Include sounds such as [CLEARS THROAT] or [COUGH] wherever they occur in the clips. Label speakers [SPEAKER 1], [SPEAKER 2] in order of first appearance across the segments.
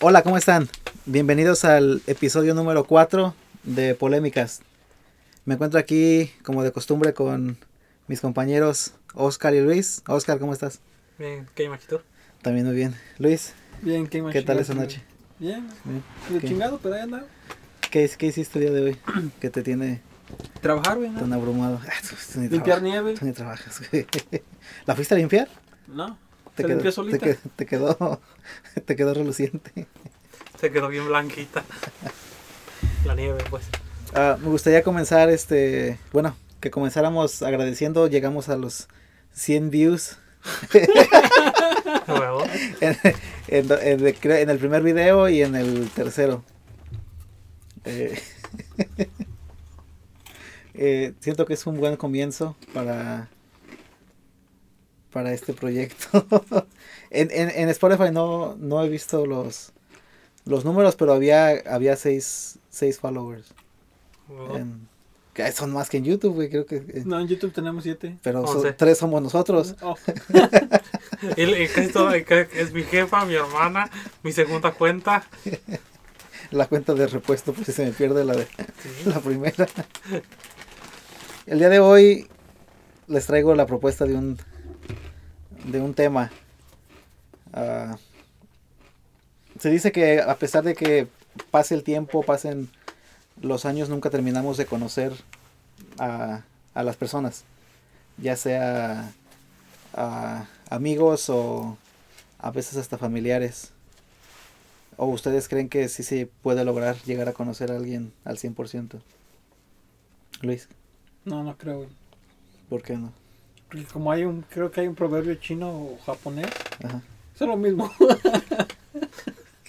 [SPEAKER 1] Hola, ¿cómo están? Bienvenidos al episodio número 4 de Polémicas. Me encuentro aquí, como de costumbre, con mis compañeros Oscar y Luis. Oscar, ¿cómo estás?
[SPEAKER 2] Bien, ¿qué imagino?
[SPEAKER 1] También muy bien. Luis,
[SPEAKER 3] Bien, qué,
[SPEAKER 1] ¿qué tal esa noche?
[SPEAKER 3] Bien,
[SPEAKER 1] Bien.
[SPEAKER 3] medio
[SPEAKER 1] ¿Qué?
[SPEAKER 3] chingado, pero ahí andaba.
[SPEAKER 1] ¿Qué, qué hiciste el día de hoy
[SPEAKER 3] [CLEARS THROAT]
[SPEAKER 1] que te tiene
[SPEAKER 3] Trabajar, güey, ¿no?
[SPEAKER 1] tan abrumado? [LAUGHS] Ah, tú- tú ni
[SPEAKER 3] Limpiar
[SPEAKER 1] trabajas,
[SPEAKER 3] nieve.
[SPEAKER 1] tú ni trabajas. güey. [LAUGHS] ¿La fuiste a limpiar?
[SPEAKER 3] No,
[SPEAKER 1] Te
[SPEAKER 3] se
[SPEAKER 1] quedó-
[SPEAKER 3] limpió
[SPEAKER 1] te
[SPEAKER 3] solita.
[SPEAKER 1] que- Te quedó, [LAUGHS] te quedó reluciente.
[SPEAKER 2] Se quedó bien blanquita. [LAUGHS] La nieve, pues. [LAUGHS]
[SPEAKER 1] Ah, me gustaría comenzar, este, bueno, que comenzáramos agradeciendo. Llegamos a los 100 views
[SPEAKER 2] A huevo.
[SPEAKER 1] en, en do- en de- creo- en el primer video y en el tercero. Eh, [LAUGHS] eh, siento que es un buen comienzo para, para este proyecto. [LAUGHS] en, en, en Spotify no, no he visto los, los números, pero había, había seis, seis followers.
[SPEAKER 2] A huevo.
[SPEAKER 1] en- que son más que en YouTube, güey, creo que... eh,
[SPEAKER 3] No, en YouTube tenemos siete.
[SPEAKER 1] pero so-
[SPEAKER 2] Once.
[SPEAKER 1] tres somos nosotros.
[SPEAKER 3] Oh,
[SPEAKER 2] Y, y casi todo- y ca- es mi jefa, mi hermana, mi segunda cuenta.
[SPEAKER 1] La cuenta de repuesto, pues se me pierde la de
[SPEAKER 2] Sí.
[SPEAKER 1] [LAUGHS] la primera. El día de hoy les traigo la propuesta de un de un tema. Ah, se dice que a pesar de que pase el tiempo, pasen los años, nunca terminamos de conocer a, a las personas, ya sea a amigos o a veces hasta familiares. ¿O ustedes creen que sí se puede lograr llegar a conocer a alguien al 100%? Luis,
[SPEAKER 3] no, no creo, güey.
[SPEAKER 1] ¿por qué no?
[SPEAKER 3] Porque como hay un, creo que hay un proverbio chino o japonés,
[SPEAKER 1] Ajá.
[SPEAKER 3] es lo mismo. [LAUGHS] O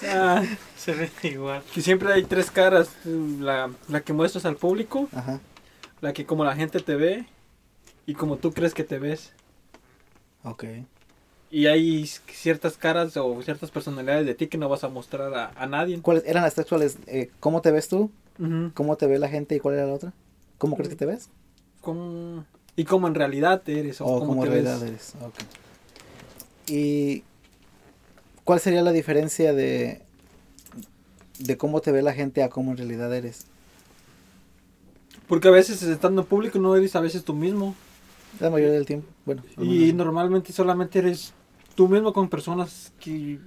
[SPEAKER 3] sea,
[SPEAKER 2] Se ve igual.
[SPEAKER 3] que siempre hay tres caras. La, la que muestras al público,
[SPEAKER 1] Ajá.
[SPEAKER 3] la que como la gente te ve y como tú crees que te ves.
[SPEAKER 1] Ok.
[SPEAKER 3] Y hay ciertas caras o ciertas personalidades de ti que no vas a mostrar a, a nadie.
[SPEAKER 1] ¿Cuáles eran las textuales? Eh, ¿Cómo te ves tú?
[SPEAKER 3] Ujú.
[SPEAKER 1] ¿Cómo te ve la gente? ¿Y cuál era la otra? ¿Cómo crees que te ves?
[SPEAKER 3] Cómo- y cómo en realidad eres o
[SPEAKER 1] ¿O
[SPEAKER 3] cómo
[SPEAKER 1] cómo
[SPEAKER 3] te
[SPEAKER 1] en realidad eres?
[SPEAKER 3] ves.
[SPEAKER 1] Ok. ¿Y cuál sería la diferencia de, de cómo te ve la gente a cómo en realidad eres?
[SPEAKER 3] Porque a veces estando en público no eres a veces tú mismo.
[SPEAKER 1] La mayoría del tiempo. Bueno.
[SPEAKER 3] Y normalmente solamente eres tú mismo con personas que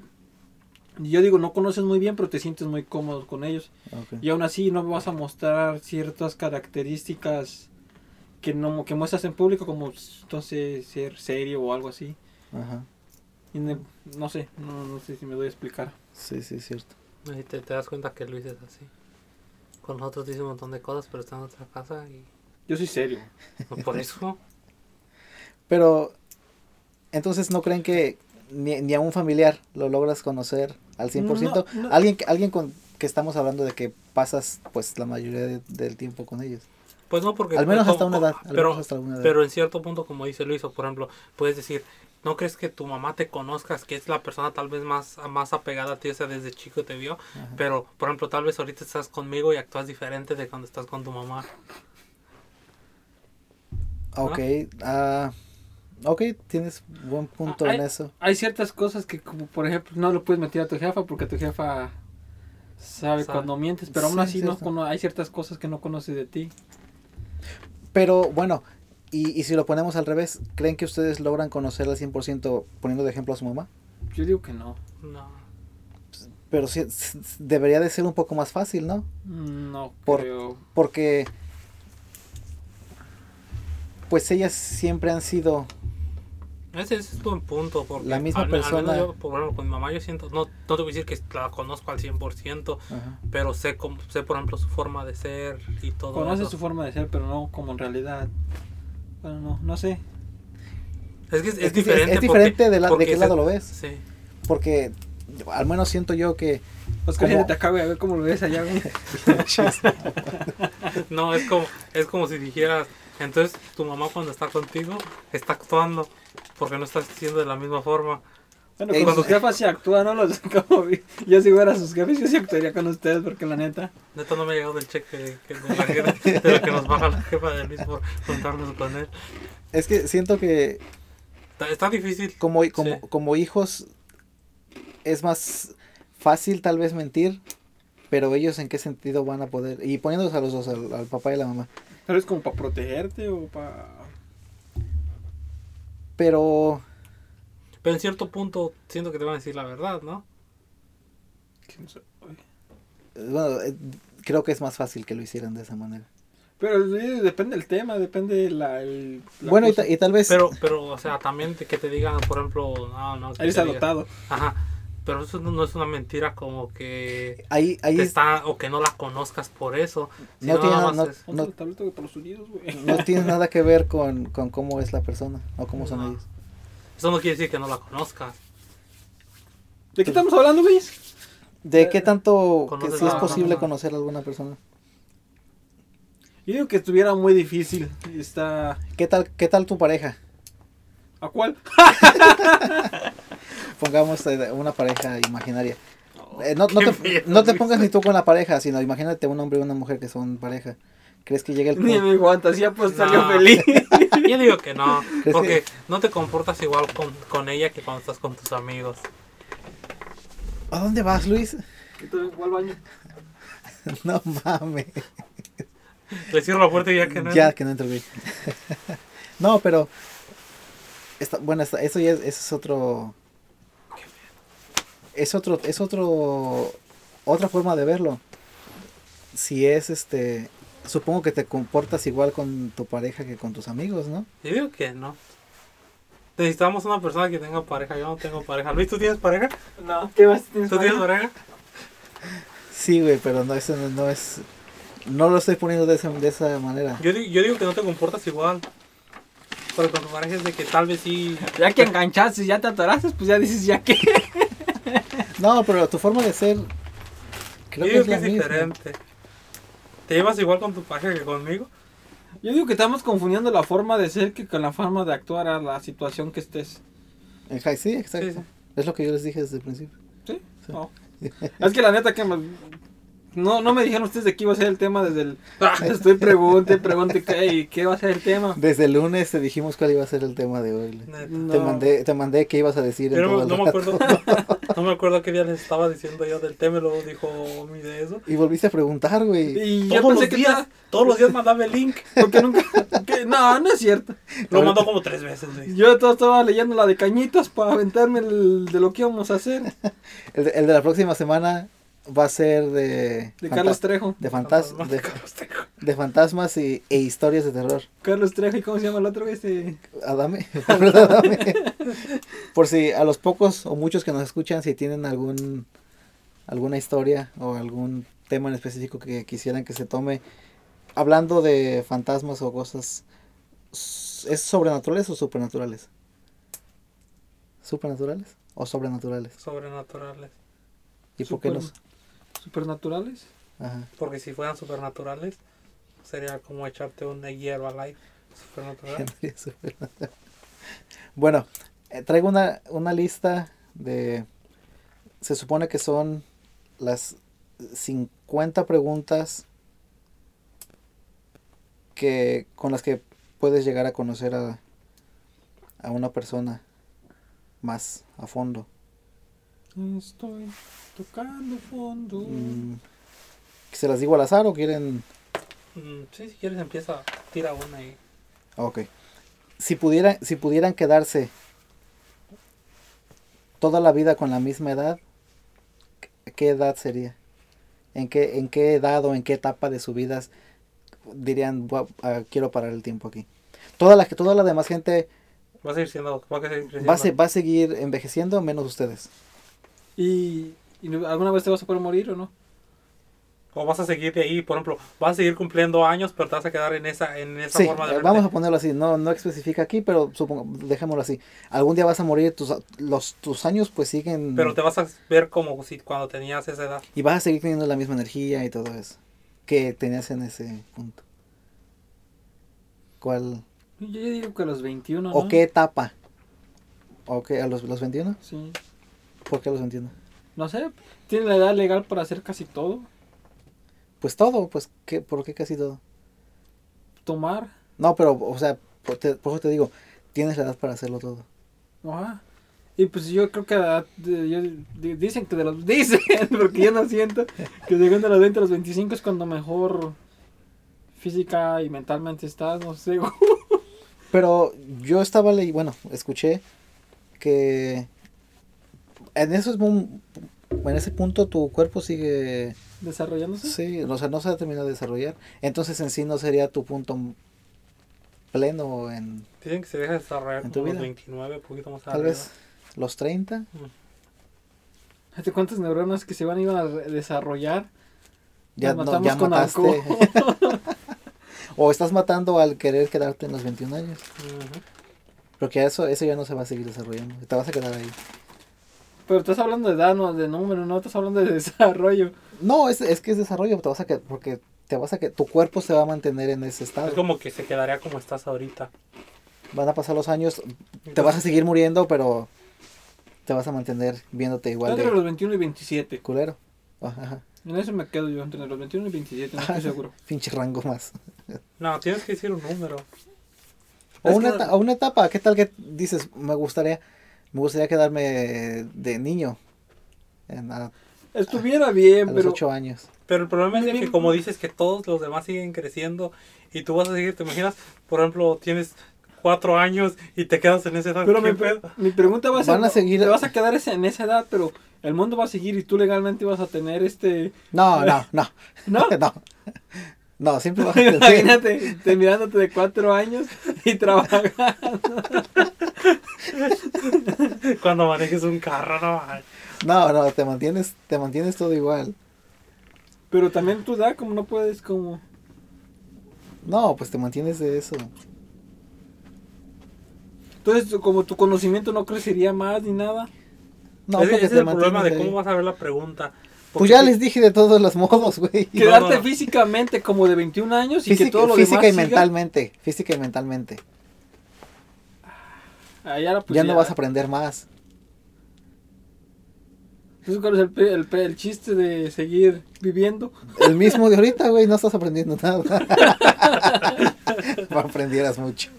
[SPEAKER 3] yo digo no conoces muy bien, pero te sientes muy cómodo con ellos.
[SPEAKER 1] Ok.
[SPEAKER 3] Y aún así no vas a mostrar ciertas características que no que muestras en público como entonces ser serio o algo así.
[SPEAKER 1] Ajá.
[SPEAKER 3] Y ne- no sé, no, no sé si me doy a explicar.
[SPEAKER 1] Sí, sí, es cierto.
[SPEAKER 2] Ahí te, te das cuenta que Luis es así. Con nosotros dice un montón de cosas, pero está en otra casa y
[SPEAKER 3] Yo soy serio.
[SPEAKER 2] no
[SPEAKER 1] [LAUGHS]
[SPEAKER 2] por eso.
[SPEAKER 1] Pero, entonces no creen que ni, ni a un familiar lo logras conocer al 100%.
[SPEAKER 3] No, no.
[SPEAKER 1] Alguien, que- alguien con que estamos hablando de que pasas pues la mayoría de- del tiempo con ellos.
[SPEAKER 2] Pues no porque...
[SPEAKER 1] Al menos
[SPEAKER 2] como-
[SPEAKER 1] hasta una edad. Al
[SPEAKER 2] Pero,
[SPEAKER 1] menos hasta una edad.
[SPEAKER 2] pero en cierto punto, como dice Luis, o por ejemplo, puedes decir, ¿no crees que tu mamá te conozcas, que es la persona tal vez más, más apegada a ti, o sea, desde chico te vio?
[SPEAKER 1] Ajá.
[SPEAKER 2] Pero, por ejemplo, tal vez ahorita estás conmigo y actúas diferente de cuando estás con tu mamá.
[SPEAKER 1] ok, ah, ok, tienes buen punto
[SPEAKER 3] Ah,
[SPEAKER 1] en
[SPEAKER 3] hay-
[SPEAKER 1] eso.
[SPEAKER 3] Hay ciertas cosas que como por ejemplo no lo puedes meter a tu jefa porque tu jefa sabe,
[SPEAKER 2] Sabe.
[SPEAKER 3] cuando mientes, pero aún
[SPEAKER 1] Sí,
[SPEAKER 3] así no
[SPEAKER 1] cierto.
[SPEAKER 3] cono- hay ciertas cosas que no conoces de ti.
[SPEAKER 1] Pero bueno, y, y si lo ponemos al revés, ¿creen que ustedes logran conocer al 100% poniendo de ejemplo a su mamá?
[SPEAKER 3] Yo digo que no.
[SPEAKER 2] No.
[SPEAKER 1] Pero sí- s- s- debería de ser un poco más fácil, ¿no?
[SPEAKER 3] No
[SPEAKER 1] Por-
[SPEAKER 3] creo.
[SPEAKER 1] porque pues ellas siempre han sido
[SPEAKER 2] Ese, ese es buen punto. Porque
[SPEAKER 1] La misma
[SPEAKER 2] al me- al menos
[SPEAKER 1] persona-
[SPEAKER 2] yo, por ejemplo, con mi mamá yo siento, no, no te voy a decir que la conozco al 100%, pero sé, cómo- sé por ejemplo, su forma de ser y todo
[SPEAKER 3] Conoces
[SPEAKER 2] eso.
[SPEAKER 3] su forma de ser, pero no como en realidad. Bueno, no, no sé.
[SPEAKER 2] Es que es, es
[SPEAKER 1] es, que es-
[SPEAKER 2] diferente.
[SPEAKER 1] es
[SPEAKER 2] porque-
[SPEAKER 1] diferente de, la- de
[SPEAKER 2] porque
[SPEAKER 1] qué
[SPEAKER 2] se-
[SPEAKER 1] lado lo ves
[SPEAKER 2] Sí.
[SPEAKER 1] porque al menos siento yo
[SPEAKER 2] [LAUGHS]
[SPEAKER 1] que [LAUGHS]
[SPEAKER 3] Oscar,
[SPEAKER 1] ¿Cómo?
[SPEAKER 3] ya Pues te acabo de ver cómo lo ves
[SPEAKER 1] [LAUGHS]
[SPEAKER 3] allá, güey.
[SPEAKER 2] [LAUGHS] No, es como, es como si dijeras, entonces tu mamá cuando está contigo está actuando porque no estás siendo de la misma forma.
[SPEAKER 3] Bueno,
[SPEAKER 1] Ey,
[SPEAKER 3] con
[SPEAKER 1] su-
[SPEAKER 3] sus jefas se actúa, ¿no? Los, [LAUGHS] como vi- yo si fuera sus jefes, yo sí actuaría con ustedes, porque la neta.
[SPEAKER 2] Neta no me ha llegado el cheque que- de,
[SPEAKER 1] [LAUGHS]
[SPEAKER 2] la, jefa- de la que nos baja la jefa de Luis por juntarnos con él.
[SPEAKER 1] es que siento que
[SPEAKER 2] Está, está difícil.
[SPEAKER 1] como como
[SPEAKER 2] Sí.
[SPEAKER 1] como hijos es más fácil tal vez mentir, pero ellos en qué sentido van a poder. Y poniéndolos a los dos, al, al papá y la mamá.
[SPEAKER 3] Tal vez como para protegerte o para...
[SPEAKER 1] Pero
[SPEAKER 2] Pero en cierto punto siento que te van a decir la verdad, ¿no?
[SPEAKER 3] que no sé, ay.
[SPEAKER 1] eh, bueno, eh, creo que es más fácil que lo hicieran de esa manera.
[SPEAKER 3] Pero eh, depende del tema, depende la... el- la
[SPEAKER 1] bueno, y,
[SPEAKER 3] cosa.
[SPEAKER 1] ta- y tal vez...
[SPEAKER 2] Pero, pero, o sea, también te- que te digan, por ejemplo, no, no. que
[SPEAKER 3] Eres
[SPEAKER 2] te digan-
[SPEAKER 3] adoptado.
[SPEAKER 2] Ajá. Pero eso no, no es una mentira como que
[SPEAKER 1] Ahí, ahí
[SPEAKER 2] te está o que no la conozcas por eso.
[SPEAKER 1] No
[SPEAKER 2] sino
[SPEAKER 1] tiene
[SPEAKER 2] nada
[SPEAKER 1] nada-
[SPEAKER 2] más
[SPEAKER 1] no-
[SPEAKER 2] es-
[SPEAKER 3] Vamos a la tableta por los Unidos, güey.
[SPEAKER 1] no tiene nada que ver con, con cómo es la persona o cómo son
[SPEAKER 2] No.
[SPEAKER 1] ellos.
[SPEAKER 2] Eso no quiere decir que no la conozcas.
[SPEAKER 3] [LAUGHS]
[SPEAKER 2] [LAUGHS]
[SPEAKER 3] ¿De qué estamos hablando, güey?
[SPEAKER 1] ¿De qué tanto que
[SPEAKER 2] Eh, Conoces
[SPEAKER 1] si es
[SPEAKER 3] a-
[SPEAKER 1] posible
[SPEAKER 2] a-
[SPEAKER 1] conocer a alguna persona?
[SPEAKER 3] Yo digo que estuviera muy difícil. Está...
[SPEAKER 1] ¿Qué tal, qué tal tu pareja?
[SPEAKER 3] ¿A cuál?
[SPEAKER 1] Pongamos eh, una pareja imaginaria. Eh, no,
[SPEAKER 2] Oh, qué
[SPEAKER 1] no te,
[SPEAKER 2] miedo,
[SPEAKER 1] no te
[SPEAKER 2] Luis.
[SPEAKER 1] pongas ni tú con la pareja, sino imagínate un hombre y una mujer que son pareja. ¿Crees que llegue el
[SPEAKER 3] Ni
[SPEAKER 1] punto?
[SPEAKER 3] mi fantasía pues salió
[SPEAKER 2] No.
[SPEAKER 3] [LAUGHS] feliz.
[SPEAKER 2] Yo digo
[SPEAKER 1] [LAUGHS]
[SPEAKER 2] que no,
[SPEAKER 1] que-
[SPEAKER 2] porque no te comportas igual con, con ella que cuando estás con tus amigos.
[SPEAKER 1] ¿A dónde vas, Luis? [LAUGHS]
[SPEAKER 3] Entonces, ¿cuál baño?
[SPEAKER 1] No mames.
[SPEAKER 2] Le cierro la puerta y ya que no.
[SPEAKER 1] Ya que no entro bien. [LAUGHS] no, pero. está- bueno, está- eso ya es, eso es otro. Es otro, es otro. Otra forma de verlo. Si es este. Supongo que te comportas igual con tu pareja que con tus amigos, ¿no?
[SPEAKER 2] Yo digo que no. Necesitamos una persona que tenga pareja. Yo no tengo pareja. Luis, ¿tú tienes pareja?
[SPEAKER 3] No, ¿qué más tienes
[SPEAKER 2] ¿Tú tienes
[SPEAKER 3] baño?
[SPEAKER 2] pareja?
[SPEAKER 1] Sí, güey, pero no, eso no, no es. No lo estoy poniendo de, esa- de esa manera.
[SPEAKER 2] Yo, di- yo digo que no te comportas igual. Porque con tu pareja es de que tal vez sí.
[SPEAKER 3] Ya que enganchaste, ya te atoraste, pues ya dices ya que.
[SPEAKER 1] No, pero tu forma de ser.
[SPEAKER 2] Yo
[SPEAKER 1] Creo que
[SPEAKER 2] digo
[SPEAKER 1] es
[SPEAKER 2] que
[SPEAKER 1] la
[SPEAKER 2] es
[SPEAKER 1] misma.
[SPEAKER 2] diferente. ¿Te llevas igual con tu pareja que conmigo?
[SPEAKER 3] [LAUGHS] Yo digo que estamos confundiendo la forma de ser que con la forma de actuar a la situación que estés.
[SPEAKER 1] Ajá, Sí, exacto.
[SPEAKER 2] Sí, sí.
[SPEAKER 1] Es lo que yo les dije desde el principio.
[SPEAKER 3] ¿Sí? No. Es que la neta que me- No, no me dijeron ustedes de qué iba a ser el tema desde el...
[SPEAKER 2] Ah.
[SPEAKER 3] Estoy pregunte, pregunte, ¿qué, y qué va a ser el tema?
[SPEAKER 1] Desde el lunes te dijimos cuál iba a ser el tema de hoy. Leo.
[SPEAKER 2] Neta.
[SPEAKER 3] No.
[SPEAKER 1] Te mandé, te mandé qué ibas a decir en
[SPEAKER 2] Yo
[SPEAKER 1] todo
[SPEAKER 2] no,
[SPEAKER 1] el
[SPEAKER 2] no me
[SPEAKER 1] rato.
[SPEAKER 2] acuerdo. [LAUGHS] No me acuerdo qué día les estaba diciendo yo del tema y luego dijo Omi de eso.
[SPEAKER 1] Y volviste a preguntar, güey.
[SPEAKER 3] Y yo
[SPEAKER 2] Todos
[SPEAKER 3] pensé
[SPEAKER 2] los
[SPEAKER 3] que
[SPEAKER 2] días, todos los días mandaba el link.
[SPEAKER 3] estaba- Porque nunca... [LAUGHS] que- No, no es cierto.
[SPEAKER 2] Lo mandó como tres veces, Luis.
[SPEAKER 3] Yo todo estaba leyendo la de cañitas para aventarme el, de lo que íbamos a hacer.
[SPEAKER 1] El, de- el de la próxima semana va a ser de...
[SPEAKER 3] De
[SPEAKER 1] fanta-
[SPEAKER 3] Carlos Trejo.
[SPEAKER 1] De, fantas-
[SPEAKER 2] Fantasma.
[SPEAKER 1] de, de fantasmas y, e historias de terror.
[SPEAKER 3] Carlos Trejo, ¿y cómo se llama el otro? Este...
[SPEAKER 1] Adame. [LAUGHS] Alfredo Adame. Por si a los pocos o muchos que nos escuchan, si tienen algún alguna historia o algún tema en específico que quisieran que se tome, hablando de fantasmas o cosas, ¿es sobrenaturales o supernaturales? ¿Supernaturales o sobrenaturales?
[SPEAKER 2] Sobrenaturales.
[SPEAKER 1] ¿Y por qué no?
[SPEAKER 3] Super- Supernaturales.
[SPEAKER 1] Ajá.
[SPEAKER 2] Porque si fueran supernaturales, sería como echarte una hierba light. Supernatural.
[SPEAKER 1] Tendría supernatural. [LAUGHS] Bueno, eh, traigo una, una lista de... Se supone que son las 50 preguntas que con las que puedes llegar a conocer a, a una persona más a fondo.
[SPEAKER 3] Estoy tocando fondo.
[SPEAKER 1] Mm, ¿Se las digo al azar o quieren...?
[SPEAKER 2] Mm, sí, si quieres empieza, tira una y.
[SPEAKER 1] Ok. Si, pudiera, si pudieran quedarse toda la vida con la misma edad, ¿qué- ¿qué edad sería? ¿En qué, en qué edad o en qué etapa de su vida dirían, "Voy a- ah, quiero parar el tiempo aquí? Toda la, toda la demás gente
[SPEAKER 2] Vas a ir siendo. Va a seguir creciendo.
[SPEAKER 1] va a, se- va a seguir envejeciendo menos ustedes.
[SPEAKER 3] ¿Y, y no- alguna vez te vas a poder morir o no?
[SPEAKER 2] O vas a seguir de ahí, por ejemplo, vas a seguir cumpliendo años, pero te vas a quedar en esa, en esa
[SPEAKER 1] Sí,
[SPEAKER 2] forma de
[SPEAKER 1] eh,
[SPEAKER 2] verte.
[SPEAKER 1] vamos a ponerlo así, no, no especifica aquí, pero supongo, dejémoslo así. Algún día vas a morir, tus, a- los, tus años pues siguen
[SPEAKER 2] Pero te vas a ver como si cuando tenías esa edad.
[SPEAKER 1] Y vas a seguir teniendo la misma energía y todo eso que tenías en ese punto. ¿Cuál?
[SPEAKER 3] Yo, yo digo que a los 21, ¿no?
[SPEAKER 1] ¿O qué etapa? ¿O qué? ¿A los, los 21?
[SPEAKER 3] Sí.
[SPEAKER 1] ¿Por qué los 21?
[SPEAKER 3] No sé, tiene la edad legal para hacer casi todo.
[SPEAKER 1] Pues todo, pues ¿qué, ¿por qué casi todo?
[SPEAKER 3] Tomar.
[SPEAKER 1] No, pero, o sea, por, te- por eso te digo, tienes la edad para hacerlo todo.
[SPEAKER 3] Ajá. Y Y pues yo creo que a- de- yo- di- dicen que de los [LAUGHS] dicen, porque yo no siento que según de los 20 a los 25 es cuando mejor física y mentalmente estás, no sé. [LAUGHS] güey.
[SPEAKER 1] Pero yo estaba leyendo, bueno, escuché que en eso es un- en ese punto tu cuerpo sigue,
[SPEAKER 3] Desarrollándose.
[SPEAKER 1] sí, o sea, no se ha terminado de desarrollar. Entonces en sí no sería tu punto pleno en
[SPEAKER 2] Dicen que se deja desarrollar
[SPEAKER 1] En tu
[SPEAKER 2] como los
[SPEAKER 1] vida.
[SPEAKER 2] 29, poquito más
[SPEAKER 1] tal
[SPEAKER 2] arriba.
[SPEAKER 1] vez los 30.
[SPEAKER 3] Fíjate cuántas neuronas que se van iban a re- desarrollar.
[SPEAKER 1] Ya,
[SPEAKER 3] Las
[SPEAKER 1] no,
[SPEAKER 3] matamos
[SPEAKER 1] ya
[SPEAKER 3] con
[SPEAKER 1] mataste. [LAUGHS] o estás matando al querer quedarte en los 21 años.
[SPEAKER 2] Ujú.
[SPEAKER 1] Porque eso, eso ya no se va a seguir desarrollando. Te vas a quedar ahí.
[SPEAKER 3] Pero estás hablando de edad, no de número, no estás hablando de [LAUGHS] desarrollo.
[SPEAKER 1] No, es, es que es desarrollo. Te vas a quedar, porque te vas a que tu cuerpo se va a mantener en ese
[SPEAKER 2] Es
[SPEAKER 1] estado.
[SPEAKER 2] como que se quedaría como estás ahorita.
[SPEAKER 1] Van a pasar los años, te
[SPEAKER 2] Entonces,
[SPEAKER 1] vas a seguir muriendo, pero te vas a mantener viéndote igual
[SPEAKER 3] Entre los
[SPEAKER 1] de
[SPEAKER 3] 21 y 27.
[SPEAKER 1] culero. Ajá,
[SPEAKER 3] En eso me quedo yo, entre los 21 y 27,
[SPEAKER 1] [LAUGHS]
[SPEAKER 3] no estoy seguro.
[SPEAKER 1] pinche rango más.
[SPEAKER 2] No, tienes que decir un número.
[SPEAKER 1] O
[SPEAKER 2] Es
[SPEAKER 1] una,
[SPEAKER 2] que-
[SPEAKER 1] eta- o una etapa, ¿qué tal que dices? Me gustaría, me gustaría quedarme de niño en- a,
[SPEAKER 3] Estuviera
[SPEAKER 1] a
[SPEAKER 3] bien,
[SPEAKER 1] los
[SPEAKER 3] pero.
[SPEAKER 1] ocho años.
[SPEAKER 2] Pero el problema es de
[SPEAKER 3] Miren-
[SPEAKER 2] que como dices que todos los demás siguen creciendo y tú vas a seguir, te imaginas, por ejemplo, tienes cuatro años y te quedas en esa edad.
[SPEAKER 3] Pero mi,
[SPEAKER 2] ¿qué
[SPEAKER 3] pre-
[SPEAKER 2] pedo?
[SPEAKER 3] mi pregunta va a ser,
[SPEAKER 1] Van a seguir-
[SPEAKER 3] te vas a quedar ese- en esa edad, pero el mundo va a seguir y tú legalmente vas a tener este,
[SPEAKER 1] No, no,
[SPEAKER 2] [LAUGHS]
[SPEAKER 1] no. [LAUGHS]
[SPEAKER 3] ¿no?
[SPEAKER 1] no. No, siempre vas a tener-
[SPEAKER 3] [LAUGHS] Imagínate, te mirándote de cuatro años y trabajando.
[SPEAKER 2] [LAUGHS] Cuando manejes un carro, no man.
[SPEAKER 1] No, no, te mantienes, te mantienes todo igual.
[SPEAKER 3] Pero también tu edad, como no puedes, como...
[SPEAKER 1] No, pues te mantienes de eso.
[SPEAKER 3] Entonces, tú- como tu conocimiento no crecería más ni nada.
[SPEAKER 1] No,
[SPEAKER 2] ese,
[SPEAKER 1] porque
[SPEAKER 2] ese
[SPEAKER 1] te
[SPEAKER 2] es el problema de
[SPEAKER 1] mantienes ahí.
[SPEAKER 2] cómo vas a ver la pregunta.
[SPEAKER 1] Pues
[SPEAKER 2] Porque
[SPEAKER 1] ya
[SPEAKER 2] si-
[SPEAKER 1] les dije de todos los modos, güey.
[SPEAKER 2] ¿Qué?
[SPEAKER 3] Quedarte
[SPEAKER 2] no, no.
[SPEAKER 3] físicamente como de 21 años y que
[SPEAKER 1] Física,
[SPEAKER 3] todo lo
[SPEAKER 1] física y
[SPEAKER 3] demás siga.
[SPEAKER 1] mentalmente, física y mentalmente.
[SPEAKER 2] Pues
[SPEAKER 3] Ah, ya, la- pues,
[SPEAKER 1] ya no vas a aprender más.
[SPEAKER 3] Entonces, Pues, ¿cuál es el, pe- el pe- el chiste de seguir viviendo?
[SPEAKER 1] El mismo de ahorita, güey, no estás aprendiendo nada. No aprendieras mucho.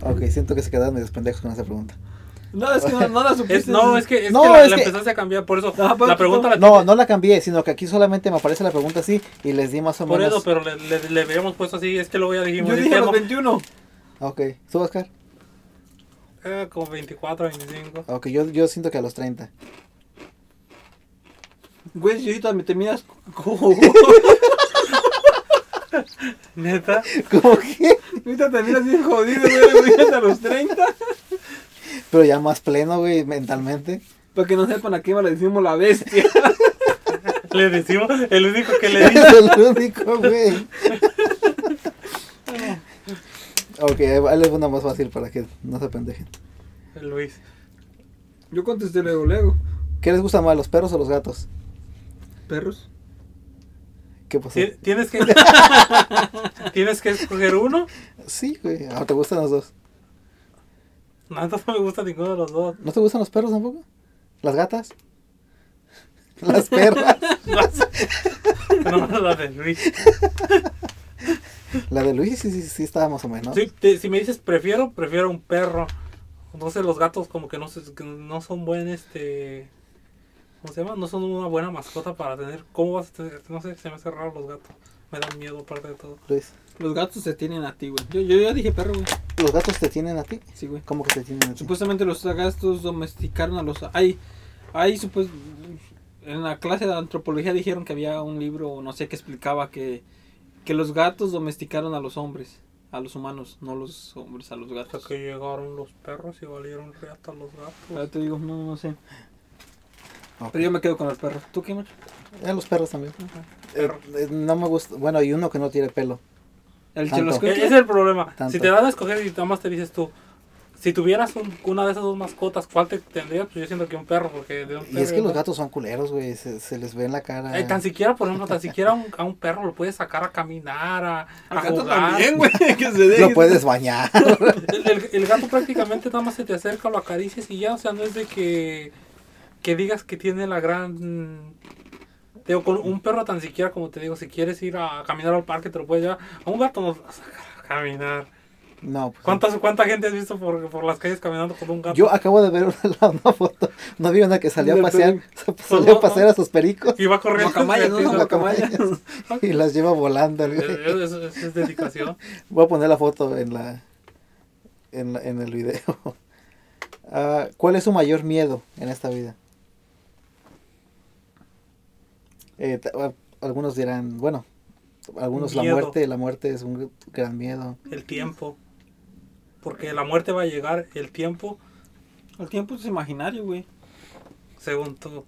[SPEAKER 1] ok, siento que se quedaron medio pendejos con esa pregunta.
[SPEAKER 3] No, es que
[SPEAKER 1] [LAUGHS]
[SPEAKER 3] no, no la supiste.
[SPEAKER 2] es- no, es que,
[SPEAKER 1] pues,
[SPEAKER 2] es
[SPEAKER 1] No,
[SPEAKER 2] que la,
[SPEAKER 1] es
[SPEAKER 2] la
[SPEAKER 1] que- Ah, pues,
[SPEAKER 2] empezaste a cambiar, por eso
[SPEAKER 3] Ajá, pero-
[SPEAKER 2] la pregunta la
[SPEAKER 1] No, no la cambié, sino que aquí solamente me aparece la pregunta así y les di más o
[SPEAKER 2] Por
[SPEAKER 1] menos.
[SPEAKER 2] eso, pero le, le, le habíamos puesto así, es que luego ya dijimos,
[SPEAKER 3] Yo
[SPEAKER 2] es
[SPEAKER 3] dije
[SPEAKER 2] que
[SPEAKER 3] a los
[SPEAKER 2] no-
[SPEAKER 3] 21.
[SPEAKER 1] Ok, ¿tú, Oscar?
[SPEAKER 2] eh, como 24, 25.
[SPEAKER 1] Ok, yo, yo siento que a los 30.
[SPEAKER 3] Güey, si ahorita me te miras [LAUGHS]
[SPEAKER 1] [LAUGHS]
[SPEAKER 3] como.
[SPEAKER 2] Neta,
[SPEAKER 1] ¿Cómo que?
[SPEAKER 3] Ahorita te miras bien jodido, güey. Me miras a los 30.
[SPEAKER 1] Pero ya más pleno, güey, mentalmente.
[SPEAKER 3] Para que no sepan a qué le decimos la bestia. [LAUGHS]
[SPEAKER 2] le decimos, el único que
[SPEAKER 1] [LAUGHS]
[SPEAKER 2] le
[SPEAKER 1] Es
[SPEAKER 2] dice.
[SPEAKER 1] el único, güey. ok, ahí va- ahí les va una más fácil para que no se pendejen.
[SPEAKER 2] Luis,
[SPEAKER 3] Yo contesté luego, luego.
[SPEAKER 1] ¿Qué les gusta más, los perros o los gatos?
[SPEAKER 3] Perros.
[SPEAKER 1] ¿Qué pasó?
[SPEAKER 2] ti- tienes que, [LAUGHS] tienes que escoger uno.
[SPEAKER 1] Sí, güey. Ah, ¿Te gustan los dos?
[SPEAKER 2] No, no me gusta ninguno de los dos. [LAUGHS]
[SPEAKER 1] ¿No te gustan los perros tampoco? ¿Las gatas? [LAUGHS] Las perras. [LAUGHS]
[SPEAKER 2] No, no, la de Luis.
[SPEAKER 1] La de Luis sí, sí, sí estaba más o menos.
[SPEAKER 2] Sí, te- si me dices prefiero, prefiero un perro. Entonces los gatos como que no, se- que no son buen, este... ¿Cómo se llama? No son una buena mascota para tener... ¿Cómo vas a tener? No sé, se me hace raro los gatos. Me dan miedo aparte de todo.
[SPEAKER 1] Luis.
[SPEAKER 3] Los gatos se tienen a ti, güey. Yo, yo ya dije perro, güey.
[SPEAKER 1] ¿Los gatos te tienen a ti?
[SPEAKER 3] Sí, güey.
[SPEAKER 1] ¿Cómo que te tienen a ti?
[SPEAKER 3] Supuestamente los gatos domesticaron a los. Hay. Hay, supues- En la clase de antropología dijeron que había un libro, no sé, que explicaba que. Que los gatos domesticaron a los hombres. A los humanos, no los hombres, a los
[SPEAKER 2] Hasta
[SPEAKER 3] gatos.
[SPEAKER 2] que llegaron los perros y valieron reata los gatos.
[SPEAKER 3] Ahora Ah, te digo, no, no sé.
[SPEAKER 1] Ok.
[SPEAKER 3] Pero yo me quedo con el perro. ¿Tú qué, macho?
[SPEAKER 1] Eh, los perros también. Eh, eh, no me gusta. Bueno, y uno que no tiene pelo.
[SPEAKER 3] El
[SPEAKER 1] Tanto.
[SPEAKER 2] E- Ese
[SPEAKER 3] cheloscuintle.
[SPEAKER 2] es el problema.
[SPEAKER 1] Tanto.
[SPEAKER 2] Si te dan a escoger y nada más te dices tú, si tuvieras un- una de esas dos mascotas, ¿cuál te tendrías? Pues yo siento que un perro, porque de un
[SPEAKER 1] Y es que
[SPEAKER 2] perro yo
[SPEAKER 1] los
[SPEAKER 2] no-
[SPEAKER 1] gatos son culeros, güey. Se, se les ve en la cara.
[SPEAKER 2] Eh, tan siquiera, por ejemplo, tan siquiera un- a un perro lo puedes sacar a caminar, a,
[SPEAKER 3] Al
[SPEAKER 2] a
[SPEAKER 3] gato
[SPEAKER 2] jugar.
[SPEAKER 3] también, güey. [LAUGHS] Que se deje.
[SPEAKER 1] Lo puedes bañar. [LAUGHS]
[SPEAKER 2] El, el- el gato prácticamente nada más se te acerca, lo acaricias y ya, o sea, no es de que, que digas que tiene la gran... Te digo, con un perro tan siquiera, como te digo, si quieres ir a caminar al parque, te lo puedes llevar. A un gato no lo vas a sacar a caminar.
[SPEAKER 1] No, pues,
[SPEAKER 2] ¿Cuántas, ¿Cuánta gente has visto por, por las calles caminando con un gato?
[SPEAKER 1] Yo acabo de ver una, [LAUGHS] una foto. No vi una que salió a
[SPEAKER 3] Del
[SPEAKER 1] pasear, [LAUGHS] salió a pasear a sus pericos
[SPEAKER 2] Y va corriendo.
[SPEAKER 3] Guacamayas, ¿no?
[SPEAKER 2] Sí,
[SPEAKER 1] Son
[SPEAKER 2] [LAUGHS]
[SPEAKER 3] Guacamayas.
[SPEAKER 1] y las lleva volando. el
[SPEAKER 2] Es,
[SPEAKER 1] güey.
[SPEAKER 2] es- es- es dedicación.
[SPEAKER 1] Voy a poner la foto en la en, la- en el video. [LAUGHS] Ah, ¿Cuál es su mayor miedo en esta vida? Eh, ta- ah, algunos dirán, bueno, algunos la
[SPEAKER 2] Miedo.
[SPEAKER 1] muerte, la muerte es un gr- gran miedo.
[SPEAKER 2] El tiempo. Porque la muerte va a llegar. El tiempo,
[SPEAKER 3] [LAUGHS] El tiempo es imaginario, güey.
[SPEAKER 2] según tú.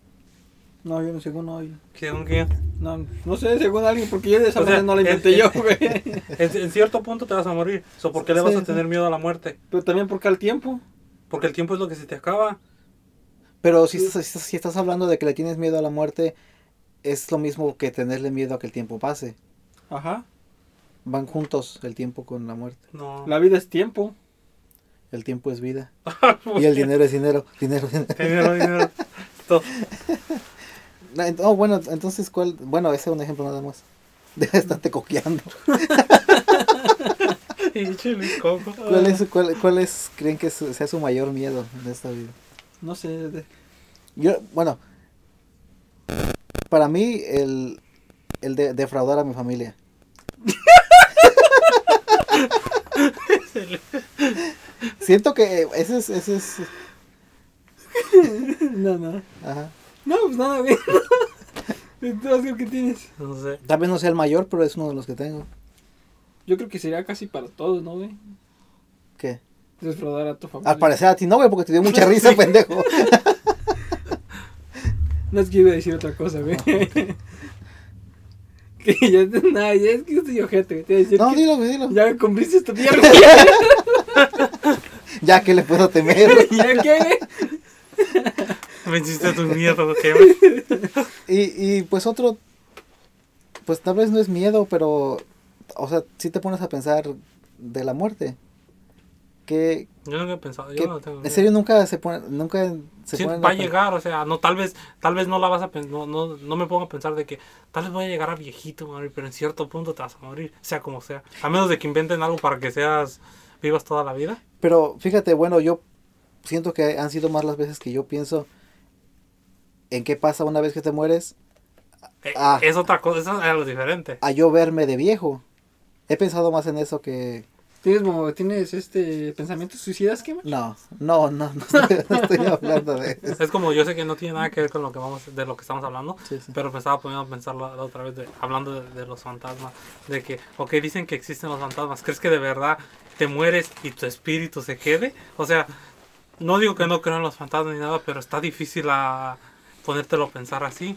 [SPEAKER 3] No, yo no, según no, yo-
[SPEAKER 2] Según quién.
[SPEAKER 3] no, no sé, según alguien, porque yo de esa
[SPEAKER 2] O sea,
[SPEAKER 3] manera no la inventé
[SPEAKER 2] el-
[SPEAKER 3] yo, güey. [LAUGHS]
[SPEAKER 2] En, en cierto punto te vas a morir. So, ¿Por qué le vas
[SPEAKER 1] Sí,
[SPEAKER 2] a tener miedo a la muerte?
[SPEAKER 3] Pero también porque al tiempo.
[SPEAKER 2] Porque el tiempo es lo que se te acaba.
[SPEAKER 1] Pero si, estás- si estás- si estás hablando de que le tienes miedo a la muerte, es lo mismo que tenerle miedo a que el tiempo pase.
[SPEAKER 3] Ajá.
[SPEAKER 1] Van juntos el tiempo con la muerte.
[SPEAKER 2] No. [LAUGHS]
[SPEAKER 3] La vida es tiempo.
[SPEAKER 1] El tiempo es vida. Y
[SPEAKER 2] [LAUGHS]
[SPEAKER 1] el dinero es dinero. Dinero, dinero.
[SPEAKER 2] Pues, Dinero,
[SPEAKER 1] [LAUGHS]
[SPEAKER 2] dinero. Todo.
[SPEAKER 1] No, ent- Oh, bueno, entonces, ¿cuál? Bueno, ese es un ejemplo nada más. [LAUGHS] Deja de estarte coqueando.
[SPEAKER 2] Y chile, coco.
[SPEAKER 1] ¿Cuál
[SPEAKER 3] Ah.
[SPEAKER 1] es, cuál, cuál es, creen que su- sea su mayor miedo en esta vida?
[SPEAKER 3] No sé. de- [LAUGHS]
[SPEAKER 1] Yo, bueno, para mí, el, el de, defraudar a mi
[SPEAKER 3] [LAUGHS]
[SPEAKER 1] familia. Siento que eh, ese es, ese es,
[SPEAKER 3] No, no.
[SPEAKER 1] ajá.
[SPEAKER 3] No, pues nada, güey. [LAUGHS] Entonces, ¿qué tienes?
[SPEAKER 2] No sé.
[SPEAKER 1] Tal vez no sea el mayor, pero es uno de los que tengo.
[SPEAKER 3] Yo creo que sería casi para todos, ¿no, güey?
[SPEAKER 1] ¿Qué?
[SPEAKER 3] Desfraudar a tu familia.
[SPEAKER 1] Al parecer a ti no, güey, porque te dio
[SPEAKER 3] [LAUGHS]
[SPEAKER 1] mucha risa, pendejo.
[SPEAKER 3] No es que iba a decir otra cosa, güey.
[SPEAKER 1] Ah,
[SPEAKER 3] [LAUGHS] que ya, nada, ya es que estoy ojete, güey. Te iba a decir
[SPEAKER 1] No,
[SPEAKER 3] que
[SPEAKER 1] dilo, güey, dilo.
[SPEAKER 3] ya cumpliste esta tierra, güey. [LAUGHS]
[SPEAKER 1] Ya que le puedo temer.
[SPEAKER 3] ¿Ya qué, güey?
[SPEAKER 2] Me hiciste tu miedo,
[SPEAKER 1] [LAUGHS]
[SPEAKER 2] ¿qué?
[SPEAKER 1] Y, y pues otro, pues tal vez no es miedo, pero, o sea, si te pones a pensar de la muerte. Que,
[SPEAKER 2] Yo nunca he pensado.
[SPEAKER 1] que
[SPEAKER 2] Yo no tengo
[SPEAKER 1] en
[SPEAKER 2] miedo.
[SPEAKER 1] serio nunca se pone, nunca se
[SPEAKER 2] Sí,
[SPEAKER 1] ponen
[SPEAKER 2] va a
[SPEAKER 1] a pen-
[SPEAKER 2] llegar, o sea, no, tal vez, tal vez no la vas a pensar, no, no, no me pongo a pensar de que tal vez voy a llegar a viejito, morir, pero en cierto punto te vas a morir, sea como sea. A menos de que inventen algo para que seas, vivas toda la vida.
[SPEAKER 1] Pero fíjate, bueno, yo siento que han sido más las veces que yo pienso en qué pasa una vez que te mueres
[SPEAKER 2] Eh,
[SPEAKER 1] Ah.
[SPEAKER 2] Es otra cosa, eso es algo diferente.
[SPEAKER 1] a yo verme de viejo. He pensado más en eso que...
[SPEAKER 3] ¿Tienes, mo- ¿Tienes este pensamientos suicidas, qué, man?
[SPEAKER 1] No, no, no, [LAUGHS] no estoy, no estoy hablando
[SPEAKER 2] [LAUGHS]
[SPEAKER 1] de eso.
[SPEAKER 2] Es como, yo sé que no tiene nada que ver con lo que vamos, de lo que estamos hablando,
[SPEAKER 1] Sí, sí.
[SPEAKER 2] pero me estaba poniendo a pensar la, la otra vez, de- hablando de, de los fantasmas, de que, ok, dicen que existen los fantasmas, ¿crees que de verdad te mueres y tu espíritu se quede? O sea, no digo que no creo en los fantasmas ni nada, pero está difícil a ponértelo a pensar así.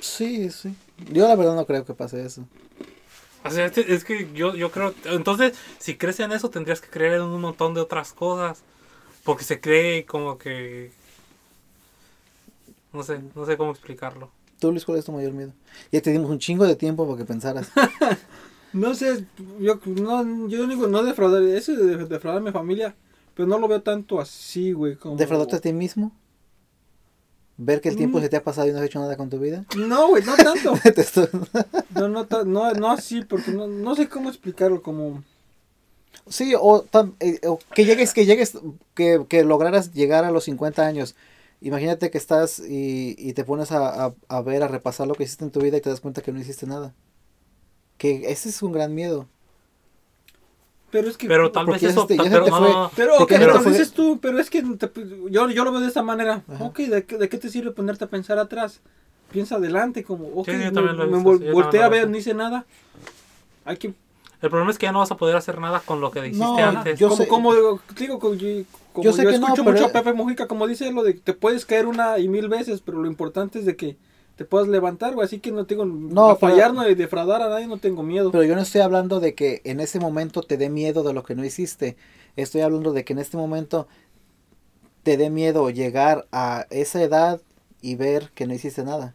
[SPEAKER 1] Sí, sí. Yo la verdad no creo que pase eso.
[SPEAKER 2] O sea, es, es que yo, yo creo, entonces, si crees en eso, tendrías que creer en un montón de otras cosas, porque se cree como que... No sé, no sé cómo explicarlo.
[SPEAKER 1] ¿Tú, Luis, cuál es tu mayor miedo? Ya te dimos un chingo de tiempo para que pensaras.
[SPEAKER 3] No sé, yo no, yo digo, no defraudar, eso de defraudar a mi familia, pero no lo veo tanto así, güey. Como...
[SPEAKER 1] ¿Defraudarte a ti mismo? ¿Ver que el tiempo
[SPEAKER 3] Mm.
[SPEAKER 1] se te ha pasado y no has hecho nada con tu vida? [LAUGHS]
[SPEAKER 3] No, güey, no tanto.
[SPEAKER 1] Te estoy- [LAUGHS]
[SPEAKER 3] No, no, ta- no, no así, porque no, no sé cómo explicarlo, como...
[SPEAKER 1] sí, o, tam- eh, o que llegues, que llegues, que, que lograras llegar a los 50 años. Imagínate que estás y, y te pones a, a- a ver, a repasar lo que hiciste en tu vida y te das cuenta que no hiciste nada. Que ese es un gran miedo.
[SPEAKER 3] Pero es que...
[SPEAKER 2] Pero tal
[SPEAKER 1] Porque
[SPEAKER 2] vez
[SPEAKER 1] ya se
[SPEAKER 2] eso...
[SPEAKER 1] te- ya se
[SPEAKER 2] pero
[SPEAKER 1] te
[SPEAKER 2] no,
[SPEAKER 1] fue.
[SPEAKER 2] no, no.
[SPEAKER 3] Pero, ok,
[SPEAKER 1] Porque
[SPEAKER 2] no
[SPEAKER 3] pero
[SPEAKER 1] fue-
[SPEAKER 3] dices tú, pero es que te- yo, yo lo veo de esta manera.
[SPEAKER 1] Ajá.
[SPEAKER 3] Ok, ¿de qué, de qué te sirve ponerte a pensar atrás? Piensa adelante, como, ok,
[SPEAKER 2] Sí, sí, yo
[SPEAKER 3] me,
[SPEAKER 2] también lo he
[SPEAKER 3] me
[SPEAKER 2] visto,
[SPEAKER 3] vol-
[SPEAKER 2] sí, yo
[SPEAKER 3] volteé
[SPEAKER 2] también lo
[SPEAKER 3] a
[SPEAKER 2] he
[SPEAKER 3] ver,
[SPEAKER 2] visto.
[SPEAKER 3] no hice nada. Hay que...
[SPEAKER 2] El problema es que ya no vas a poder hacer nada con lo que dijiste
[SPEAKER 1] No,
[SPEAKER 2] antes.
[SPEAKER 1] yo-
[SPEAKER 3] como,
[SPEAKER 1] sé-
[SPEAKER 3] como digo, digo, como yo, como
[SPEAKER 1] Yo sé
[SPEAKER 3] yo
[SPEAKER 1] que no,
[SPEAKER 3] escucho
[SPEAKER 1] pero-
[SPEAKER 3] mucho a Pepe Mujica, como dice lo de que te puedes caer una y mil veces, pero lo importante es de que te puedas levantar, güey, así que no tengo...
[SPEAKER 1] No,
[SPEAKER 3] No, a
[SPEAKER 1] pero-
[SPEAKER 3] fallar, no, y defraudar a nadie, no tengo miedo.
[SPEAKER 1] Pero yo no estoy hablando de que en ese momento te dé miedo de lo que no hiciste. Estoy hablando de que en este momento te dé miedo llegar a esa edad y ver que no hiciste nada.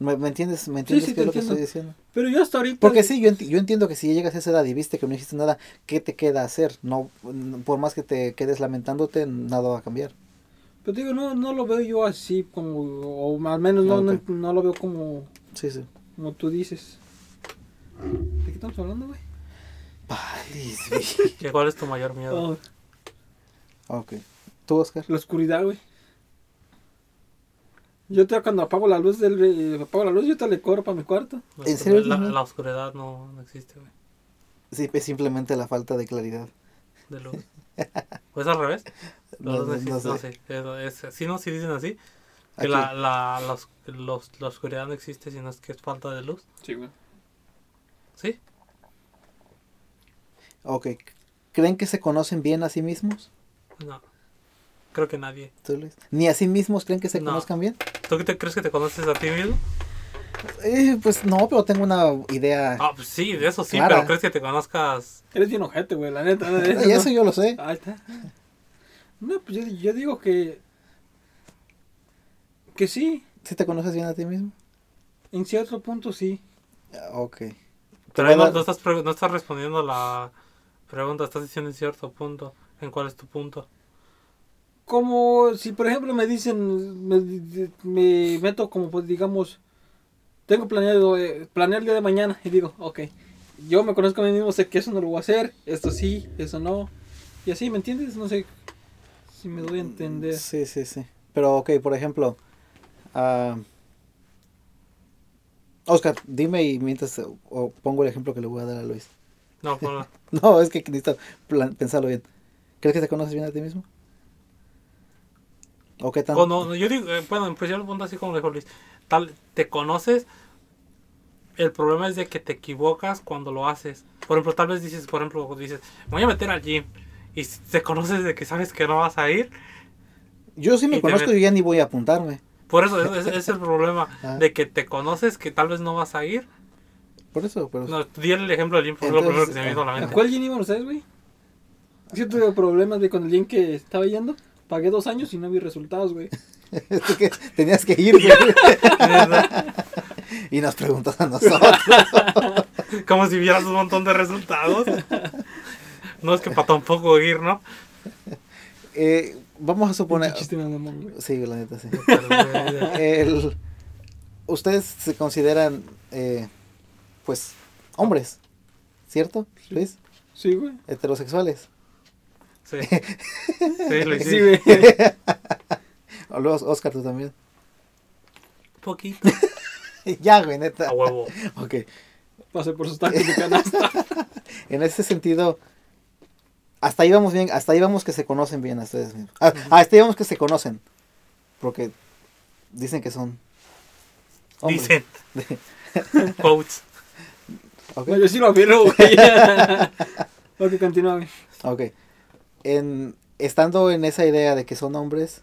[SPEAKER 1] ¿Me, me entiendes? ¿Me entiendes
[SPEAKER 3] sí,
[SPEAKER 1] qué
[SPEAKER 3] te
[SPEAKER 1] es lo que
[SPEAKER 3] entiendo.
[SPEAKER 1] estoy diciendo?
[SPEAKER 3] Pero yo hasta ahorita...
[SPEAKER 1] Porque sí, yo, enti- yo entiendo que si ya llegas a esa edad y viste que no hiciste nada, ¿qué te queda hacer? No, n- por más que te quedes lamentándote, nada va a cambiar.
[SPEAKER 3] Pero te digo, no, no lo veo yo así, como, o al menos no,
[SPEAKER 1] Ok.
[SPEAKER 3] no, no lo veo como,
[SPEAKER 1] Sí, sí.
[SPEAKER 3] como tú dices. ¿De qué estamos hablando, güey?
[SPEAKER 2] ¿Qué- ¿Cuál es tu mayor miedo?
[SPEAKER 3] Oh,
[SPEAKER 1] Ok. ¿Tú, Oscar?
[SPEAKER 3] la oscuridad, güey. Yo te cuando apago la luz del eh, apago la luz, yo te le corro para mi cuarto.
[SPEAKER 2] La,
[SPEAKER 1] ¿En serio?
[SPEAKER 2] oscuridad- la, la oscuridad no, no existe, güey.
[SPEAKER 1] Sí, es simplemente la falta de claridad. [LAUGHS]
[SPEAKER 2] De luz. ¿O es al revés? La
[SPEAKER 1] No,
[SPEAKER 2] luz
[SPEAKER 1] no,
[SPEAKER 2] existe,
[SPEAKER 1] no
[SPEAKER 2] no
[SPEAKER 1] sé.
[SPEAKER 2] sé. Es- es- sí, no, sí dicen así. Que
[SPEAKER 1] Aquí.
[SPEAKER 2] la, la, la, os- los- la oscuridad no existe, sino es que es falta de luz.
[SPEAKER 3] Sí, güey.
[SPEAKER 2] ¿Sí?
[SPEAKER 1] Ok. ¿Creen que se conocen bien a sí mismos?
[SPEAKER 2] No. Creo que nadie.
[SPEAKER 1] ¿Tú, Luis? ¿Ni a sí mismos creen que se
[SPEAKER 2] No.
[SPEAKER 1] conozcan bien?
[SPEAKER 2] ¿Tú qué te crees que te conoces a ti
[SPEAKER 1] [LAUGHS]
[SPEAKER 2] mismo?
[SPEAKER 1] Eh, pues no, pero tengo una idea. [LAUGHS]
[SPEAKER 2] Ah, pues sí, de eso sí,
[SPEAKER 1] Clara.
[SPEAKER 2] pero crees que te conozcas.
[SPEAKER 3] Eres bien ojete, güey, la neta.
[SPEAKER 1] [LAUGHS]
[SPEAKER 3] la neta,
[SPEAKER 1] y
[SPEAKER 3] ¿no?
[SPEAKER 1] eso yo lo sé.
[SPEAKER 3] Ahí está. No, pues yo, yo digo que. Que sí,
[SPEAKER 1] ¿Sí te conoces bien a ti mismo?
[SPEAKER 3] en cierto punto sí.
[SPEAKER 1] Ah, Ok.
[SPEAKER 2] Pero
[SPEAKER 1] voy a
[SPEAKER 2] ahí no,
[SPEAKER 1] dar-
[SPEAKER 2] no estás, pre- no estás respondiendo la pregunta, estás diciendo en cierto punto. ¿En cuál es tu punto?
[SPEAKER 3] Como si, por ejemplo, me dicen, me, me meto como, pues, digamos, tengo planeado, eh, planear el día de mañana y digo, ok, yo me conozco a mí mismo, sé que eso no lo voy a hacer, esto sí, eso no. Y así, ¿me entiendes? No sé si me doy a entender.
[SPEAKER 1] Sí, sí, sí. Pero, ok, por ejemplo. ah, Oscar, dime y mientras eh, o pongo el ejemplo que le voy a dar a Luis. [LAUGHS]
[SPEAKER 2] No, por-
[SPEAKER 1] No, es que necesito plan- pensarlo bien. ¿Crees que te conoces bien a ti mismo? ¿O qué tan?
[SPEAKER 2] o no, no, yo digo, eh, bueno, en principio el punto así como lo dijo Luis. Tal, te conoces. El problema es de que te equivocas cuando lo haces. Por ejemplo, tal vez dices, por ejemplo, dices, "Me voy a meter al gym. Y s- te conoces de que sabes que no vas a ir.
[SPEAKER 1] Yo sí me
[SPEAKER 2] y te
[SPEAKER 1] conozco
[SPEAKER 2] ves-
[SPEAKER 1] y ya ni voy a apuntarme.
[SPEAKER 2] Por eso es, es- es el problema.
[SPEAKER 1] [LAUGHS] Ah.
[SPEAKER 2] De que te conoces que tal vez no vas a ir.
[SPEAKER 1] Por eso, pero. [LAUGHS]
[SPEAKER 2] No, di el ejemplo del gym, fue lo
[SPEAKER 1] Pues Entonces,
[SPEAKER 2] primero que se me vino a la
[SPEAKER 1] ah, [LAUGHS]
[SPEAKER 3] ¿A
[SPEAKER 2] mente. [LAUGHS]
[SPEAKER 3] cuál gym iban ustedes, güey? Yo tuve problemas de con el gym que estaba yendo. Pagué dos años y no vi resultados, güey.
[SPEAKER 1] Es que tenías que ir, güey. [LAUGHS] Y nos preguntas a nosotros.
[SPEAKER 3] [LAUGHS]
[SPEAKER 2] Como si vieras un montón de resultados. No es que para tampoco ir, ¿no?
[SPEAKER 1] Eh, vamos a
[SPEAKER 3] Pinche
[SPEAKER 1] suponer.
[SPEAKER 3] chiste, mamón, güey.
[SPEAKER 1] Sí, la neta, sí.
[SPEAKER 2] Pero, güey,
[SPEAKER 1] El- Ustedes se consideran, eh, pues, hombres, ¿cierto, Luis?
[SPEAKER 3] Sí, güey.
[SPEAKER 1] Heterosexuales.
[SPEAKER 2] Sí. Sí, lo
[SPEAKER 3] Sí,
[SPEAKER 2] hiciste.
[SPEAKER 3] güey. [LAUGHS]
[SPEAKER 1] O los Oscar, tú también. [LAUGHS]
[SPEAKER 2] Poquito.
[SPEAKER 1] ya, güey,
[SPEAKER 2] A
[SPEAKER 1] neta.
[SPEAKER 2] huevo.
[SPEAKER 3] Ah,
[SPEAKER 1] Ok.
[SPEAKER 3] Pasé por sus tacos de canasta.
[SPEAKER 1] En ese sentido, hasta ahí vamos bien, hasta ahí vamos que se conocen bien a ustedes mismos. Ah, hasta ahí vamos que se conocen. Porque dicen que son. hombres. [LAUGHS]
[SPEAKER 2] Dicen. Quotes.
[SPEAKER 1] Ok.
[SPEAKER 3] No, yo sí lo afirmo, güey. [LAUGHS] ok, continúa, güey.
[SPEAKER 1] Ok. En, estando en esa idea de que son hombres,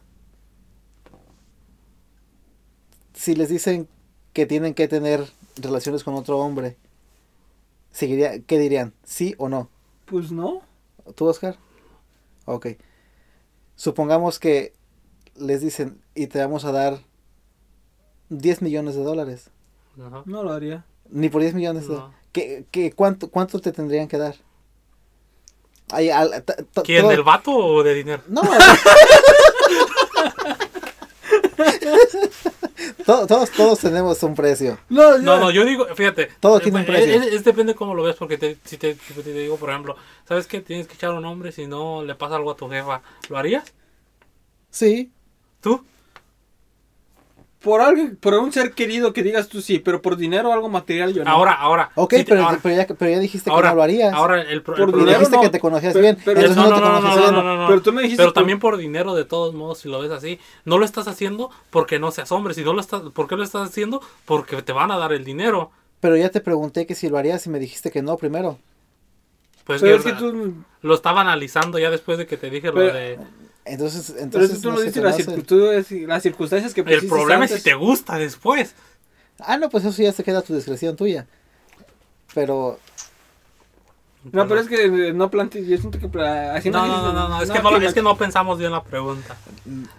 [SPEAKER 1] si les dicen que tienen que tener relaciones con otro hombre, seguiría, ¿qué dirían? ¿Sí o no?
[SPEAKER 3] Pues no.
[SPEAKER 1] ¿Tú, Oscar? Ok. Supongamos que les dicen y te vamos a dar 10 millones de dólares.
[SPEAKER 2] Ajá.
[SPEAKER 3] No lo haría.
[SPEAKER 1] Ni por 10 millones de
[SPEAKER 2] No.
[SPEAKER 1] ¿Qué- qué- cuánto, ¿Cuánto te tendrían que dar? Ay, al- ta- ta-
[SPEAKER 2] ¿Quién?
[SPEAKER 1] todo-
[SPEAKER 2] ¿Del vato o de dinero?
[SPEAKER 1] [LAUGHS] No. todos, todos, todos tenemos un precio.
[SPEAKER 3] No,
[SPEAKER 2] No, no, yo digo, fíjate.
[SPEAKER 1] Todo tiene un
[SPEAKER 2] eh,
[SPEAKER 1] precio.
[SPEAKER 2] Es, es- depende cómo lo ves, porque te- si te, si te digo, por ejemplo, ¿sabes qué? Tienes que echar a un hombre si no le pasa algo a tu jefa. ¿Lo harías?
[SPEAKER 1] Sí.
[SPEAKER 2] ¿Tú?
[SPEAKER 3] Por, alguien, por un ser querido que digas tú sí, pero por dinero o algo material yo no.
[SPEAKER 2] Ahora, ahora.
[SPEAKER 1] Ok,
[SPEAKER 2] Si te-
[SPEAKER 1] pero,
[SPEAKER 2] ahora,
[SPEAKER 1] pero ya, pero ya dijiste
[SPEAKER 2] ahora,
[SPEAKER 1] que no lo harías.
[SPEAKER 2] Ahora, el, pro- el
[SPEAKER 3] Por
[SPEAKER 1] Pero
[SPEAKER 2] problema-
[SPEAKER 3] dinero
[SPEAKER 1] dijiste
[SPEAKER 3] no,
[SPEAKER 1] que te conocías
[SPEAKER 3] pero-
[SPEAKER 1] bien.
[SPEAKER 3] pero-
[SPEAKER 1] entonces
[SPEAKER 2] no,
[SPEAKER 1] no,
[SPEAKER 2] no,
[SPEAKER 1] te
[SPEAKER 2] no, no,
[SPEAKER 1] conoces
[SPEAKER 2] no,
[SPEAKER 1] bien.
[SPEAKER 2] no, no, no.
[SPEAKER 3] Pero tú me dijiste
[SPEAKER 2] Pero
[SPEAKER 3] que-
[SPEAKER 2] también por dinero, de todos modos, si lo ves así, no lo estás haciendo porque no seas hombre. Si no lo estás, ¿Por qué lo estás haciendo? Porque te van a dar el dinero.
[SPEAKER 1] Pero ya te pregunté que si lo harías y me dijiste que no primero.
[SPEAKER 2] Pues
[SPEAKER 3] pero
[SPEAKER 2] que,
[SPEAKER 3] es que
[SPEAKER 2] o sea,
[SPEAKER 3] tú,
[SPEAKER 2] lo estaba analizando ya después de que te dije lo
[SPEAKER 3] Pero-
[SPEAKER 2] de.
[SPEAKER 1] Entonces,
[SPEAKER 3] pero es que
[SPEAKER 1] entonces
[SPEAKER 3] tú no
[SPEAKER 1] se
[SPEAKER 3] dices las,
[SPEAKER 1] conocen.
[SPEAKER 3] circu- tú ves las circunstancias que
[SPEAKER 2] El
[SPEAKER 3] pusiste
[SPEAKER 2] problema es si
[SPEAKER 3] antes.
[SPEAKER 2] te gusta después.
[SPEAKER 1] Ah, no, pues eso ya se queda a tu discreción tuya. Pero
[SPEAKER 3] No, pero es que eh, no plantees, yo siento que pla- así
[SPEAKER 2] No, no, no,
[SPEAKER 3] dijiste-
[SPEAKER 2] no, no, es, que no,
[SPEAKER 3] que
[SPEAKER 2] es que no pensamos bien la pregunta.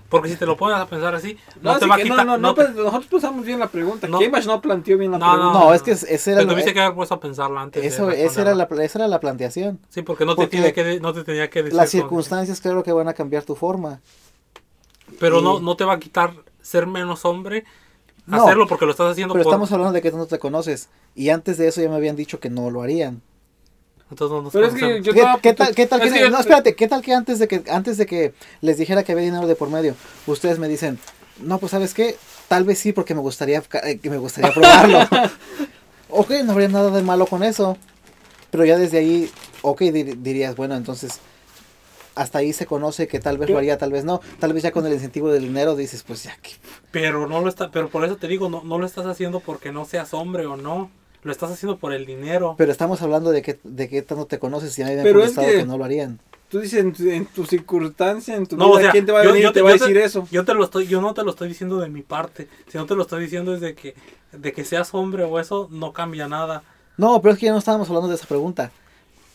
[SPEAKER 2] Porque si te lo pones a pensar así, no,
[SPEAKER 3] No,
[SPEAKER 2] te
[SPEAKER 3] así
[SPEAKER 2] va a
[SPEAKER 3] que no,
[SPEAKER 2] quitar.
[SPEAKER 3] no, no,
[SPEAKER 2] te-
[SPEAKER 3] pues, nosotros pensamos bien la pregunta.
[SPEAKER 2] No.
[SPEAKER 3] No. no planteó bien la
[SPEAKER 2] No,
[SPEAKER 3] pregunta.
[SPEAKER 1] no,
[SPEAKER 2] no,
[SPEAKER 1] es que
[SPEAKER 2] no.
[SPEAKER 1] ese era
[SPEAKER 2] te
[SPEAKER 1] la-
[SPEAKER 2] tuviste que haber puesto a pensarla antes. de
[SPEAKER 1] eso, esa era
[SPEAKER 2] responderla.
[SPEAKER 1] la, esa era la planteación.
[SPEAKER 2] Sí, porque no te,
[SPEAKER 1] porque
[SPEAKER 2] tiene que, de- no te tenía que decir.
[SPEAKER 1] Las
[SPEAKER 2] como que-
[SPEAKER 1] circunstancias claro que van a cambiar tu forma.
[SPEAKER 2] Pero
[SPEAKER 1] y-
[SPEAKER 2] no, no te va a quitar ser menos hombre
[SPEAKER 1] No.
[SPEAKER 2] hacerlo porque lo estás haciendo
[SPEAKER 1] Pero
[SPEAKER 2] por.
[SPEAKER 1] estamos hablando de que tú no te conoces. Y antes de eso ya me habían dicho que no lo harían.
[SPEAKER 2] Entonces no nos
[SPEAKER 3] Pero es que
[SPEAKER 2] conocemos.
[SPEAKER 3] yo
[SPEAKER 1] ¿Qué,
[SPEAKER 3] estaba-
[SPEAKER 1] qué tal, qué tal que-
[SPEAKER 3] es que yo-
[SPEAKER 1] no, espérate, ¿qué tal que antes de que antes de que les dijera que había dinero de por medio, ustedes me dicen, no, pues sabes qué, tal vez sí, porque me gustaría ca- eh, que me
[SPEAKER 3] [LAUGHS]
[SPEAKER 1] gustaría probarlo. ok, no habría nada de malo con eso. Pero ya desde ahí, ok, dir- dirías, bueno, entonces hasta ahí se conoce que tal vez
[SPEAKER 3] Yo-
[SPEAKER 1] lo haría, tal vez no, tal vez ya con el incentivo del dinero dices, pues ya que
[SPEAKER 2] Pero no lo está, pero por eso te digo, no, no lo estás haciendo porque no seas hombre o no. Lo estás haciendo por el dinero.
[SPEAKER 1] Pero estamos hablando de que de qué tanto te conoces y nadie me ha
[SPEAKER 3] Pero es
[SPEAKER 1] contestado
[SPEAKER 3] que-
[SPEAKER 1] que... no lo harían.
[SPEAKER 3] Tú dices en tu, en tu circunstancia, en tu
[SPEAKER 2] No,
[SPEAKER 3] vida,
[SPEAKER 2] o sea,
[SPEAKER 3] ¿quién te va a
[SPEAKER 2] yo-
[SPEAKER 3] venir
[SPEAKER 2] yo
[SPEAKER 3] y te,
[SPEAKER 2] te-
[SPEAKER 3] va a
[SPEAKER 2] yo te-
[SPEAKER 3] decir eso?
[SPEAKER 2] Yo te lo estoy, yo no te lo estoy diciendo de mi parte, sino te lo estoy diciendo desde que, de que seas hombre o eso no cambia [LAUGHS] nada.
[SPEAKER 1] No, pero es que ya no estábamos hablando de esa pregunta.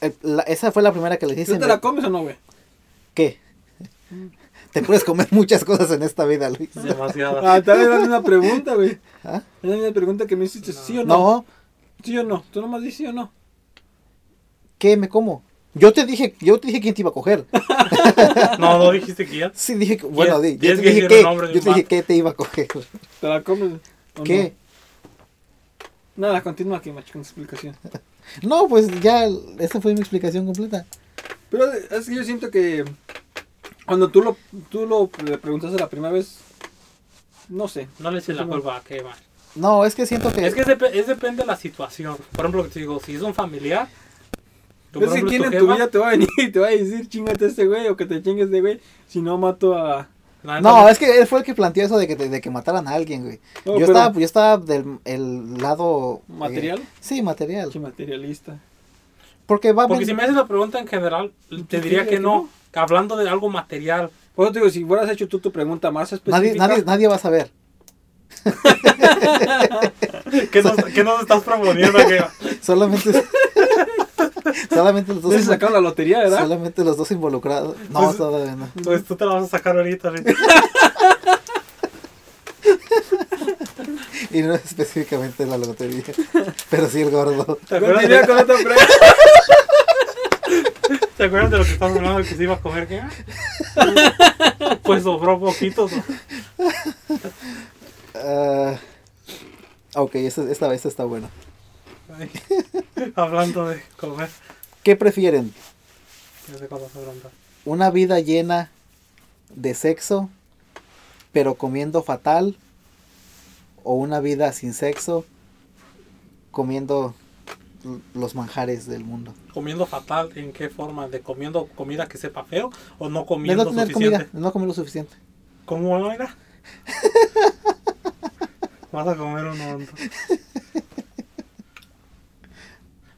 [SPEAKER 1] Eh, la- esa fue la primera que les
[SPEAKER 3] ¿Tú
[SPEAKER 1] hice.
[SPEAKER 3] te la comes o no, güey?
[SPEAKER 1] ¿Qué? [LAUGHS] Te puedes comer muchas cosas en esta vida, Luis.
[SPEAKER 2] Demasiada.
[SPEAKER 3] Ah, tal vez la misma pregunta, güey.
[SPEAKER 1] [LAUGHS] ¿Ah?
[SPEAKER 3] Es la misma pregunta que me hiciste,
[SPEAKER 2] No.
[SPEAKER 3] ¿sí o no?
[SPEAKER 1] No,
[SPEAKER 3] ¿Sí o no? Tú nomás dices sí o no.
[SPEAKER 1] ¿qué me como? Yo te dije, yo te dije quién te iba a coger.
[SPEAKER 2] [LAUGHS] No, no dijiste que ya.
[SPEAKER 1] Sí, dije, que- bueno, di- yo
[SPEAKER 2] diez
[SPEAKER 1] te
[SPEAKER 2] que
[SPEAKER 1] dije
[SPEAKER 2] hicieron
[SPEAKER 1] qué,
[SPEAKER 2] nombre de
[SPEAKER 1] yo
[SPEAKER 2] un
[SPEAKER 1] te dije
[SPEAKER 2] vato.
[SPEAKER 1] qué te iba a coger. [LAUGHS]
[SPEAKER 3] ¿Te la comes o
[SPEAKER 1] ¿Qué?
[SPEAKER 3] no? Nada, continúa aquí, macho, con tu explicación.
[SPEAKER 1] No, pues ya esa fue mi explicación completa.
[SPEAKER 3] Pero es que yo siento que cuando tú lo, tú lo le preguntaste la primera vez, no sé.
[SPEAKER 2] No le eches la culpa a que va.
[SPEAKER 1] No, es que siento que,
[SPEAKER 2] Es que depe- es depende de la situación. Por ejemplo, te digo, si es un familiar. tú, por
[SPEAKER 3] Es que
[SPEAKER 2] ejemplo,
[SPEAKER 3] quién en tu
[SPEAKER 2] jefa,
[SPEAKER 3] vida te va a venir y te va a decir chingate a este güey o que te chingues de güey si no mato a...
[SPEAKER 2] la neta,
[SPEAKER 1] no, es que él fue el que planteó eso de que de que mataran a alguien, güey.
[SPEAKER 3] No,
[SPEAKER 1] yo
[SPEAKER 3] pero-
[SPEAKER 1] estaba, yo estaba del el lado eh,
[SPEAKER 3] ¿Material?
[SPEAKER 1] sí, material.
[SPEAKER 3] Qué materialista.
[SPEAKER 1] Porque va
[SPEAKER 2] Porque
[SPEAKER 1] ven-
[SPEAKER 2] si me haces la pregunta en general, te
[SPEAKER 3] Pues
[SPEAKER 2] diría
[SPEAKER 3] sí,
[SPEAKER 2] que
[SPEAKER 3] que
[SPEAKER 2] no.
[SPEAKER 3] no.
[SPEAKER 2] Hablando de
[SPEAKER 1] [LAUGHS]
[SPEAKER 2] algo material.
[SPEAKER 3] Por eso te digo, si hubieras hecho tú tu pregunta más
[SPEAKER 1] nadie,
[SPEAKER 3] específica...
[SPEAKER 1] nadie, nadie va a saber. [LAUGHS]
[SPEAKER 2] ¿Qué nos, qué nos estás proponiendo? Que va?
[SPEAKER 1] Solamente [LAUGHS] solamente los dos
[SPEAKER 3] Entonces sacaron la lotería, ¿verdad?
[SPEAKER 1] Solamente los dos involucrados. No,
[SPEAKER 2] Pues-
[SPEAKER 1] todavía no.
[SPEAKER 2] Pues tú te la vas a sacar ahorita. Rita.
[SPEAKER 1] Y no específicamente la lotería.
[SPEAKER 2] [LAUGHS]
[SPEAKER 1] Pero sí el gordo.
[SPEAKER 2] ¿Te acuerdas,
[SPEAKER 3] Continúa
[SPEAKER 2] de,
[SPEAKER 3] con otra pregunta.
[SPEAKER 2] te acuerdas de lo que estábamos hablando? Que se iba a
[SPEAKER 1] [LAUGHS]
[SPEAKER 2] comer, ¿qué? Pues sobró poquito. so-
[SPEAKER 1] Ah, ok, esta, esta vez está bueno.
[SPEAKER 2] Ay, Hablando de comer.
[SPEAKER 1] ¿Qué prefieren?
[SPEAKER 2] No sé cuándo se hablando.
[SPEAKER 1] ¿Una vida llena de sexo, pero comiendo fatal? ¿O una vida sin sexo, comiendo l- los manjares del mundo?
[SPEAKER 2] ¿Comiendo fatal? ¿En qué forma? ¿De comiendo comida que sepa feo? ¿O no
[SPEAKER 1] De
[SPEAKER 2] comiendo
[SPEAKER 1] no tener
[SPEAKER 2] suficiente?
[SPEAKER 1] comida, de no comer lo suficiente.
[SPEAKER 2] ¿Cómo no era? Vas a comer un hondo.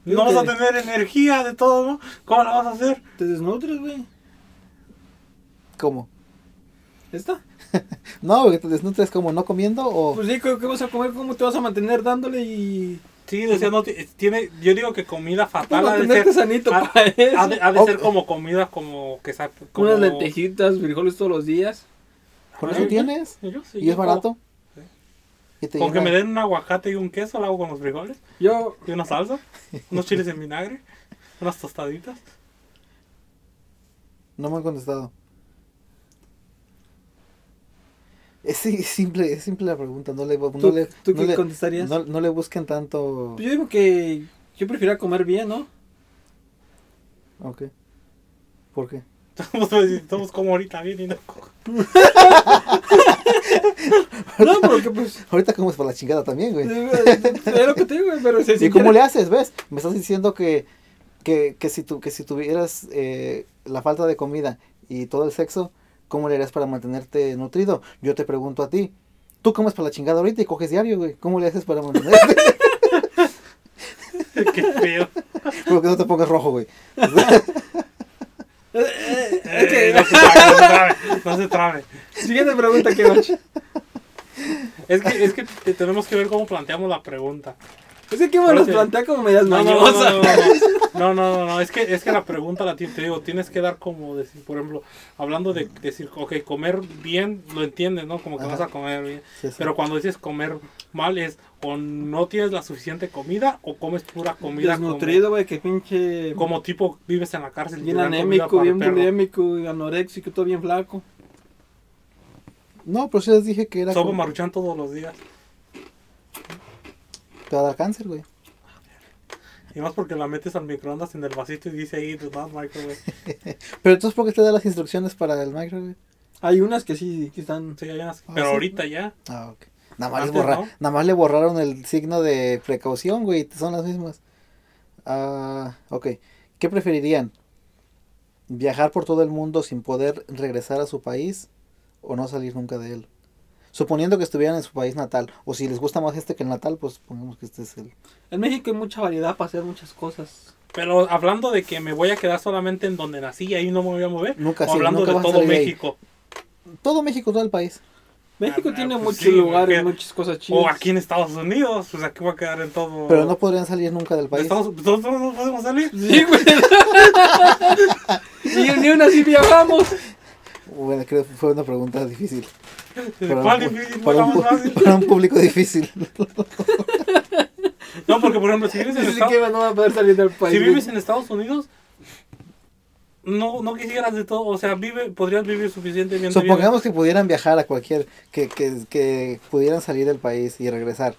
[SPEAKER 2] No vas a tener energía de todo, ¿no? ¿Cómo la vas a hacer?
[SPEAKER 3] Te desnutres, güey.
[SPEAKER 1] ¿Cómo?
[SPEAKER 3] ¿Está?
[SPEAKER 1] No, porque te desnutres como no comiendo o...
[SPEAKER 3] Pues sí, ¿qué qué vas a comer? ¿Cómo te vas a mantener dándole y...
[SPEAKER 2] Sí, decía, no, ti- tiene, yo digo que comida fatal ha de
[SPEAKER 3] Mantenerte
[SPEAKER 2] ser,
[SPEAKER 3] sanito
[SPEAKER 2] ha-
[SPEAKER 3] para eso.
[SPEAKER 2] ha de, ha de ser
[SPEAKER 1] Ok.
[SPEAKER 2] como comida como que sa- como
[SPEAKER 3] Unas lentejitas, frijoles todos los días.
[SPEAKER 1] ¿Con
[SPEAKER 2] Ah,
[SPEAKER 1] eso
[SPEAKER 2] yo-
[SPEAKER 1] tienes?
[SPEAKER 2] Yo sí,
[SPEAKER 1] ¿Y es
[SPEAKER 2] como-
[SPEAKER 1] barato?
[SPEAKER 3] ¿eh?
[SPEAKER 2] Sí.
[SPEAKER 1] ¿Y te
[SPEAKER 2] Con que
[SPEAKER 1] llena?
[SPEAKER 2] me den un aguacate y un queso, lo hago con los frijoles.
[SPEAKER 3] Yo,
[SPEAKER 2] Y una salsa, unos chiles en vinagre, unas tostaditas. [LAUGHS]
[SPEAKER 1] No me han contestado. Es, si- es simple, es simple la pregunta, no le, bu-
[SPEAKER 3] ¿tú,
[SPEAKER 1] Pues no le,
[SPEAKER 3] tú
[SPEAKER 1] no
[SPEAKER 3] qué
[SPEAKER 1] le-
[SPEAKER 3] contestarías?
[SPEAKER 1] no- no le busquen tanto...
[SPEAKER 3] Pues Yo digo que yo prefiero comer bien, ¿no?
[SPEAKER 1] Ah, Ok. ¿Por qué? [LAUGHS]
[SPEAKER 2] Estamos, estamos pues, como [LAUGHS] ahorita bien y no co-
[SPEAKER 3] No, porque pues...
[SPEAKER 1] Ahorita comes para la chingada también, güey.
[SPEAKER 3] Es lo que te digo, güey, pero se
[SPEAKER 1] [LAUGHS] ¿Y cómo le haces? ¿Ves? Me estás diciendo que, que, que, si, tu, que si tuvieras eh, la falta de comida y todo el sexo, ¿cómo le harías para mantenerte nutrido? Yo te pregunto a ti. Tú comes para la chingada ahorita y coges diario, güey. ¿Cómo le haces para
[SPEAKER 3] [LAUGHS]
[SPEAKER 1] mantenerte?
[SPEAKER 2] Qué feo.
[SPEAKER 1] Porque no te pongas rojo, güey.
[SPEAKER 3] Eh,
[SPEAKER 2] Eh,
[SPEAKER 3] ok.
[SPEAKER 2] no se trabe, no se trabe.
[SPEAKER 3] Siguiente pregunta, ¿qué macho?
[SPEAKER 2] Es que, es que te- tenemos que ver cómo planteamos la pregunta.
[SPEAKER 3] Es que Pues ¿qué me los
[SPEAKER 2] Ok.
[SPEAKER 3] plantea como medias
[SPEAKER 2] No, no, no,
[SPEAKER 3] mañosas.
[SPEAKER 2] no, no, no, no, no, no, es que, es que la pregunta la ti- te digo, tienes que dar como decir, por ejemplo, hablando de decir, ok, comer bien, lo entiendes, ¿no? Como que
[SPEAKER 1] Ajá.
[SPEAKER 2] vas a comer bien.
[SPEAKER 1] Sí, sí.
[SPEAKER 2] Pero cuando dices comer mal es o no tienes la suficiente comida o comes pura comida como,
[SPEAKER 3] Desnutrido, güey, que pinche...
[SPEAKER 2] como tipo vives en la cárcel.
[SPEAKER 3] Bien
[SPEAKER 2] te dan comida
[SPEAKER 3] anémico,
[SPEAKER 2] para
[SPEAKER 3] bien
[SPEAKER 2] perro.
[SPEAKER 3] bulémico, anoréxico, todo bien flaco.
[SPEAKER 1] No, pero sí les dije que era...
[SPEAKER 2] Sobo
[SPEAKER 1] como-
[SPEAKER 2] maruchan todos los días.
[SPEAKER 1] Te va a dar cáncer, güey.
[SPEAKER 2] Y más porque la metes al microondas en el vasito y dice ahí, do not microwave.
[SPEAKER 1] Pero entonces, ¿por qué te da las instrucciones para el microwave?
[SPEAKER 3] Hay unas que sí que están.
[SPEAKER 2] Sí, hay unas-
[SPEAKER 1] Ah,
[SPEAKER 2] pero
[SPEAKER 1] sí.
[SPEAKER 2] ahorita ya.
[SPEAKER 1] Ah, ok. Nada más, les
[SPEAKER 2] Antes,
[SPEAKER 1] borra-
[SPEAKER 2] ¿no?
[SPEAKER 1] nada más le borraron el signo de precaución, güey. Son las mismas. Ah, ok. ¿Qué preferirían? ¿Viajar por todo el mundo sin poder regresar a su país o no salir nunca de él? Suponiendo que estuvieran en su país natal. O si les gusta más este que el natal, pues pongamos que este es el...
[SPEAKER 3] En México hay mucha variedad para hacer muchas cosas.
[SPEAKER 2] Pero hablando de que me voy a quedar solamente en donde nací y ahí no me voy a mover.
[SPEAKER 1] Nunca,
[SPEAKER 2] o
[SPEAKER 1] sí,
[SPEAKER 2] hablando
[SPEAKER 1] nunca
[SPEAKER 2] de
[SPEAKER 1] vas a
[SPEAKER 2] todo
[SPEAKER 1] salir de ahí.
[SPEAKER 2] México.
[SPEAKER 1] Todo México, todo el país.
[SPEAKER 3] México
[SPEAKER 2] Ah,
[SPEAKER 3] tiene
[SPEAKER 2] pues
[SPEAKER 3] muchos
[SPEAKER 2] sí,
[SPEAKER 3] lugares,
[SPEAKER 2] porque-
[SPEAKER 3] muchas cosas chidas.
[SPEAKER 2] O aquí en Estados Unidos. Pues aquí voy a quedar en todo.
[SPEAKER 1] Pero no podrían salir nunca del país.
[SPEAKER 2] Estados Unidos no podemos salir.
[SPEAKER 3] [LAUGHS] Sí, güey. [LAUGHS] Ni, ni una sí viajamos.
[SPEAKER 1] Bueno, creo que fue una pregunta difícil. Para
[SPEAKER 2] ¿Cuál
[SPEAKER 1] un pu-
[SPEAKER 2] difícil?
[SPEAKER 1] para un
[SPEAKER 2] Vamos
[SPEAKER 1] pu-
[SPEAKER 2] fácil.
[SPEAKER 1] para un público
[SPEAKER 2] [LAUGHS]
[SPEAKER 1] difícil.
[SPEAKER 2] No, porque por ejemplo,
[SPEAKER 1] [LAUGHS]
[SPEAKER 2] si vives en
[SPEAKER 3] Así
[SPEAKER 2] Estados
[SPEAKER 3] que no va a poder salir del país.
[SPEAKER 2] si vives
[SPEAKER 3] güey.
[SPEAKER 2] en Estados Unidos, no, no quisieras de todo, o sea, vive, podrías vivir suficientemente bien.
[SPEAKER 1] Supongamos que pudieran viajar a cualquier, que, que, que pudieran salir del país y regresar.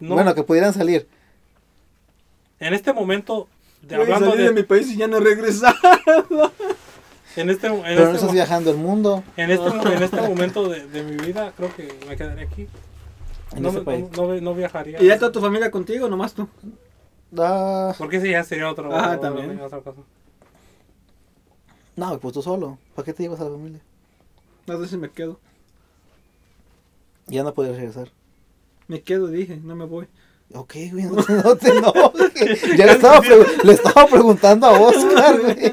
[SPEAKER 2] No,
[SPEAKER 1] Bueno, que pudieran salir.
[SPEAKER 2] en este momento, de,
[SPEAKER 3] Güey,
[SPEAKER 2] hablando
[SPEAKER 3] salí
[SPEAKER 2] de,
[SPEAKER 3] de mi país y ya no
[SPEAKER 2] [LAUGHS]
[SPEAKER 3] he regresado.
[SPEAKER 2] en este, en
[SPEAKER 1] Pero no
[SPEAKER 2] este,
[SPEAKER 1] estás
[SPEAKER 2] mo-
[SPEAKER 1] viajando el mundo
[SPEAKER 2] en este mo- en este momento de, de mi vida, creo que me quedaré aquí.
[SPEAKER 1] en
[SPEAKER 2] No,
[SPEAKER 1] ese
[SPEAKER 2] me-
[SPEAKER 1] país.
[SPEAKER 2] no, no, no viajaría.
[SPEAKER 3] ¿Y ya está tu familia contigo nomás tú?
[SPEAKER 1] Ah,
[SPEAKER 2] Porque ese ya sería otro.
[SPEAKER 3] Ah, también.
[SPEAKER 2] otra cosa.
[SPEAKER 1] no, pues tú solo. ¿Para qué te llevas a la familia?
[SPEAKER 3] No sé si me quedo.
[SPEAKER 1] Ya no podrías regresar.
[SPEAKER 3] Me quedo, dije, no me voy.
[SPEAKER 1] Ok, güey, [LAUGHS] no te, no te enojes.
[SPEAKER 2] [LAUGHS]
[SPEAKER 1] Ya le estaba, pre- le estaba preguntando a Oscar,
[SPEAKER 2] [LAUGHS]
[SPEAKER 1] güey.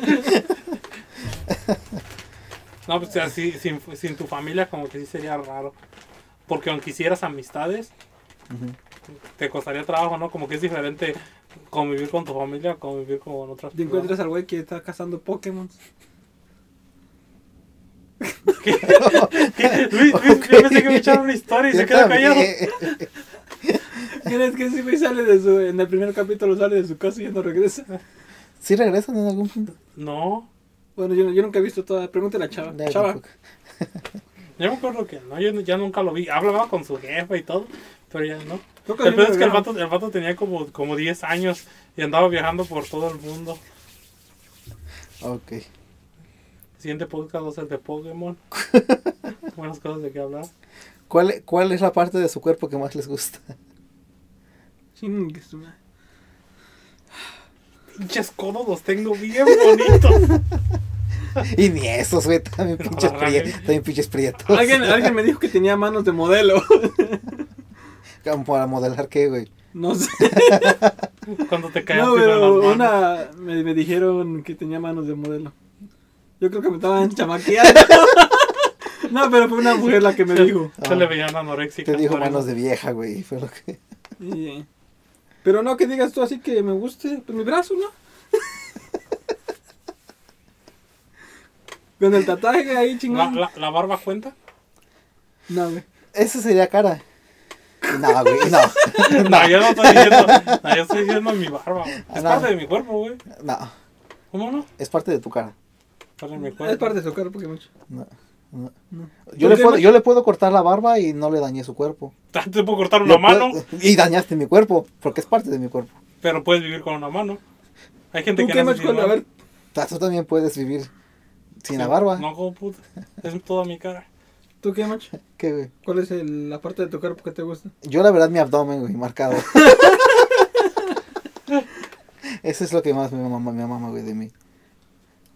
[SPEAKER 2] No, pues o sea, sí, sin, sin tu familia, como que sí sería raro. Porque aunque hicieras amistades,
[SPEAKER 1] Ujú.
[SPEAKER 2] te costaría trabajo, ¿no? Como que es diferente convivir con tu familia, convivir con otras
[SPEAKER 3] Te encuentras al güey que está cazando Pokémon.
[SPEAKER 2] [LAUGHS] ¿Qué? ¿Qué? Luis, Luis, yo pensé que me echaron una historia y
[SPEAKER 1] Yo
[SPEAKER 2] se queda callado.
[SPEAKER 1] también.
[SPEAKER 3] Tienes que ese güey sale de su. En el primer capítulo sale de su casa y ya no regresa.
[SPEAKER 1] [LAUGHS] Sí regresan en algún punto.
[SPEAKER 2] No,
[SPEAKER 3] Bueno, yo, yo nunca he visto toda. Pregúntale a Chava.
[SPEAKER 1] Ya,
[SPEAKER 3] Chava,
[SPEAKER 1] tampoco.
[SPEAKER 2] yo me acuerdo que no, yo ya nunca lo vi. Hablaba con su jefa y todo, pero ya no.
[SPEAKER 3] ¿tú
[SPEAKER 2] El peor es que el
[SPEAKER 3] vato-
[SPEAKER 2] vato, el vato tenía como, como 10 años y andaba viajando por todo el mundo.
[SPEAKER 1] Ok.
[SPEAKER 2] El siguiente podcast va a ser de
[SPEAKER 3] [LAUGHS]
[SPEAKER 2] Pokémon. Buenas cosas de qué hablar.
[SPEAKER 1] ¿Cuál, ¿Cuál es la parte de su cuerpo que más les gusta? [LAUGHS]
[SPEAKER 3] Chingue su madre.
[SPEAKER 2] Pinches codos los tengo bien bonitos.
[SPEAKER 1] Y ni esos, güey, también
[SPEAKER 2] [LAUGHS] No,
[SPEAKER 1] pinches, prie-
[SPEAKER 2] realmente.
[SPEAKER 1] también pinches prietos. [LAUGHS]
[SPEAKER 3] Alguien, alguien me dijo que tenía manos de modelo. [LAUGHS]
[SPEAKER 1] Como Para modelar qué, güey.
[SPEAKER 3] No sé.
[SPEAKER 2] Cuando te caes
[SPEAKER 3] No,
[SPEAKER 2] así con las
[SPEAKER 3] pero
[SPEAKER 2] manos.
[SPEAKER 3] una. Me, me dijeron que tenía manos de modelo. Yo creo que me estaban chamaqueando. [LAUGHS] No, pero fue una mujer la que me dijo.
[SPEAKER 2] Se le veían anoréxica.
[SPEAKER 1] Te dijo manos de vieja, güey. Fue lo que. [LAUGHS]
[SPEAKER 3] Y- Pero no que digas tú así que me guste. Pues mi brazo, ¿no? [LAUGHS] Con el tatuaje ahí
[SPEAKER 2] ¿La,
[SPEAKER 3] chingón.
[SPEAKER 2] la, la barba
[SPEAKER 3] [LAUGHS]
[SPEAKER 2] cuenta?
[SPEAKER 3] No, güey.
[SPEAKER 1] Ese sería cara. No, güey, no. [LAUGHS]
[SPEAKER 2] No, yo no estoy diciendo. No, yo estoy diciendo mi barba, güey.
[SPEAKER 3] Ah,
[SPEAKER 2] Es
[SPEAKER 1] No.
[SPEAKER 2] parte de mi cuerpo, güey.
[SPEAKER 1] No.
[SPEAKER 2] ¿Cómo no?
[SPEAKER 1] Es parte de tu cara.
[SPEAKER 2] Parte de mi cuerpo.
[SPEAKER 3] Es parte de su cuerpo que mucho.
[SPEAKER 1] No, no.
[SPEAKER 3] No.
[SPEAKER 1] Yo,
[SPEAKER 3] ¿Por
[SPEAKER 1] le
[SPEAKER 3] qué
[SPEAKER 1] puedo,
[SPEAKER 3] no?
[SPEAKER 1] yo le puedo cortar la barba y no le dañé su cuerpo.
[SPEAKER 2] Ah, Te puedo cortar
[SPEAKER 1] Le
[SPEAKER 2] una mano,
[SPEAKER 1] puedo- [LAUGHS] Y dañaste mi cuerpo, porque es parte de mi cuerpo.
[SPEAKER 2] pero puedes vivir con una mano. Hay gente
[SPEAKER 3] ¿Tú
[SPEAKER 2] que
[SPEAKER 3] qué
[SPEAKER 2] nace
[SPEAKER 3] más
[SPEAKER 2] sin
[SPEAKER 3] con la
[SPEAKER 2] barba.
[SPEAKER 3] ver?
[SPEAKER 1] Ah, Tú también puedes vivir sin la barba.
[SPEAKER 2] No, como puta. Es toda mi cara. [LAUGHS]
[SPEAKER 3] ¿Tú qué macho?
[SPEAKER 1] ¿Qué, güey?
[SPEAKER 3] ¿Cuál es el- la parte de tu cuerpo que te gusta?
[SPEAKER 1] Yo, la verdad, mi abdomen, güey, marcado. Eso es lo que más me mama, me mama, güey, de mí.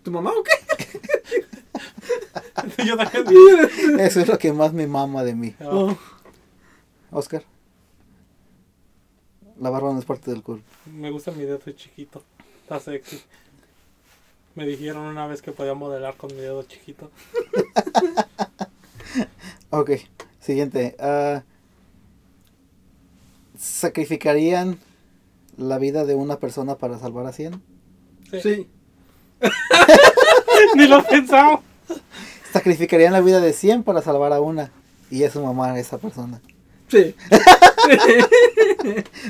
[SPEAKER 3] ¿Tu mamá o qué?
[SPEAKER 2] Yo también.
[SPEAKER 3] [LAUGHS]
[SPEAKER 1] Eso es lo que más me mama de mí.
[SPEAKER 2] No,
[SPEAKER 1] Oscar. La barba no es parte del cuerpo.
[SPEAKER 2] me gusta mi dedo chiquito. Está sexy. Me dijeron una vez que podía modelar con mi dedo chiquito.
[SPEAKER 1] Ok, siguiente. ah, ¿Sacrificarían la vida de una persona para salvar a 100?
[SPEAKER 3] Sí.
[SPEAKER 2] [LAUGHS] Ni lo pensaba.
[SPEAKER 1] ¿Sacrificarían la vida de 100 para salvar a una? Y es su mamá esa persona.
[SPEAKER 3] Sí. [LAUGHS]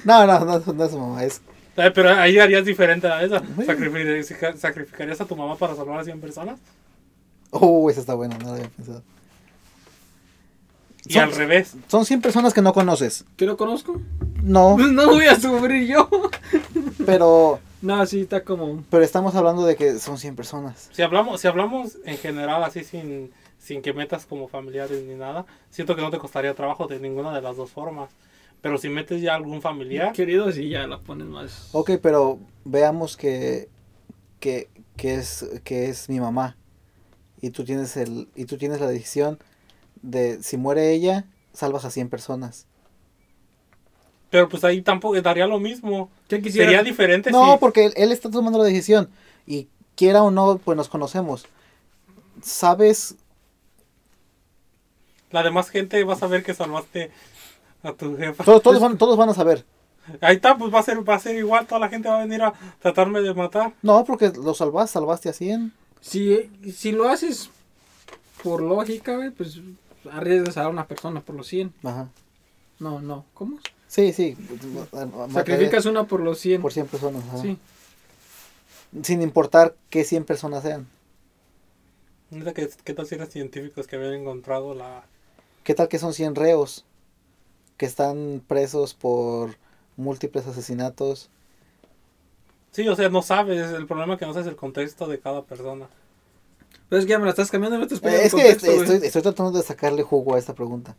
[SPEAKER 1] No, no, no, no es su mamá. Es...
[SPEAKER 2] Eh, Pero ahí harías diferente a esa.
[SPEAKER 1] Ujú.
[SPEAKER 2] Sacrificar- ¿Sacrificarías a tu mamá para salvar a 100 personas?
[SPEAKER 1] Oh, esa está buena, no la había pensado.
[SPEAKER 2] Y
[SPEAKER 1] Son-
[SPEAKER 2] al revés.
[SPEAKER 1] Son 100 personas que no conoces.
[SPEAKER 3] ¿Que no conozco?
[SPEAKER 2] [LAUGHS]
[SPEAKER 1] No,
[SPEAKER 3] Pues [LAUGHS] no voy a sufrir yo.
[SPEAKER 1] pero,
[SPEAKER 3] No, sí, está como.
[SPEAKER 1] pero estamos hablando de que son 100 personas.
[SPEAKER 2] Si hablamos, si hablamos en general así sin, sin que metas como familiares ni nada, siento que no te costaría trabajo de ninguna de las dos formas. Pero si metes ya algún familiar,
[SPEAKER 3] Querido, sí, ya la pones más.
[SPEAKER 1] Ok, pero veamos que, que, que es, que es mi mamá. Y tú, tienes el, y tú tienes la decisión de si muere ella, salvas a 100 personas.
[SPEAKER 2] pero pues ahí tampoco daría lo mismo.
[SPEAKER 3] ¿Qué quisiera?
[SPEAKER 2] Sería diferente
[SPEAKER 1] No,
[SPEAKER 2] si-
[SPEAKER 1] porque él, él está tomando la decisión. Y quiera o no, pues nos conocemos. ¿Sabes?
[SPEAKER 2] La demás gente va a saber que salvaste a tu jefa.
[SPEAKER 1] Todos, todos, van, todos van a saber.
[SPEAKER 2] Ahí está, pues va a ser, va a ser igual, toda la gente va a venir a tratarme de matar.
[SPEAKER 1] No, porque lo salvas, salvaste a 100.
[SPEAKER 3] Si, si lo haces por lógica, güey, pues arriesgas a una persona por los 100.
[SPEAKER 1] Ajá.
[SPEAKER 3] No, no. ¿Cómo?
[SPEAKER 1] Sí, sí.
[SPEAKER 3] Sacrificas una por los 100.
[SPEAKER 1] por 100 personas. ajá.
[SPEAKER 3] Sí.
[SPEAKER 1] Sin importar que 100 personas sean.
[SPEAKER 2] Neta, ¿Qué, ¿Qué tal si eran científicos que habían encontrado la...
[SPEAKER 1] ¿Qué tal que son 100 reos que están presos por múltiples asesinatos?
[SPEAKER 2] Sí, o sea, no sabes, el problema que no sabes el contexto de cada persona.
[SPEAKER 3] Pero es que ya me la estás cambiando, me estás
[SPEAKER 1] Eh,
[SPEAKER 3] poniendo
[SPEAKER 1] es
[SPEAKER 3] en
[SPEAKER 1] que
[SPEAKER 3] contexto,
[SPEAKER 1] est-
[SPEAKER 3] güey.
[SPEAKER 1] estoy, estoy tratando de sacarle jugo a esta pregunta.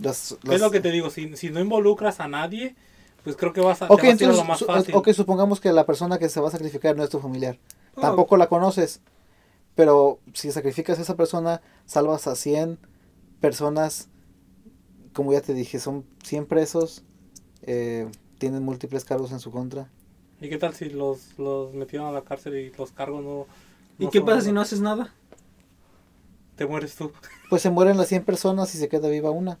[SPEAKER 1] Las-
[SPEAKER 2] Es
[SPEAKER 1] las-
[SPEAKER 2] lo que te digo, si, si no involucras a nadie, pues creo que vas a...
[SPEAKER 1] Ok,
[SPEAKER 2] te vas a ir a
[SPEAKER 1] entonces,
[SPEAKER 2] lo más
[SPEAKER 1] su-
[SPEAKER 2] fácil.
[SPEAKER 1] ok, supongamos que la persona que se va a sacrificar no es tu familiar.
[SPEAKER 3] Oh,
[SPEAKER 1] Tampoco la conoces. Pero si sacrificas a esa persona, salvas a 100 personas. Como ya te dije, son 100 presos. eh, tienen múltiples cargos en su contra.
[SPEAKER 2] ¿Y qué tal si los, los metieron a la cárcel y los cargos no...
[SPEAKER 3] ¿Y
[SPEAKER 2] no
[SPEAKER 3] qué
[SPEAKER 2] son-
[SPEAKER 3] pasa si no haces nada?
[SPEAKER 2] Te mueres tú.
[SPEAKER 1] Pues se mueren las 100 personas y se queda viva una.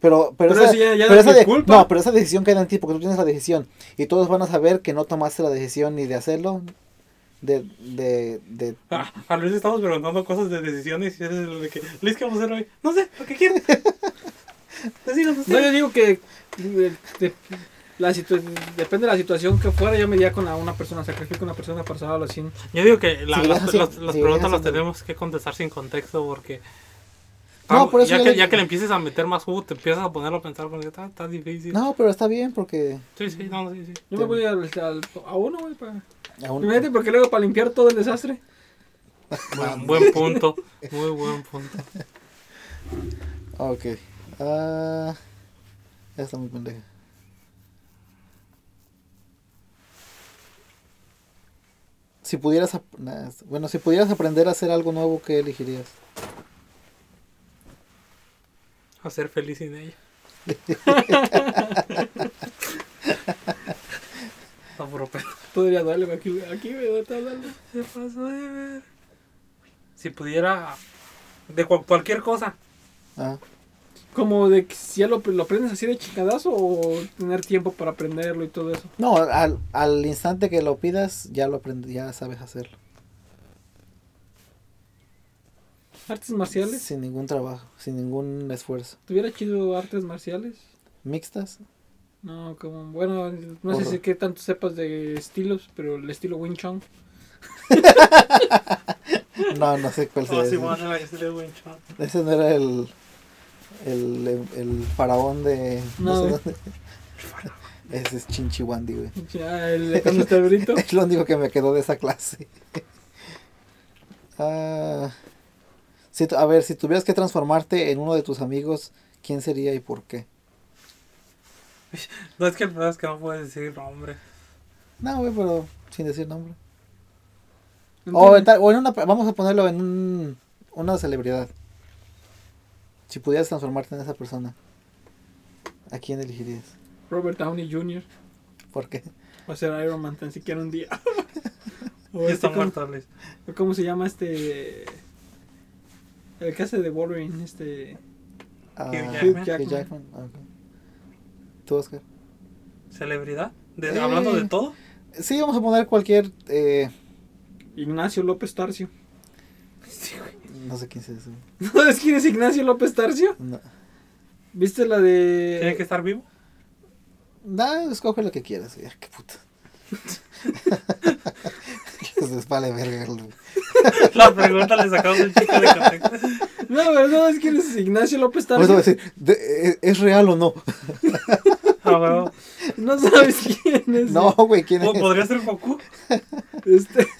[SPEAKER 1] Pero, pero,
[SPEAKER 3] Pero
[SPEAKER 1] esa,
[SPEAKER 3] eso ya- ya
[SPEAKER 1] pero
[SPEAKER 3] no es
[SPEAKER 1] esa
[SPEAKER 3] mi
[SPEAKER 1] de-
[SPEAKER 3] culpa.
[SPEAKER 1] no, pero esa decisión cae en ti porque tú tienes la decisión. Y todos van a saber que no tomaste la decisión ni de hacerlo. De, de, de,
[SPEAKER 2] Ah, a Luis le estamos preguntando cosas de decisiones y es el de que... Luis, ¿qué vamos a hacer hoy? No sé, lo que Pues quiero. [LAUGHS] Decidan
[SPEAKER 3] No,
[SPEAKER 2] ustedes.
[SPEAKER 3] yo digo que eh, de- la situ- depende de la situación que fuera, yo me iría con a una persona, sacrifico a una persona para salvar a los 100.
[SPEAKER 2] Yo digo que la-
[SPEAKER 1] Si
[SPEAKER 2] las,
[SPEAKER 1] viajas sin-
[SPEAKER 2] las- las
[SPEAKER 1] si
[SPEAKER 2] preguntas
[SPEAKER 1] viajas
[SPEAKER 2] las
[SPEAKER 1] sin-
[SPEAKER 2] tenemos que contestar sin contexto porque...
[SPEAKER 1] No,
[SPEAKER 2] Ah,
[SPEAKER 1] por eso
[SPEAKER 2] ya,
[SPEAKER 1] yo
[SPEAKER 2] que,
[SPEAKER 1] le-
[SPEAKER 2] ya que le empieces a meter más jugo, te empiezas a ponerlo a pensar porque está, está difícil.
[SPEAKER 1] No, pero está bien porque
[SPEAKER 2] Sí, sí, no, sí, sí.
[SPEAKER 1] Te-
[SPEAKER 3] Yo me voy al, al- a uno, güey, para...
[SPEAKER 1] aún-
[SPEAKER 3] Imagínate, porque luego para limpiar todo el desastre.
[SPEAKER 1] [LAUGHS]
[SPEAKER 2] Buen, buen punto, muy buen punto.
[SPEAKER 1] Ok. Ah. Ya está muy pendeja. Si pudieras. ap- nah, es- Bueno, si pudieras aprender a hacer algo nuevo, ¿qué elegirías?
[SPEAKER 2] A ser feliz
[SPEAKER 1] [LAUGHS]
[SPEAKER 2] sin ella. No, puro pedo.
[SPEAKER 3] Podría darle, güey, aquí, güey, aquí, güey, está dando.
[SPEAKER 2] Se pasó de ver. Si pudiera... De cual- cualquier cosa.
[SPEAKER 1] Ah,
[SPEAKER 3] Como de que si ya lo, lo aprendes así de chingadazo o tener tiempo para aprenderlo y todo eso.
[SPEAKER 1] No, al, al instante que lo pidas, ya lo aprend- ya sabes hacerlo.
[SPEAKER 3] Artes marciales.
[SPEAKER 1] Sin ningún trabajo, sin ningún esfuerzo.
[SPEAKER 3] ¿Tuviera chido artes marciales?
[SPEAKER 1] ¿Mixtas? [LAUGHS]
[SPEAKER 3] No, como, bueno, no sé
[SPEAKER 1] Horror.
[SPEAKER 3] si qué tanto sepas de estilos, pero el estilo Wing Chun.
[SPEAKER 1] No, no sé
[SPEAKER 3] [LAUGHS]
[SPEAKER 1] cuál
[SPEAKER 3] Oh,
[SPEAKER 1] sería.
[SPEAKER 2] Ah, sí,
[SPEAKER 1] ese.
[SPEAKER 2] bueno, ahí se le dio buen chon.
[SPEAKER 1] Ese no era el. El, el faraón de. No,
[SPEAKER 3] No,
[SPEAKER 1] sé
[SPEAKER 3] güey.
[SPEAKER 1] dónde. [LAUGHS] Ese es Chinchiwandi, güey.
[SPEAKER 3] Ya, el de cuando
[SPEAKER 1] [LAUGHS]
[SPEAKER 3] está brito.
[SPEAKER 1] Es lo único que me quedó de esa clase. [LAUGHS] Ah, si tu- a ver, si tuvieras que transformarte en uno de tus amigos, ¿quién sería y por qué?
[SPEAKER 2] No, es que el problema es que no puedes decir nombre.
[SPEAKER 1] No, güey, pero sin decir nombre. O en,
[SPEAKER 3] Entonces,
[SPEAKER 1] tal- o en una, vamos a ponerlo en un- una celebridad. Si pudieras transformarte en esa persona, ¿a quién elegirías?
[SPEAKER 3] Robert Downey Jr.
[SPEAKER 1] ¿Por qué?
[SPEAKER 3] va a ser Iron Man tan siquiera un día. [LAUGHS] o
[SPEAKER 2] Ya
[SPEAKER 3] este,
[SPEAKER 2] está
[SPEAKER 3] ¿cómo,
[SPEAKER 2] muerto, Luis.
[SPEAKER 3] cómo se llama este? El que hace de Wolverine, este.
[SPEAKER 1] Ah,
[SPEAKER 2] Hugh
[SPEAKER 1] Hugh
[SPEAKER 3] Jackman.
[SPEAKER 1] Jackman, ok. ¿Tú, Oscar?
[SPEAKER 2] ¿Celebridad? De-
[SPEAKER 1] Eh.
[SPEAKER 2] ¿Hablando de todo?
[SPEAKER 1] Sí, vamos a poner cualquier... eh,
[SPEAKER 3] Ignacio López Tarcio. [LAUGHS]
[SPEAKER 1] no sé quién es eso.
[SPEAKER 3] ¿No sabes quién es Ignacio López Tarcio?
[SPEAKER 1] No.
[SPEAKER 3] ¿Viste la
[SPEAKER 2] ¿Tiene que
[SPEAKER 3] de.
[SPEAKER 2] estar vivo? [LAUGHS]
[SPEAKER 1] Da, escoge lo que quieras. Ya, qué puta. Les vale verga. güey.
[SPEAKER 2] La pregunta le sacamos un chico de contexto.
[SPEAKER 3] No, pero no, es que es Ignacio López
[SPEAKER 1] Por eso
[SPEAKER 3] Tarso.
[SPEAKER 1] voy a decir, de- eh, ¿es- ¿es real o no?
[SPEAKER 2] A huevo.
[SPEAKER 3] No
[SPEAKER 1] [LAUGHS]
[SPEAKER 3] sabes quién es.
[SPEAKER 1] No, güey, ¿quién
[SPEAKER 2] Ah, ¿O
[SPEAKER 1] es?
[SPEAKER 2] ¿Podría ser Goku?
[SPEAKER 1] [LAUGHS]
[SPEAKER 3] Este. [LAUGHS]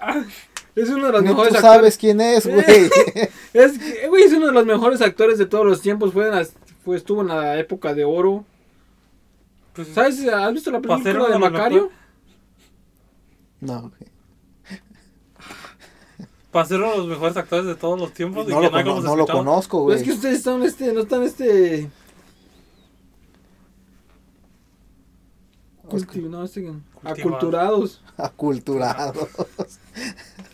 [SPEAKER 3] Ah, es uno de los
[SPEAKER 1] Ni
[SPEAKER 3] mejores
[SPEAKER 1] tú
[SPEAKER 3] actores.
[SPEAKER 1] sabes quién es, güey.
[SPEAKER 3] Es, que, güey, es uno de los mejores actores de todos los tiempos. Fue en las- fue- estuvo en la época de oro.
[SPEAKER 2] Pues,
[SPEAKER 3] ¿Sabes? ¿Has visto la
[SPEAKER 2] Para ser
[SPEAKER 3] película de
[SPEAKER 2] uno de los
[SPEAKER 3] Macario?
[SPEAKER 1] No, güey.
[SPEAKER 2] Para ser uno de los mejores actores de todos los tiempos. y
[SPEAKER 1] No
[SPEAKER 2] que
[SPEAKER 1] lo,
[SPEAKER 2] no,
[SPEAKER 1] cono-
[SPEAKER 2] hayamos
[SPEAKER 1] no lo
[SPEAKER 2] escuchado.
[SPEAKER 1] conozco,
[SPEAKER 3] Pues
[SPEAKER 1] güey.
[SPEAKER 3] es que ustedes están este, no están este.
[SPEAKER 1] Oscar.
[SPEAKER 3] culti- no, este-
[SPEAKER 2] Cultivados.
[SPEAKER 3] aculturados.
[SPEAKER 1] [LAUGHS] Aculturados. [LAUGHS]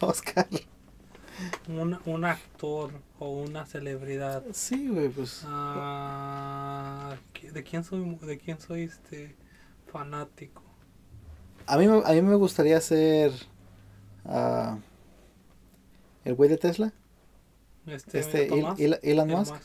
[SPEAKER 1] Oscar.
[SPEAKER 2] Un, un actor o una celebridad.
[SPEAKER 1] Sí, güey, pues.
[SPEAKER 2] Ah, ¿qui- ¿De quién soy, mu- de quién soy este fanático?
[SPEAKER 1] A mí, me- a mí me gustaría ser. ah, el güey de Tesla.
[SPEAKER 2] Este,
[SPEAKER 1] Este,
[SPEAKER 2] Elon
[SPEAKER 1] Il-
[SPEAKER 2] Musk.
[SPEAKER 1] Il- Elon
[SPEAKER 2] Elon
[SPEAKER 1] Musk.
[SPEAKER 2] Musk,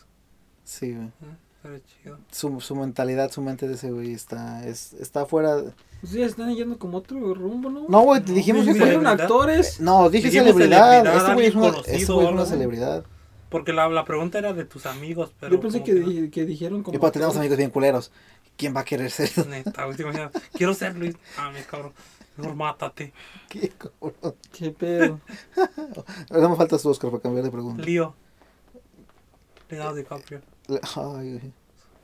[SPEAKER 1] Sí, güey.
[SPEAKER 2] ¿eh? Pero chido.
[SPEAKER 1] Su, su mentalidad, su mente de ese güey está, es, está fuera.
[SPEAKER 3] Ustedes están yendo como otro rumbo, ¿no?
[SPEAKER 1] No, güey,
[SPEAKER 2] No,
[SPEAKER 1] dijimos
[SPEAKER 2] güey,
[SPEAKER 1] que.
[SPEAKER 2] güey.
[SPEAKER 1] fue-
[SPEAKER 3] fueron
[SPEAKER 2] Eh,
[SPEAKER 3] actores.
[SPEAKER 1] No, dije
[SPEAKER 2] Dijimos
[SPEAKER 1] celebridad.
[SPEAKER 2] celebridad,
[SPEAKER 1] Este güey es
[SPEAKER 2] alguien
[SPEAKER 1] una,
[SPEAKER 2] conocido
[SPEAKER 1] este güey es
[SPEAKER 2] o
[SPEAKER 1] una
[SPEAKER 2] algo.
[SPEAKER 1] celebridad.
[SPEAKER 2] Porque la, la pregunta era de tus amigos, pero.
[SPEAKER 3] Yo pensé
[SPEAKER 2] como
[SPEAKER 3] que,
[SPEAKER 2] no.
[SPEAKER 3] di- que dijeron como.
[SPEAKER 1] Y pues tenemos
[SPEAKER 3] actores.
[SPEAKER 1] amigos bien culeros. ¿Quién va a querer ser? [LAUGHS]
[SPEAKER 2] [LAUGHS] Neta, güey, te imaginas, Quiero ser Luis. Ah, mi cabrón. No, mátate.
[SPEAKER 1] Qué cabrón. [LAUGHS]
[SPEAKER 3] Qué pedo.
[SPEAKER 1] Ahora me falta su Oscar para cambiar de pregunta.
[SPEAKER 2] Lío. Leonardo DiCaprio.
[SPEAKER 1] Le- Ay, güey.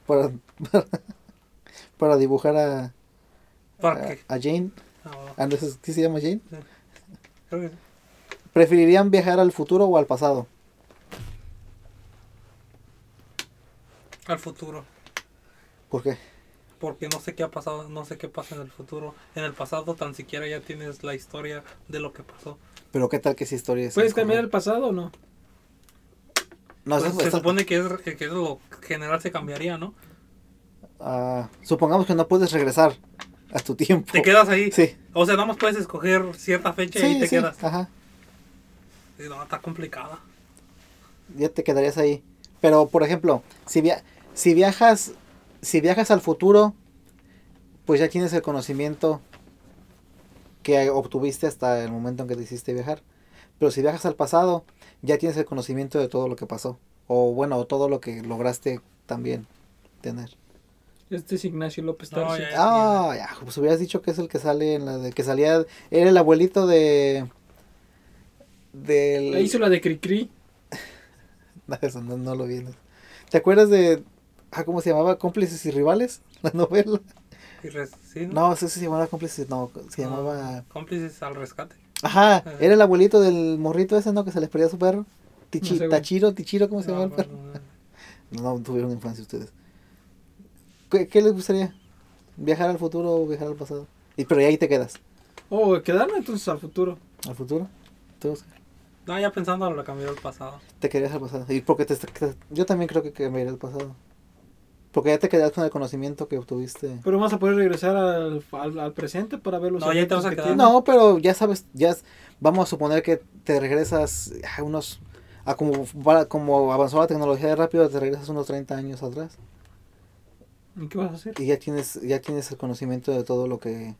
[SPEAKER 1] Para, [LAUGHS] para, para dibujar a,
[SPEAKER 2] ¿Para
[SPEAKER 1] a,
[SPEAKER 2] qué?
[SPEAKER 1] a Jane.
[SPEAKER 2] Ah, bueno,
[SPEAKER 1] Ah, no, ¿es- ¿Qué se llama Jane?
[SPEAKER 2] creo que-
[SPEAKER 1] ¿Preferirían viajar al futuro o al pasado?
[SPEAKER 2] Al futuro.
[SPEAKER 1] ¿Por qué?
[SPEAKER 2] Porque no sé qué ha pasado, no sé qué pasa en el futuro. En el pasado tan siquiera ya tienes la historia de lo que pasó.
[SPEAKER 1] Pero qué tal que esa historia es.
[SPEAKER 3] ¿Puedes cambiar el pasado o no?
[SPEAKER 1] No,
[SPEAKER 2] Pues,
[SPEAKER 1] eso
[SPEAKER 2] se
[SPEAKER 1] está-
[SPEAKER 2] supone que es, que es lo general se cambiaría, ¿no?
[SPEAKER 1] ah, supongamos que no puedes regresar a tu tiempo.
[SPEAKER 2] Te quedas ahí.
[SPEAKER 1] Oh, Sí.
[SPEAKER 2] O sea, nada más puedes escoger cierta fecha y
[SPEAKER 1] Sí,
[SPEAKER 2] ahí te
[SPEAKER 1] sí,
[SPEAKER 2] quedas.
[SPEAKER 1] Ajá.
[SPEAKER 2] Y no, está complicada.
[SPEAKER 1] Ya te quedarías ahí. Pero, por ejemplo, si, via- si viajas si viajas al futuro, pues ya tienes el conocimiento que obtuviste hasta el momento en que decidiste viajar. Pero si viajas al pasado, ya tienes el conocimiento de todo lo que pasó. O bueno, todo lo que lograste también tener.
[SPEAKER 3] Este es Ignacio López
[SPEAKER 2] No,
[SPEAKER 3] Tarso.
[SPEAKER 2] ya-
[SPEAKER 1] Ah, ya, pues hubieras dicho que es el que sale en la de que salía. Era el abuelito de. Del.
[SPEAKER 3] Le hizo la de Cricri.
[SPEAKER 1] No, [LAUGHS] eso no, no lo vi. no. ¿Te acuerdas de. Ah, ¿cómo se llamaba? ¿Cómplices y rivales? La novela.
[SPEAKER 2] Y res- sí, ¿no? Ah.
[SPEAKER 1] No, eso se llamaba Cómplices. No, se llamaba.
[SPEAKER 2] Cómplices al rescate.
[SPEAKER 1] Ajá,
[SPEAKER 2] Ajá.
[SPEAKER 1] era el abuelito del morrito ese, ¿no? Que se les perdía a su perro. Tichi,
[SPEAKER 3] No sé, güey.
[SPEAKER 1] Tachiro, Tichiro, ¿cómo se
[SPEAKER 2] No,
[SPEAKER 1] llamaba el perro?
[SPEAKER 2] bueno, no, no.
[SPEAKER 1] No, no tuvieron infancia ustedes. ¿Qué, qué les gustaría? ¿Viajar al futuro o viajar al pasado? Y, pero ahí te quedas.
[SPEAKER 3] Oh, quedaron entonces al futuro.
[SPEAKER 1] ¿Al futuro? ¿Tú, Oscar?
[SPEAKER 2] No, ya pensando lo cambió al pasado.
[SPEAKER 1] Te querías al pasado. Y porque te, te- yo también creo que cambiaría el pasado. Porque ya te quedas con el conocimiento que obtuviste.
[SPEAKER 3] Pero vamos a poder regresar al, al, al presente para ver los
[SPEAKER 2] No, ya te
[SPEAKER 3] efectos
[SPEAKER 2] vas a
[SPEAKER 3] que
[SPEAKER 2] quedar.
[SPEAKER 3] tiene.
[SPEAKER 1] No, pero ya sabes, ya es- vamos a suponer que te regresas a unos a como va- como avanzó la tecnología de rápido, te regresas unos 30 años atrás
[SPEAKER 3] ¿Y qué vas a hacer?
[SPEAKER 1] y ya tienes ya tienes el conocimiento de todo lo que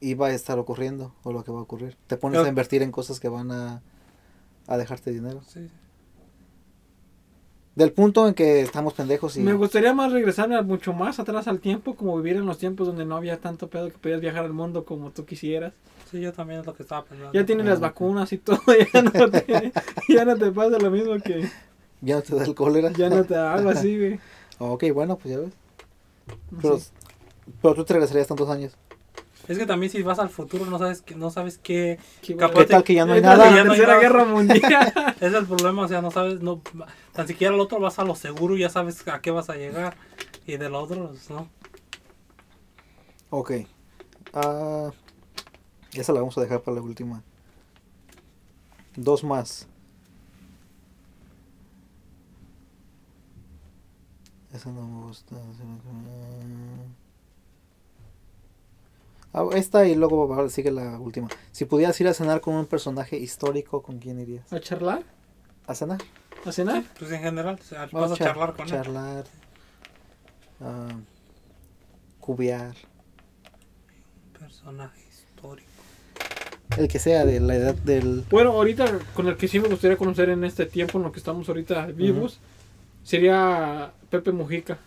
[SPEAKER 1] iba a estar ocurriendo o lo que va a ocurrir. Te pones a
[SPEAKER 2] Claro.
[SPEAKER 1] invertir en cosas que van a a dejarte dinero.
[SPEAKER 2] Sí.
[SPEAKER 1] Del punto en que estamos pendejos y
[SPEAKER 3] Me gustaría más regresarme a- mucho más atrás al tiempo, como vivir en los tiempos donde no había tanto pedo que podías viajar al mundo como tú quisieras.
[SPEAKER 2] Sí, yo también es lo que estaba pensando.
[SPEAKER 3] Ya tienes las
[SPEAKER 1] Ah.
[SPEAKER 3] vacunas y todo, [LAUGHS] ya no, te, ya no te pasa lo mismo que
[SPEAKER 1] ya no te da el cólera.
[SPEAKER 3] ya no te da algo así, güey.
[SPEAKER 1] [LAUGHS] Ok, bueno, pues ya ves.
[SPEAKER 3] No
[SPEAKER 1] Pero,
[SPEAKER 3] sé.
[SPEAKER 1] pero tú te regresarías tantos años.
[SPEAKER 2] Es que también si vas al futuro no sabes que, no sabes qué
[SPEAKER 1] ¿Qué
[SPEAKER 2] capaz
[SPEAKER 3] Qué bueno.
[SPEAKER 2] Aparte,
[SPEAKER 1] tal que ya no hay
[SPEAKER 3] Entra
[SPEAKER 2] ya
[SPEAKER 1] nada?
[SPEAKER 3] La
[SPEAKER 2] no hay nada.
[SPEAKER 3] tercera
[SPEAKER 2] [LAUGHS]
[SPEAKER 3] guerra mundial.
[SPEAKER 2] es el problema, o sea, no sabes, no tan siquiera el otro vas a lo seguro y ya sabes a qué vas a llegar y del otro pues, no.
[SPEAKER 1] Ok. Ah, esa la vamos a dejar para la última. Dos más. Esa no me gusta. Ah, esta y luego va- sigue la última. Si pudieras ir a cenar con un personaje histórico, ¿con quién irías?
[SPEAKER 3] ¿A charlar?
[SPEAKER 1] ¿A cenar?
[SPEAKER 3] ¿A cenar?
[SPEAKER 2] Pues en general, o sea, vas
[SPEAKER 1] Vamos
[SPEAKER 2] a charlar con él.
[SPEAKER 1] Charlar. ah, cubiar.
[SPEAKER 2] Personajes. histórico.
[SPEAKER 1] El que sea, de la edad del.
[SPEAKER 3] Bueno, ahorita con el que sí me gustaría conocer en este tiempo en lo que estamos ahorita vivos, sería Pepe Mujica,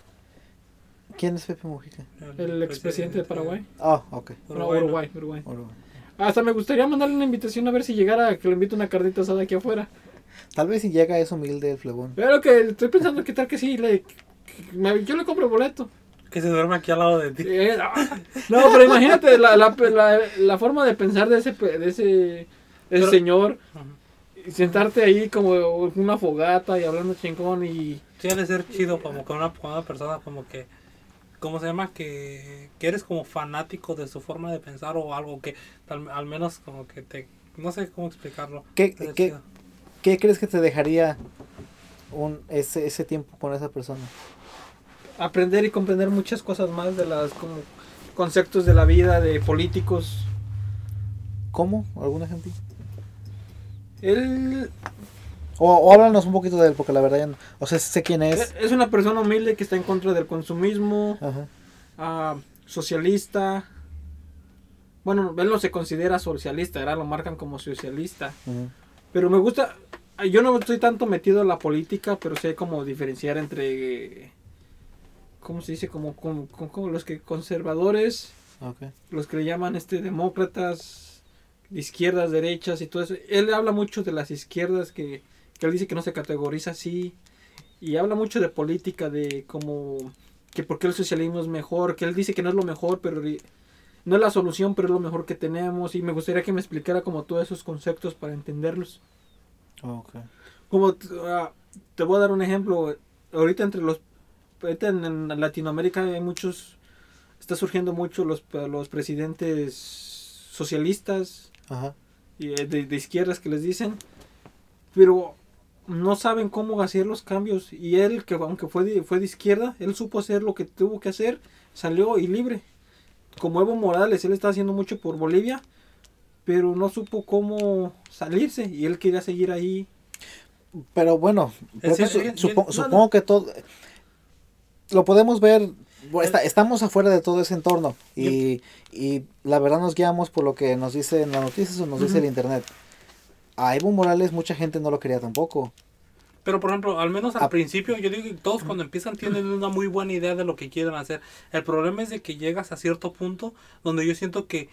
[SPEAKER 1] ¿Quién es Pepe Mujica?
[SPEAKER 3] el expresidente de Paraguay.
[SPEAKER 1] Ah, ok.
[SPEAKER 3] No,
[SPEAKER 2] Uruguay, ¿no?
[SPEAKER 3] Uruguay, Uruguay.
[SPEAKER 1] Uruguay.
[SPEAKER 3] Hasta me gustaría mandarle una invitación a ver si llegara, a que le invite una carnita asada aquí afuera.
[SPEAKER 1] Tal vez si llega es humilde el flebón.
[SPEAKER 3] Pero que estoy pensando que tal que sí, le, que me- yo le compro el boleto.
[SPEAKER 2] Que se duerme aquí al lado de ti.
[SPEAKER 3] Eh, [LAUGHS] ah, No, pero imagínate la, la, la- la forma de pensar de ese, pe- de ese, de ese
[SPEAKER 2] Pero-
[SPEAKER 3] señor.
[SPEAKER 2] Ajá.
[SPEAKER 3] y Sentarte ahí como en una fogata y hablando chingón y...
[SPEAKER 2] Sí, ha de ser chido como con una, con una persona como que, ¿cómo se llama? Que, que eres como fanático de su forma de pensar o algo que tal- al menos como que te, no sé cómo explicarlo.
[SPEAKER 1] ¿Qué-
[SPEAKER 2] Pero
[SPEAKER 1] qué-
[SPEAKER 2] chido.
[SPEAKER 1] ¿Qué crees que te dejaría un, ese, ese tiempo con esa persona?
[SPEAKER 3] aprender y comprender muchas cosas más de las como conceptos de la vida de políticos.
[SPEAKER 1] ¿Cómo? ¿Algún ejemplo?
[SPEAKER 3] Él
[SPEAKER 1] O, o háblanos un poquito de él, porque la verdad ya no. O sea, sé quién es.
[SPEAKER 3] Eh, es una persona humilde que está en contra del consumismo,
[SPEAKER 1] Ajá.
[SPEAKER 3] ah, socialista. Bueno, él no se considera socialista, ahora lo marcan como socialista.
[SPEAKER 1] ujú.
[SPEAKER 3] Pero me gusta, yo no estoy tanto metido en la política, pero sé como diferenciar entre, ¿cómo se dice? Como, como, como los que conservadores
[SPEAKER 1] Ok.
[SPEAKER 3] los que le llaman este demócratas, de izquierdas, derechas y todo eso. Él habla mucho de las izquierdas que, que él dice que no se categoriza así y habla mucho de política, de como que por qué el socialismo es mejor, que él dice que no es lo mejor, pero ri- no es la solución, pero es lo mejor que tenemos y me gustaría que me explicara como todos esos conceptos para entenderlos.
[SPEAKER 1] Ok.
[SPEAKER 3] Como t- ah, te voy a dar un ejemplo, ahorita entre los ahorita en, en Latinoamérica hay muchos está surgiendo mucho los los presidentes socialistas
[SPEAKER 1] Ajá.
[SPEAKER 3] y eh, de, de izquierdas que les dicen, pero no saben cómo hacer los cambios y él que aunque fue de, fue de izquierda, él supo hacer lo que tuvo que hacer, salió y libre. Como Evo Morales, él está haciendo mucho por Bolivia, pero no supo cómo salirse y él quería seguir ahí
[SPEAKER 1] Pero bueno, creo que
[SPEAKER 2] decir,
[SPEAKER 1] su-
[SPEAKER 2] eh,
[SPEAKER 1] supo-
[SPEAKER 2] eh, no,
[SPEAKER 1] supongo que todo. Lo podemos ver. bueno, está- estamos afuera de todo ese entorno. Y, y la verdad nos guiamos por lo que nos dicen las noticias o nos dice el
[SPEAKER 3] Ujú.
[SPEAKER 1] internet. A Evo Morales mucha gente no lo quería tampoco.
[SPEAKER 2] Pero por ejemplo, al menos al
[SPEAKER 1] Ah.
[SPEAKER 2] principio, yo digo que todos cuando empiezan tienen una muy buena idea de lo que quieren hacer. El problema es de que llegas a cierto punto donde yo siento que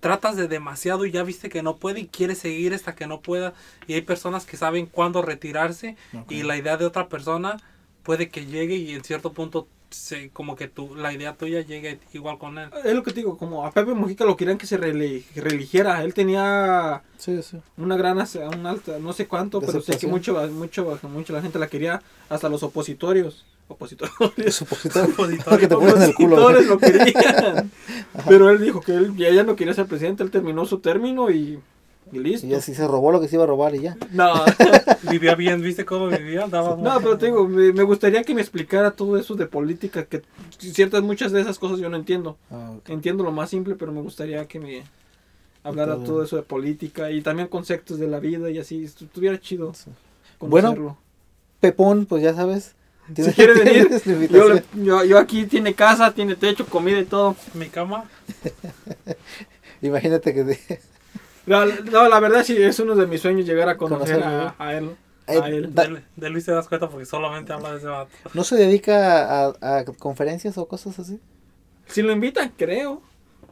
[SPEAKER 2] tratas de demasiado y ya viste que no puede y quieres seguir hasta que no pueda. Y hay personas que saben cuándo retirarse y la idea de otra persona puede que llegue y en cierto punto se, como que tú, la idea tuya llegue igual con
[SPEAKER 3] [LAUGHS]
[SPEAKER 2] él.
[SPEAKER 3] Es lo que te digo, como a Pepe Mujica lo querían que se rele- que religiera. Él tenía
[SPEAKER 1] Sí,
[SPEAKER 3] [LAUGHS]
[SPEAKER 1] sí.
[SPEAKER 3] una gran, ase- un alta, no sé cuánto, pero sé que
[SPEAKER 1] Decepción.
[SPEAKER 3] mucho, mucho, mucho la gente la quería, hasta los opositorios.
[SPEAKER 1] [LAUGHS]
[SPEAKER 3] Opositorios.
[SPEAKER 1] Supositorio.
[SPEAKER 2] Supositorio.
[SPEAKER 1] que te ponen el culo.
[SPEAKER 3] opositores
[SPEAKER 1] güey.
[SPEAKER 3] lo querían. pero él dijo que él ya, ya no quería ser presidente, él terminó su término y, y listo.
[SPEAKER 1] [LAUGHS] Y así se robó lo que se iba a robar y ya. [LAUGHS]
[SPEAKER 3] No,
[SPEAKER 2] Vivía bien, ¿viste cómo vivía? Daba
[SPEAKER 3] no, pero te digo, me, me gustaría que me explicara todo eso de política, que ciertas, muchas de esas cosas yo no entiendo.
[SPEAKER 1] Ah, ok.
[SPEAKER 3] Entiendo lo más simple, pero me gustaría que me hablara
[SPEAKER 1] Todo.
[SPEAKER 3] todo eso de política y también conceptos de la vida y así. Estu- Estuviera chido
[SPEAKER 1] Sí.
[SPEAKER 3] conocerlo.
[SPEAKER 1] Pepón, pues ya sabes.
[SPEAKER 3] Si
[SPEAKER 1] [LAUGHS]
[SPEAKER 3] quiere venir,
[SPEAKER 1] tienes la
[SPEAKER 3] yo, le-
[SPEAKER 1] invitación.
[SPEAKER 3] yo, yo aquí tiene casa, tiene techo, comida y todo.
[SPEAKER 2] Mi cama.
[SPEAKER 1] Imagínate que de- [LAUGHS]
[SPEAKER 3] No, no, la verdad sí, es uno de mis sueños llegar a conocer
[SPEAKER 1] Conocerlo.
[SPEAKER 3] a, a él.
[SPEAKER 1] Eh,
[SPEAKER 3] A él.
[SPEAKER 1] da-
[SPEAKER 2] De, de Luis te das cuenta porque solamente habla de ese vato.
[SPEAKER 1] no se dedica a, a conferencias o cosas así.
[SPEAKER 3] Si lo invitan, creo.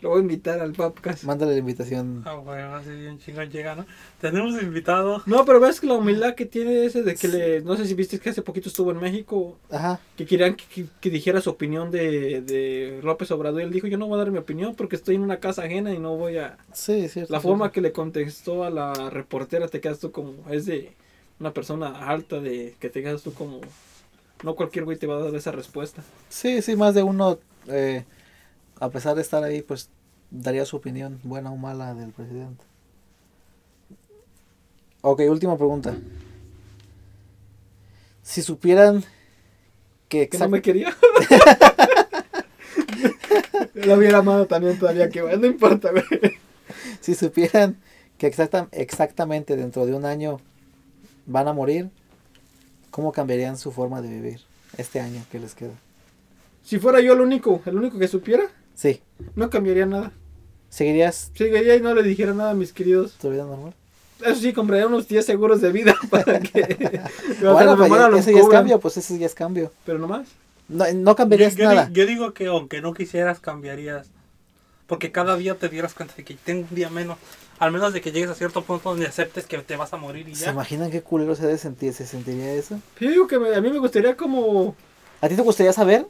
[SPEAKER 3] Lo voy a invitar al podcast.
[SPEAKER 1] Mándale la invitación.
[SPEAKER 2] Ah, güey, así bien chingón llega, ¿no? Tenemos invitado.
[SPEAKER 3] No, pero ves que la humildad que tiene ese de que le... No sé si viste que hace poquito estuvo en México.
[SPEAKER 1] Ajá.
[SPEAKER 3] que querían que, que- que dijera su opinión de, de López Obrador. Él dijo, yo no voy a dar mi opinión porque estoy en una casa ajena y no voy a...
[SPEAKER 1] Sí, es cierto.
[SPEAKER 3] La
[SPEAKER 1] sí,
[SPEAKER 3] forma
[SPEAKER 1] sí.
[SPEAKER 3] que le contestó a la reportera te quedas tú como... Es de una persona alta de que te quedas tú como... No cualquier güey te va a dar esa respuesta.
[SPEAKER 1] Sí, sí, más de uno, eh, a pesar de estar ahí, pues daría su opinión, buena o mala, del presidente. Ok, última pregunta. Si supieran que
[SPEAKER 3] Que no
[SPEAKER 1] exact-
[SPEAKER 3] me quería. [LAUGHS] la hubiera amado también todavía que No importa, güey.
[SPEAKER 1] si supieran que exacta- exactamente dentro de un año van a morir, ¿cómo cambiarían su forma de vivir este año que les queda?
[SPEAKER 3] Si fuera yo el único, el único que supiera,
[SPEAKER 1] Sí,
[SPEAKER 3] no cambiaría nada.
[SPEAKER 1] ¿Seguirías
[SPEAKER 3] Seguiría y no le dijera nada a mis queridos.
[SPEAKER 1] tu vida normal?
[SPEAKER 3] Eso sí, compraría unos 10 seguros de vida [LAUGHS] para que.
[SPEAKER 1] [LAUGHS] Bueno, pues ya- eso ya es
[SPEAKER 3] cambio.
[SPEAKER 1] cambio, pues eso ya es cambio.
[SPEAKER 3] Pero nomás.
[SPEAKER 1] No, no cambiarías
[SPEAKER 2] yo, yo di-
[SPEAKER 1] nada.
[SPEAKER 2] yo digo que aunque no quisieras, cambiarías. Porque cada día te dieras cuenta de que tengo un día menos. Al menos de que llegues a cierto punto donde aceptes que te vas a morir y
[SPEAKER 1] ¿Se
[SPEAKER 2] ya.
[SPEAKER 1] imaginan qué culero se ha de sentir? ¿Se sentiría eso?
[SPEAKER 3] Yo digo que me- a mí me gustaría como.
[SPEAKER 1] ¿A ti te gustaría saber?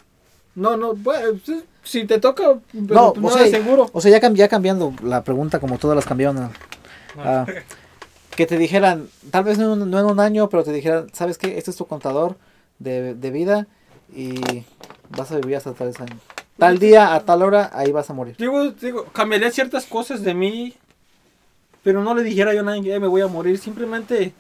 [SPEAKER 3] No, no, bueno, si- si te toca,
[SPEAKER 1] No, pues,
[SPEAKER 3] pero
[SPEAKER 1] o
[SPEAKER 3] no,
[SPEAKER 1] sea,
[SPEAKER 3] de seguro.
[SPEAKER 1] O sea, ya, cam- ya cambiando la pregunta, como todas las cambiaron. ¿no? Ah, que te dijeran, tal vez no, en un- no en un año, pero te dijeran, ¿sabes qué? Este es tu contador de, de vida y vas a vivir hasta tales años. Tal día, a tal hora, ahí vas a morir.
[SPEAKER 3] Digo, digo, cambiaría ciertas cosas de mí, pero no le dijera yo a nadie que "Ay, me voy a morir. Simplemente,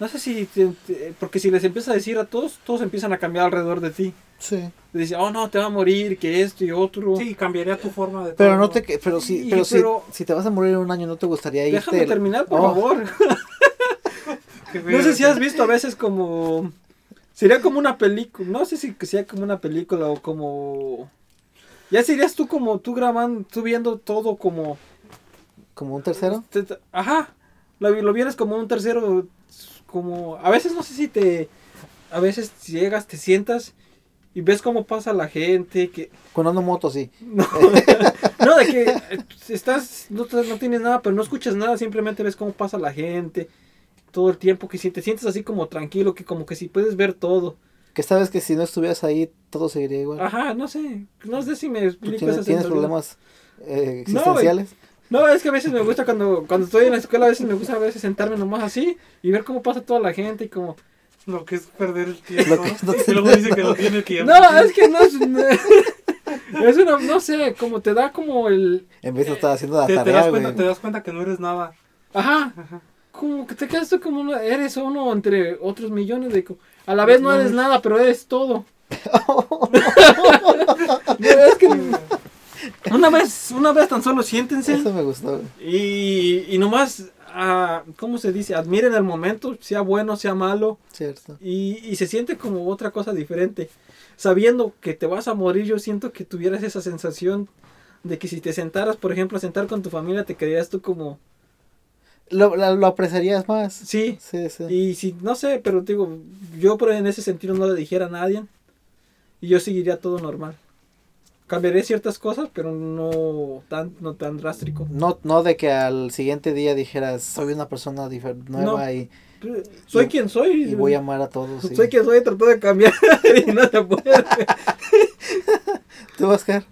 [SPEAKER 3] no sé si, te- te- porque si les empiezas a decir a todos, todos empiezan a cambiar alrededor de ti.
[SPEAKER 1] Sí.
[SPEAKER 3] Le dice, oh no, te va a morir, que esto y
[SPEAKER 2] [LAUGHS]
[SPEAKER 3] otro.
[SPEAKER 2] Sí, cambiaría tu forma de
[SPEAKER 1] Pero
[SPEAKER 2] todo.
[SPEAKER 1] no te, que- pero si,
[SPEAKER 3] Y-
[SPEAKER 1] pero si,
[SPEAKER 3] pero-
[SPEAKER 1] si te vas a morir en un año, ¿no te gustaría irte?
[SPEAKER 3] Déjame terminar, por
[SPEAKER 1] Oh,
[SPEAKER 3] favor.
[SPEAKER 2] Qué
[SPEAKER 3] No sé si
[SPEAKER 2] feo.
[SPEAKER 3] has visto a veces como... Sería como una película, no sé si que sea como una película o como... Ya serías tú como tú grabando, tú viendo todo como...
[SPEAKER 1] Como un tercero.
[SPEAKER 3] te- te- Ajá, lo, vi- lo vieras como un tercero, como... A veces no sé si te... A veces llegas, te sientas y ves cómo pasa la gente, que...
[SPEAKER 1] Con una moto, sí.
[SPEAKER 3] No, [LAUGHS] no, de que eh, estás, no, te- no tienes nada, pero no escuchas nada, simplemente ves cómo pasa la gente, todo el tiempo, que si te sientes así como tranquilo, que como que si puedes ver todo.
[SPEAKER 1] Que sabes que si no estuvieras ahí, todo seguiría igual.
[SPEAKER 3] Ajá, no sé, no sé si me
[SPEAKER 1] ¿Tú
[SPEAKER 3] explico esa
[SPEAKER 1] tienes, tienes
[SPEAKER 3] sensación.
[SPEAKER 1] problemas eh, existenciales?
[SPEAKER 3] No, es que a veces me gusta cuando, cuando estoy en la escuela, a veces me gusta a veces sentarme nomás así y ver cómo pasa toda la gente y como...
[SPEAKER 2] Lo que es perder el tiempo.
[SPEAKER 1] [LAUGHS] Lo que es no
[SPEAKER 2] y luego dice que
[SPEAKER 1] [LAUGHS]
[SPEAKER 2] no tiene tiempo.
[SPEAKER 3] No, es que no es... [LAUGHS] es una, no sé, como te da como el...
[SPEAKER 1] en vez de estar haciendo la
[SPEAKER 2] te, te
[SPEAKER 1] tarea,
[SPEAKER 2] das
[SPEAKER 1] güey.
[SPEAKER 2] cuenta, te das cuenta que no eres nada.
[SPEAKER 3] Ajá, como que te quedas tú como uno- eres uno entre otros millones de co- a la vez no eres nada pero eres [LAUGHS] todo Es que una vez una vez tan solo siéntense
[SPEAKER 1] Eso me gustó. güey.
[SPEAKER 3] y, y nomás ah, cómo se dice admiren el momento sea bueno sea malo
[SPEAKER 1] Cierto.
[SPEAKER 3] y, y se siente como otra cosa diferente sabiendo que te vas a morir yo siento que tuvieras esa sensación de que si te sentaras por ejemplo a sentar con tu familia te quedarías tú como
[SPEAKER 1] Lo, la- lo apreciarías más.
[SPEAKER 3] sí
[SPEAKER 1] Sí, sí.
[SPEAKER 3] Y si, no sé, pero te digo, yo por en ese sentido no le dijera a nadie. Y yo seguiría todo normal. Cambiaré ciertas cosas, pero no tan, no tan drástico.
[SPEAKER 1] No, no de que al siguiente día dijeras, soy una persona difer- nueva y,
[SPEAKER 3] Soy
[SPEAKER 1] Y-
[SPEAKER 3] quien soy.
[SPEAKER 1] y voy a amar a todos.
[SPEAKER 2] Pues
[SPEAKER 1] y-
[SPEAKER 3] Soy quien soy, trato de cambiar [LAUGHS] y no se puede.
[SPEAKER 1] Tú, Oscar,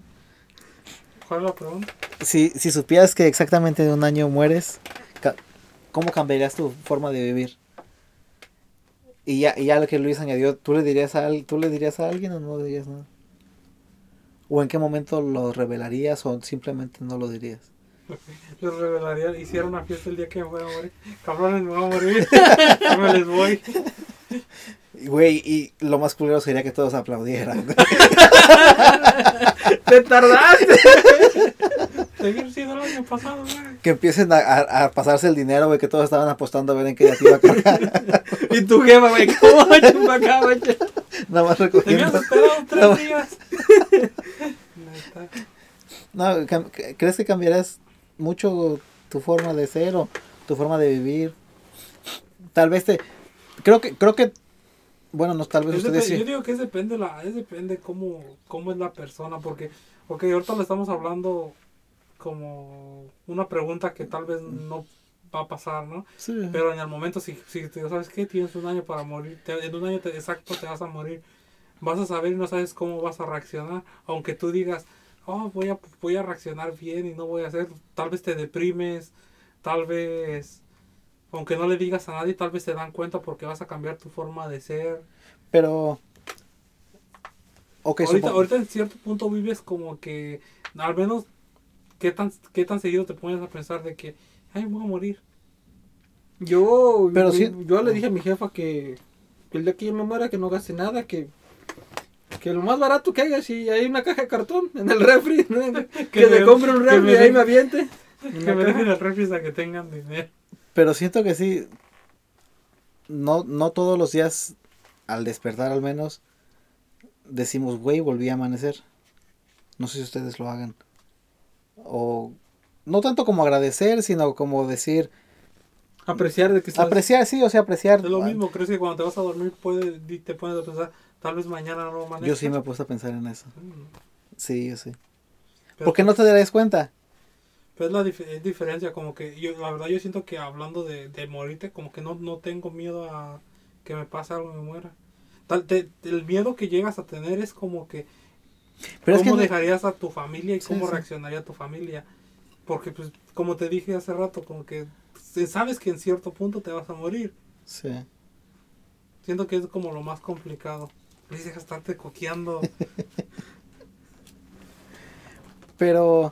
[SPEAKER 2] ¿Cuál es la pregunta?
[SPEAKER 1] si, si supieras que exactamente de un año mueres, ca- ¿cómo cambiarías tu forma de vivir? Y ya, y ya lo que Luis añadió, ¿tú le, dirías a, al- ¿tú le dirías a alguien o no le dirías nada? ¿O en qué momento lo revelarías o simplemente no lo dirías?
[SPEAKER 2] Les revelaría, hiciera una fiesta el día que me voy a morir. Cabrones, me voy a
[SPEAKER 1] [LAUGHS]
[SPEAKER 2] morir. [LAUGHS] Ya me les voy.
[SPEAKER 1] Y, Güey, y lo más culero sería que todos aplaudieran. [LAUGHS]
[SPEAKER 3] Te tardaste.
[SPEAKER 2] Seguir siendo el año pasado, güey.
[SPEAKER 1] que empiecen a, a- a pasarse el dinero, güey, que todos estaban apostando a ver en qué día te iba a cargar.
[SPEAKER 3] Y tu jefa, [LAUGHS] güey, ¿cómo chupa acá, güey?
[SPEAKER 1] [LAUGHS] Nada más
[SPEAKER 2] Te habías
[SPEAKER 1] recogiendo.
[SPEAKER 2] esperado
[SPEAKER 1] No.
[SPEAKER 2] tres días. Neta.
[SPEAKER 1] No, cam- ¿crees que cambiarás mucho tu forma de ser o tu forma de vivir? Tal vez te... Creo que, creo que... Bueno, no, tal vez
[SPEAKER 2] Es
[SPEAKER 1] ustedes
[SPEAKER 2] depe- Yo
[SPEAKER 1] Pues sí.
[SPEAKER 2] digo que es depende, la, es depende cómo, cómo es la persona, porque, ok, ahorita le estamos hablando como una pregunta que tal vez no va a pasar, ¿no?
[SPEAKER 1] Sí.
[SPEAKER 2] Pero en el momento, si, si te- sabes que tienes un año para morir, te- en un año te- exacto te vas a morir, vas a saber y no sabes cómo vas a reaccionar, aunque tú digas, oh, voy a, voy a reaccionar bien y no voy a hacer, tal vez te deprimes, tal vez, aunque no le digas a nadie, tal vez te dan cuenta porque vas a cambiar tu forma de ser.
[SPEAKER 1] Pero... Ok,
[SPEAKER 2] ahorita,
[SPEAKER 1] supo-
[SPEAKER 2] ahorita en cierto punto vives como que, al menos, ¿qué tan, qué tan seguido te pones a pensar de que, ay, voy a morir?
[SPEAKER 3] Yo,
[SPEAKER 1] Pero
[SPEAKER 3] yo,
[SPEAKER 1] sí-
[SPEAKER 3] yo le dije a mi jefa que que el día que yo me muera que no gaste nada, que, que lo más barato que haya, si hay una caja de cartón en el refri, [LAUGHS] ¿no? que, me
[SPEAKER 2] me-
[SPEAKER 3] compre un
[SPEAKER 2] que
[SPEAKER 3] refri
[SPEAKER 2] me
[SPEAKER 3] y ahí
[SPEAKER 2] den-
[SPEAKER 3] me aviente. en
[SPEAKER 2] Que
[SPEAKER 3] la
[SPEAKER 2] me
[SPEAKER 3] caja.
[SPEAKER 2] dejen el refri hasta que tengan dinero.
[SPEAKER 1] Pero siento que sí. No, no todos los días, al despertar al menos, decimos, güey, volví a amanecer. No sé si ustedes lo hagan. O no tanto como agradecer, sino como decir,
[SPEAKER 3] Apreciar de que estás...
[SPEAKER 1] apreciar, sí, o sea, apreciar.
[SPEAKER 2] Es lo mismo, crees que cuando te vas a dormir puede, di- te pones a pensar, tal vez mañana no Mm, manejo.
[SPEAKER 1] Yo sí me he puesto a pensar en eso. Sí, yo sí.
[SPEAKER 2] Pero-
[SPEAKER 1] ¿Por qué no te darías cuenta?
[SPEAKER 2] Pero es la dif- es diferencia, como que yo, la verdad yo siento que hablando de, de morirte, como que no, no tengo miedo a que me pase algo y me muera. Tal, te- el miedo que llegas a tener es como que
[SPEAKER 1] Pero es que
[SPEAKER 2] cómo
[SPEAKER 1] no-
[SPEAKER 2] dejarías a tu familia y
[SPEAKER 1] Sí,
[SPEAKER 2] cómo
[SPEAKER 1] sí.
[SPEAKER 2] reaccionaría tu familia. Porque, pues, como te dije hace rato, como que se- sabes que en cierto punto te vas a morir.
[SPEAKER 1] Sí.
[SPEAKER 2] Siento que es como lo más complicado. Es deja estarte coqueando.
[SPEAKER 1] Pero.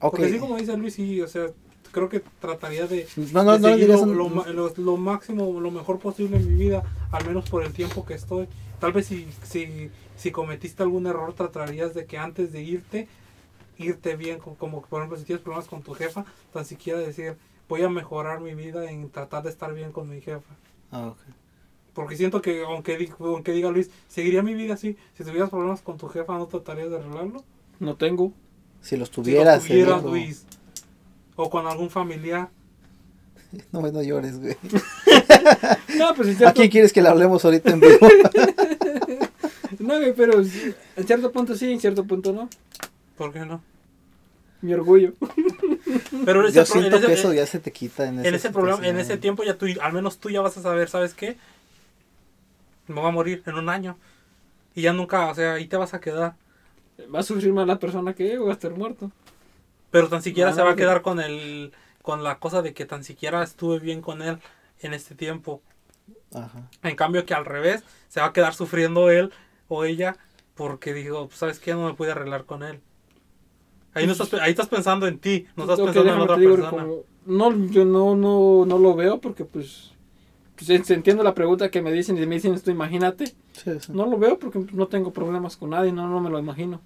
[SPEAKER 1] Ok.
[SPEAKER 2] Porque sí, como dice Luis, sí, o sea, creo que trataría de,
[SPEAKER 1] Ah, No, no,
[SPEAKER 2] de
[SPEAKER 1] no le
[SPEAKER 2] seguir
[SPEAKER 1] dirías
[SPEAKER 2] lo,
[SPEAKER 1] un-
[SPEAKER 2] lo ma- lo- lo máximo, lo mejor posible en mi vida, al menos por el tiempo que estoy. Tal vez si, si, si cometiste algún error, tratarías de que antes de irte, irte bien, co- como, por ejemplo si tienes problemas con tu jefa, tan siquiera decir, voy a mejorar mi vida en tratar de estar bien con mi jefa.
[SPEAKER 1] Ah, ok.
[SPEAKER 2] Porque siento que, aunque, di- aunque diga Luis, seguiría mi vida así. Si tuvieras problemas con tu jefa, ¿no tratarías de arreglarlo?
[SPEAKER 3] No tengo.
[SPEAKER 1] Si los
[SPEAKER 2] Si los
[SPEAKER 1] tuvieras. eh,
[SPEAKER 2] tuvieras,
[SPEAKER 1] seguro.
[SPEAKER 2] Luis. O con algún familiar.
[SPEAKER 1] No, no llores,
[SPEAKER 2] [LAUGHS]
[SPEAKER 1] güey.
[SPEAKER 3] No, pues en
[SPEAKER 1] ¿A
[SPEAKER 3] cierto,
[SPEAKER 1] quién quieres que le hablemos ahorita en vivo?
[SPEAKER 3] no, güey, pero sí, en cierto punto sí, en cierto punto no.
[SPEAKER 2] ¿Por qué no?
[SPEAKER 3] Mi orgullo.
[SPEAKER 2] [LAUGHS]
[SPEAKER 3] Mm.
[SPEAKER 2] Pero en
[SPEAKER 1] Yo
[SPEAKER 2] ese pro- en
[SPEAKER 1] siento
[SPEAKER 2] ese-
[SPEAKER 1] que eso ya se te quita en,
[SPEAKER 2] en ese problema, en ese
[SPEAKER 1] situación.
[SPEAKER 2] tiempo ya tú, al menos tú ya vas a saber, ¿sabes qué? Me voy a morir en un año. Y ya nunca, o sea, ahí te vas a quedar.
[SPEAKER 3] [LAUGHS] Va a sufrir más la persona que yo, va a estar muerto.
[SPEAKER 2] Pero tan siquiera
[SPEAKER 3] No,
[SPEAKER 2] se va a
[SPEAKER 3] no.
[SPEAKER 2] quedar con el con la cosa de que tan siquiera estuve bien con él en este tiempo.
[SPEAKER 1] Ajá.
[SPEAKER 2] En cambio que al revés, se va a quedar sufriendo él o ella porque digo, pues, ¿sabes qué? No me pude arreglar con él. Ahí no estás, pe- ahí estás pensando en ti, no estás
[SPEAKER 3] Ok,
[SPEAKER 2] pensando en
[SPEAKER 3] déjame
[SPEAKER 2] otra
[SPEAKER 3] te digo,
[SPEAKER 2] persona.
[SPEAKER 3] como- no, yo no, no, no lo veo porque pues, pues, en- entiendo la pregunta que me dicen y me dicen esto, imagínate.
[SPEAKER 1] Sí, sí.
[SPEAKER 3] No lo veo porque no tengo problemas con nadie, no, no me lo imagino.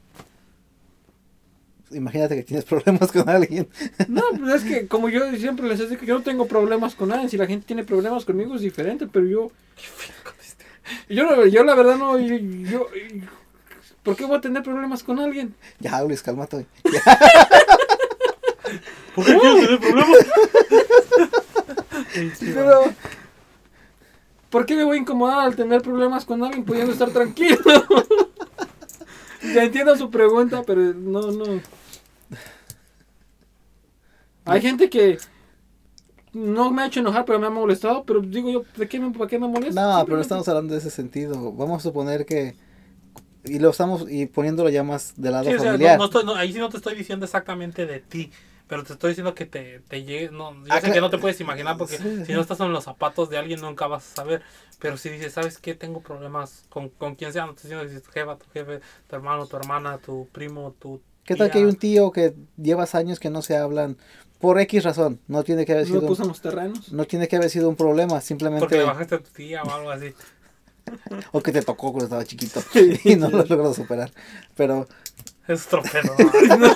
[SPEAKER 1] Imagínate que tienes problemas con alguien. [LAUGHS]
[SPEAKER 3] No, pues es que como yo siempre les digo que yo no tengo problemas con nadie, si la gente tiene problemas conmigo es diferente, pero yo yo no- yo la verdad no yo, yo- ¿Por qué voy a tener problemas con alguien?
[SPEAKER 1] Ya, Luis, cálmate.
[SPEAKER 2] [LAUGHS] ¿Por qué quieres tener [LAUGHS] problemas?
[SPEAKER 3] Pero ¿Por qué me voy a incomodar al tener problemas con alguien pudiendo estar [LAUGHS] tranquilo? Ya entiendo su pregunta, pero no no. Hay gente que no me ha hecho enojar, pero me ha molestado, pero digo yo, ¿de qué me, ¿para qué me molesta?
[SPEAKER 2] [LAUGHS]
[SPEAKER 1] No, pero no
[SPEAKER 3] Simplemente-
[SPEAKER 1] estamos hablando de ese sentido. Vamos a suponer que. Y lo estamos. Y poniéndolo ya más del lado
[SPEAKER 2] Sí, o sea,
[SPEAKER 1] familiar.
[SPEAKER 2] no- no estoy- no, ahí sí no te estoy diciendo exactamente de ti, pero te estoy diciendo que te, te llegue. No, yo
[SPEAKER 1] Ah,
[SPEAKER 2] sé
[SPEAKER 1] cla-
[SPEAKER 2] que no te puedes imaginar porque
[SPEAKER 1] Sí.
[SPEAKER 2] si no estás en los zapatos de alguien nunca vas a saber. Pero si dices, ¿sabes qué? Tengo problemas con, con quien sea. No te diciendo si es tu jefa, tu jefe, tu hermano, tu hermana, tu primo, tu.
[SPEAKER 1] ¿Qué tal
[SPEAKER 2] tía.
[SPEAKER 1] que hay un tío que llevas años que no se hablan por X razón? No tiene que haber
[SPEAKER 3] No
[SPEAKER 1] sido
[SPEAKER 3] me
[SPEAKER 1] un,
[SPEAKER 3] puso en los terrenos.
[SPEAKER 1] no tiene que haber sido un problema,
[SPEAKER 2] Porque
[SPEAKER 1] simplemente
[SPEAKER 2] le bajaste a tu tía o algo así.
[SPEAKER 1] o que te tocó cuando estaba chiquito [LAUGHS] y no lo logró superar. Pero
[SPEAKER 2] Es otro pedo. [LAUGHS]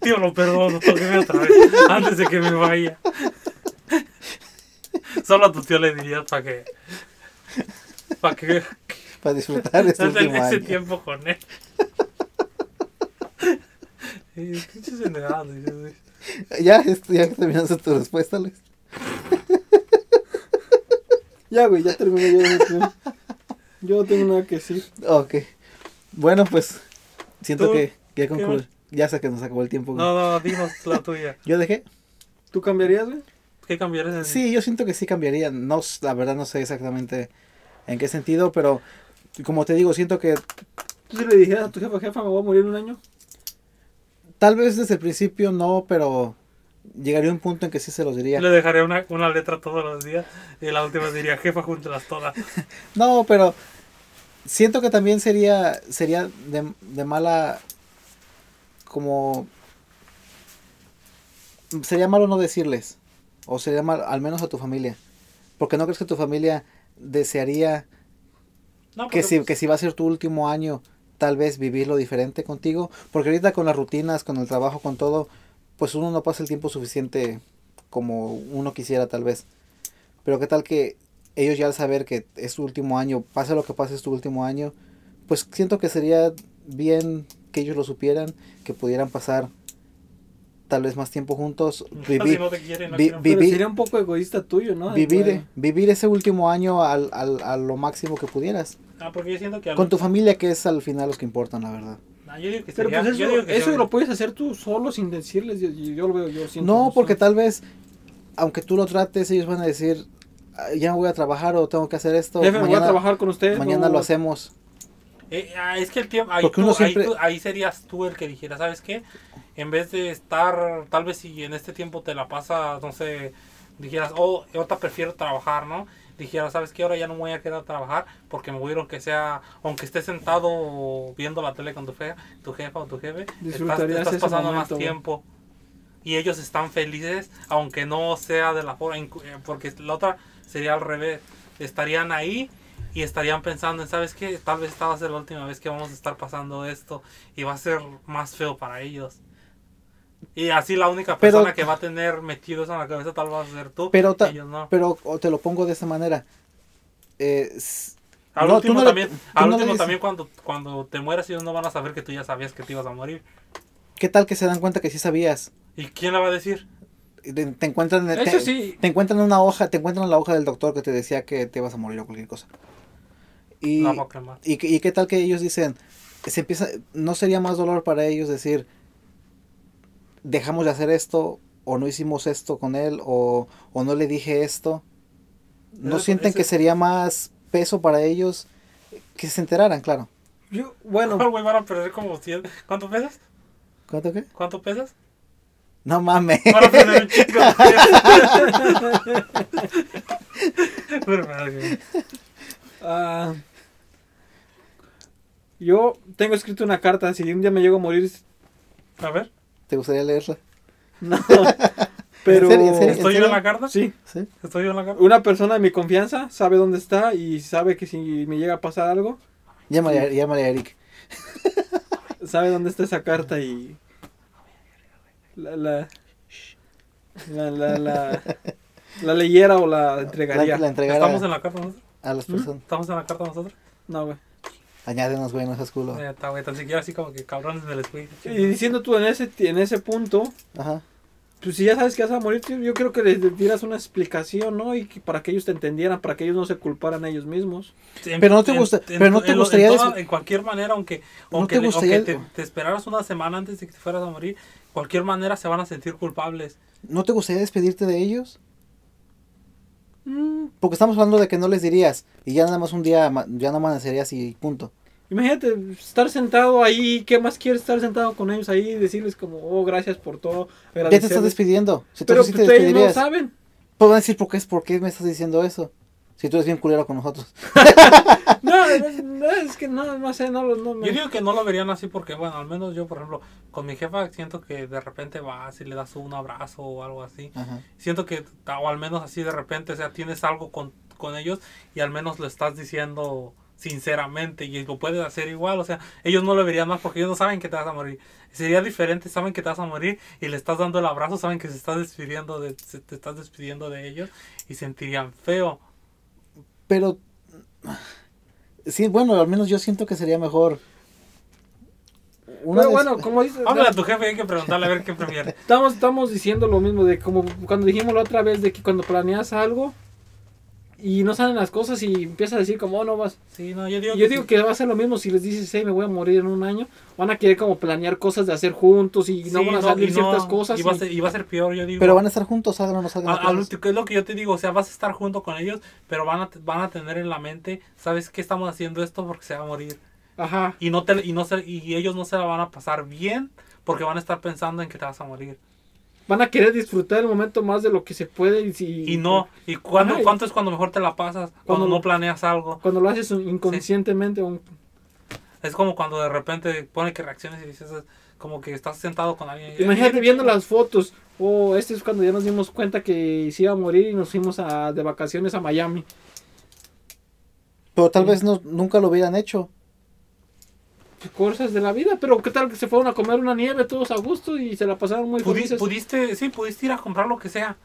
[SPEAKER 2] Tío, lo perdono, tóqueme otra vez. Antes de que me vaya. Solo a tu tío le dirías para que. Para que
[SPEAKER 1] para disfrutar
[SPEAKER 2] [LAUGHS]
[SPEAKER 1] este
[SPEAKER 2] Hasta en
[SPEAKER 1] último
[SPEAKER 2] ese
[SPEAKER 1] año.
[SPEAKER 2] tiempo con él. [LAUGHS] Eh, pinches endeudados, dices, güey.
[SPEAKER 1] [LAUGHS] Ya, este, ya terminaste tu respuesta, Luis.
[SPEAKER 3] Ya, güey, ya terminé yo. mi plan. Yo no tengo nada que decir.
[SPEAKER 1] Ok. Bueno, pues siento
[SPEAKER 2] ¿Tú?
[SPEAKER 1] que ya conclu-
[SPEAKER 2] más?
[SPEAKER 1] ya sé que nos acabó el tiempo. güey.
[SPEAKER 2] No, no, dinos la tuya.
[SPEAKER 1] Yo dejé.
[SPEAKER 3] ¿Tú cambiarías, güey?
[SPEAKER 2] ¿Qué cambiarías en
[SPEAKER 1] Sí, yo siento que sí cambiaría. No, s- la verdad no sé exactamente en qué sentido, pero como te digo, siento que
[SPEAKER 3] ¿Tú si le dijeras a tu jefa, jefa, me voy a morir en un año?
[SPEAKER 1] Tal vez desde el principio no, pero llegaría un punto en que sí se los diría.
[SPEAKER 2] Le dejaré una, una letra todos los días y la última diría, jefa, júntelas todas.
[SPEAKER 1] No, pero siento que también sería sería de, de mala como sería malo no decirles o sería mal al menos a tu familia, porque no crees que tu familia desearía
[SPEAKER 2] No, porque,
[SPEAKER 1] que si,
[SPEAKER 2] pues,
[SPEAKER 1] que si va a ser tu último año, tal vez vivirlo diferente contigo. Porque ahorita con las rutinas, con el trabajo, con todo, pues uno no pasa el tiempo suficiente como uno quisiera tal vez. Pero qué tal que ellos ya al saber que es tu último año, pase lo que pase es tu último año, pues siento que sería bien que ellos lo supieran, que pudieran pasar tal vez más tiempo juntos,
[SPEAKER 2] Si
[SPEAKER 1] vivir,
[SPEAKER 2] pues, no te quieren, no
[SPEAKER 1] vi-
[SPEAKER 2] quieren.
[SPEAKER 1] vi-
[SPEAKER 3] Pero
[SPEAKER 1] Vivi-
[SPEAKER 3] sería un poco egoísta tuyo, ¿no?
[SPEAKER 1] vivir,
[SPEAKER 3] Bueno,
[SPEAKER 1] vivir ese último año al, al- a lo máximo que pudieras.
[SPEAKER 2] Ah, porque yo siento que. a
[SPEAKER 1] Con
[SPEAKER 2] lo-
[SPEAKER 1] tu familia que es al final los que importan, la verdad.
[SPEAKER 2] Ah, yo digo que
[SPEAKER 3] Pero
[SPEAKER 2] sería-
[SPEAKER 3] pues
[SPEAKER 2] yo
[SPEAKER 3] eso,
[SPEAKER 2] digo que
[SPEAKER 3] eso
[SPEAKER 2] sería-
[SPEAKER 3] lo puedes hacer tú solo sin decirles. Yo, yo- yo lo veo, yo siento.
[SPEAKER 1] No, porque
[SPEAKER 3] sé.
[SPEAKER 1] tal vez, aunque tú lo trates, ellos van a decir, "Ah, ya voy a trabajar o tengo que hacer esto.
[SPEAKER 3] Jefe, voy a
[SPEAKER 1] Mañana,
[SPEAKER 3] trabajar con ustedes.
[SPEAKER 1] mañana
[SPEAKER 3] no-
[SPEAKER 1] lo hacemos.
[SPEAKER 2] Eh, ah, es que el tiempo. Ahí,
[SPEAKER 1] Porque uno
[SPEAKER 2] tú- ahí
[SPEAKER 1] siempre-
[SPEAKER 2] tú- ahí serías tú el que dijera, ¿sabes qué? En vez de estar. Tal vez si en este tiempo te la pasas, no sé. Dijeras, oh, yo te prefiero trabajar, ¿no? Dijeras, ¿sabes qué? Ahora ya no me voy a quedar a trabajar porque me voy a ir, aunque sea. Aunque estés sentado viendo la tele con tu, fe, tu jefa o tu jefe. Estás,
[SPEAKER 3] Disfrutarías
[SPEAKER 2] estás
[SPEAKER 3] ese
[SPEAKER 2] pasando
[SPEAKER 3] momento,
[SPEAKER 2] más
[SPEAKER 3] güey.
[SPEAKER 2] tiempo. Y ellos están felices, aunque no sea de la forma. en cu- eh, Porque la otra sería al revés. Estarían ahí y estarían pensando en, ¿sabes qué? Tal vez esta va a ser la última vez que vamos a estar pasando esto y va a ser más feo para ellos. Y así la única
[SPEAKER 1] Pero-
[SPEAKER 2] persona que va a tener metido eso en la cabeza tal vez va a ser tú.
[SPEAKER 1] Pero ta-
[SPEAKER 2] ellos no.
[SPEAKER 1] Pero o te lo pongo de esta manera. Eh, s-
[SPEAKER 2] Al
[SPEAKER 1] no, tú
[SPEAKER 2] último
[SPEAKER 1] no le-
[SPEAKER 2] también,
[SPEAKER 1] tú
[SPEAKER 2] al
[SPEAKER 1] no le
[SPEAKER 2] último
[SPEAKER 1] dices-
[SPEAKER 2] también cuando, cuando te mueras ellos no van a saber que tú ya sabías que te ibas a morir.
[SPEAKER 1] ¿Qué tal que se dan cuenta que sí sabías?
[SPEAKER 2] ¿Y quién le va a decir?
[SPEAKER 1] Y Te, te encuentran te,
[SPEAKER 3] Eso sí.
[SPEAKER 1] te encuentran una hoja, te encuentran la hoja del doctor que te decía que te ibas a morir o cualquier cosa. Y,
[SPEAKER 2] La voy a cremar.
[SPEAKER 1] y, que- y qué tal que ellos dicen, se empieza, no sería más dolor para ellos decir, dejamos de hacer esto, o no hicimos esto con él, o, o no le dije esto. ¿No
[SPEAKER 2] Eso-
[SPEAKER 1] sienten
[SPEAKER 2] ese-
[SPEAKER 1] que sería más peso para ellos que se enteraran, claro?
[SPEAKER 3] Yo, bueno,
[SPEAKER 2] Ah, [LAUGHS] güey, van a perder como 100. ¿Cuánto pesas?
[SPEAKER 1] ¿Cuánto qué?
[SPEAKER 2] ¿Cuánto pesas?
[SPEAKER 1] No mames.
[SPEAKER 2] Van a perder un chingo de peso. [LAUGHS] Pero, madre,
[SPEAKER 3] Ah, yo tengo escrito una carta. Si un día me llego a morir, [LAUGHS]
[SPEAKER 2] A ver,
[SPEAKER 1] [LAUGHS] ¿Te gustaría leerla? [LAUGHS]
[SPEAKER 3] no. Pero.
[SPEAKER 1] serio, en serio?
[SPEAKER 2] ¿estoy yo en la carta?
[SPEAKER 3] Sí.
[SPEAKER 1] ¿Sí?
[SPEAKER 2] ¿Estoy yo en la
[SPEAKER 1] Uh,
[SPEAKER 2] carta?
[SPEAKER 3] Una persona de mi confianza sabe dónde está y sabe que si me llega a pasar algo,
[SPEAKER 1] Llámale, a- llámale a Eric.
[SPEAKER 3] sabe dónde está esa carta y. La. La. La. La, la- la leyera o la entregaría.
[SPEAKER 1] La, la entregar
[SPEAKER 2] ¿Estamos en
[SPEAKER 1] a,
[SPEAKER 2] la carta nosotros?
[SPEAKER 1] a las
[SPEAKER 3] ¿Mm?
[SPEAKER 1] personas.
[SPEAKER 2] ¿Estamos en la carta nosotros?
[SPEAKER 3] No, güey.
[SPEAKER 1] Añádenos, güey, no seas culo.
[SPEAKER 2] Neta, güey, tan siquiera así como que cabrones me les fui.
[SPEAKER 3] Y diciendo tú en ese, en ese punto,
[SPEAKER 1] Ajá.
[SPEAKER 3] pues si ya sabes que vas a morir, tío, yo creo que les dieras una explicación, ¿no? Y que- para que ellos te entendieran, para que ellos no se culparan ellos mismos.
[SPEAKER 2] En-
[SPEAKER 1] Pero no te
[SPEAKER 2] en-
[SPEAKER 1] gusta-
[SPEAKER 2] en-
[SPEAKER 1] pero no te
[SPEAKER 2] en lo-
[SPEAKER 1] gustaría
[SPEAKER 2] En, toda-
[SPEAKER 1] des-
[SPEAKER 2] en cualquier manera, aunque,
[SPEAKER 1] No
[SPEAKER 2] aunque,
[SPEAKER 1] te
[SPEAKER 2] le-
[SPEAKER 1] gustaría-
[SPEAKER 2] aunque te, te esperaras una semana antes de que te fueras a morir, cualquier manera se van a sentir culpables.
[SPEAKER 1] ¿No te gustaría despedirte de ellos?
[SPEAKER 3] Mm,
[SPEAKER 1] Porque estamos hablando de que no les dirías y ya nada más un día ama- ya no amanecerías y punto.
[SPEAKER 3] Imagínate estar sentado ahí, ¿qué más quieres estar sentado con ellos ahí? Decirles como, oh, gracias por
[SPEAKER 1] Ya
[SPEAKER 3] todo,
[SPEAKER 1] te estás
[SPEAKER 3] agradecerles.
[SPEAKER 1] despidiendo. Si tú
[SPEAKER 3] Pero
[SPEAKER 1] sí
[SPEAKER 3] pues,
[SPEAKER 1] te
[SPEAKER 3] ellos no
[SPEAKER 1] despedirías, [LAUGHS]
[SPEAKER 3] saben.
[SPEAKER 1] pues van a decir por qué es por qué me estás diciendo eso. Si tú eres bien culero con nosotros.
[SPEAKER 3] No, no, no, es que no, no sé, no, los- no, no.
[SPEAKER 2] Yo digo que no lo verían así porque, bueno, al menos yo, por ejemplo, con mi jefa siento que de repente vas y le das un abrazo o algo así.
[SPEAKER 1] Ajá.
[SPEAKER 2] siento que, o al menos así de repente, o sea, tienes algo con, con ellos y al menos lo estás diciendo sinceramente y lo puedes hacer igual, o sea, ellos no lo verían más porque ellos no saben que te vas a morir. Sería diferente, saben que te vas a morir y le estás dando el abrazo, saben que se estás despidiendo de, se- te estás despidiendo de ellos y sentirían feo.
[SPEAKER 1] Pero sí, bueno, al menos yo siento que sería mejor. Una des-
[SPEAKER 3] Pero bueno, como dices,
[SPEAKER 2] Háblale a tu jefe, hay que preguntarle a ver qué
[SPEAKER 3] [LAUGHS]
[SPEAKER 2] prefiere.
[SPEAKER 3] estamos, estamos diciendo lo mismo de como cuando dijimos la otra vez de que cuando planeas algo y no salen las cosas y empiezas a decir como, oh, no vas.
[SPEAKER 2] Sí, no, yo digo,
[SPEAKER 3] Yo digo que va a ser lo mismo si les dices, hey, me voy a morir en un año, van a querer como planear cosas de hacer juntos y
[SPEAKER 2] sí,
[SPEAKER 3] no van a
[SPEAKER 2] no,
[SPEAKER 3] salir
[SPEAKER 2] y no,
[SPEAKER 3] ciertas cosas.
[SPEAKER 2] Y va, a
[SPEAKER 3] y-
[SPEAKER 2] ser, y va a ser peor, yo digo.
[SPEAKER 1] pero van a estar juntos, salgan o no salgan.
[SPEAKER 2] A-
[SPEAKER 1] las
[SPEAKER 2] Ah, al
[SPEAKER 1] cosas.
[SPEAKER 2] último, es lo que yo te digo, o sea, vas a estar junto con ellos, pero van a, van a tener en la mente, sabes que estamos haciendo esto porque se va a morir.
[SPEAKER 3] Ajá.
[SPEAKER 2] Y, no te, y, no se- y ellos no se la van a pasar bien porque van a estar pensando en que te vas a morir.
[SPEAKER 3] van a querer disfrutar el momento más de lo que se puede y, si-
[SPEAKER 2] Y no, ¿y cuándo,
[SPEAKER 3] Ay.
[SPEAKER 2] cuánto es cuando mejor te la pasas? Cuando
[SPEAKER 3] Cuando-
[SPEAKER 2] no planeas algo.
[SPEAKER 3] cuando lo haces inconscientemente un-
[SPEAKER 2] Es como cuando de repente pone que reacciones y dices, es como que estás sentado con alguien. y-
[SPEAKER 3] imagínate viendo las fotos o este es cuando ya nos dimos cuenta que se iba a morir y nos fuimos a, de vacaciones a Miami
[SPEAKER 1] Pero tal vez no, nunca lo hubieran hecho.
[SPEAKER 3] cosas de la vida pero qué tal que se fueron a comer una nieve todos a gusto y se la pasaron muy
[SPEAKER 2] Pudi-
[SPEAKER 3] felices
[SPEAKER 2] pudiste, sí, pudiste ir a comprar lo que sea.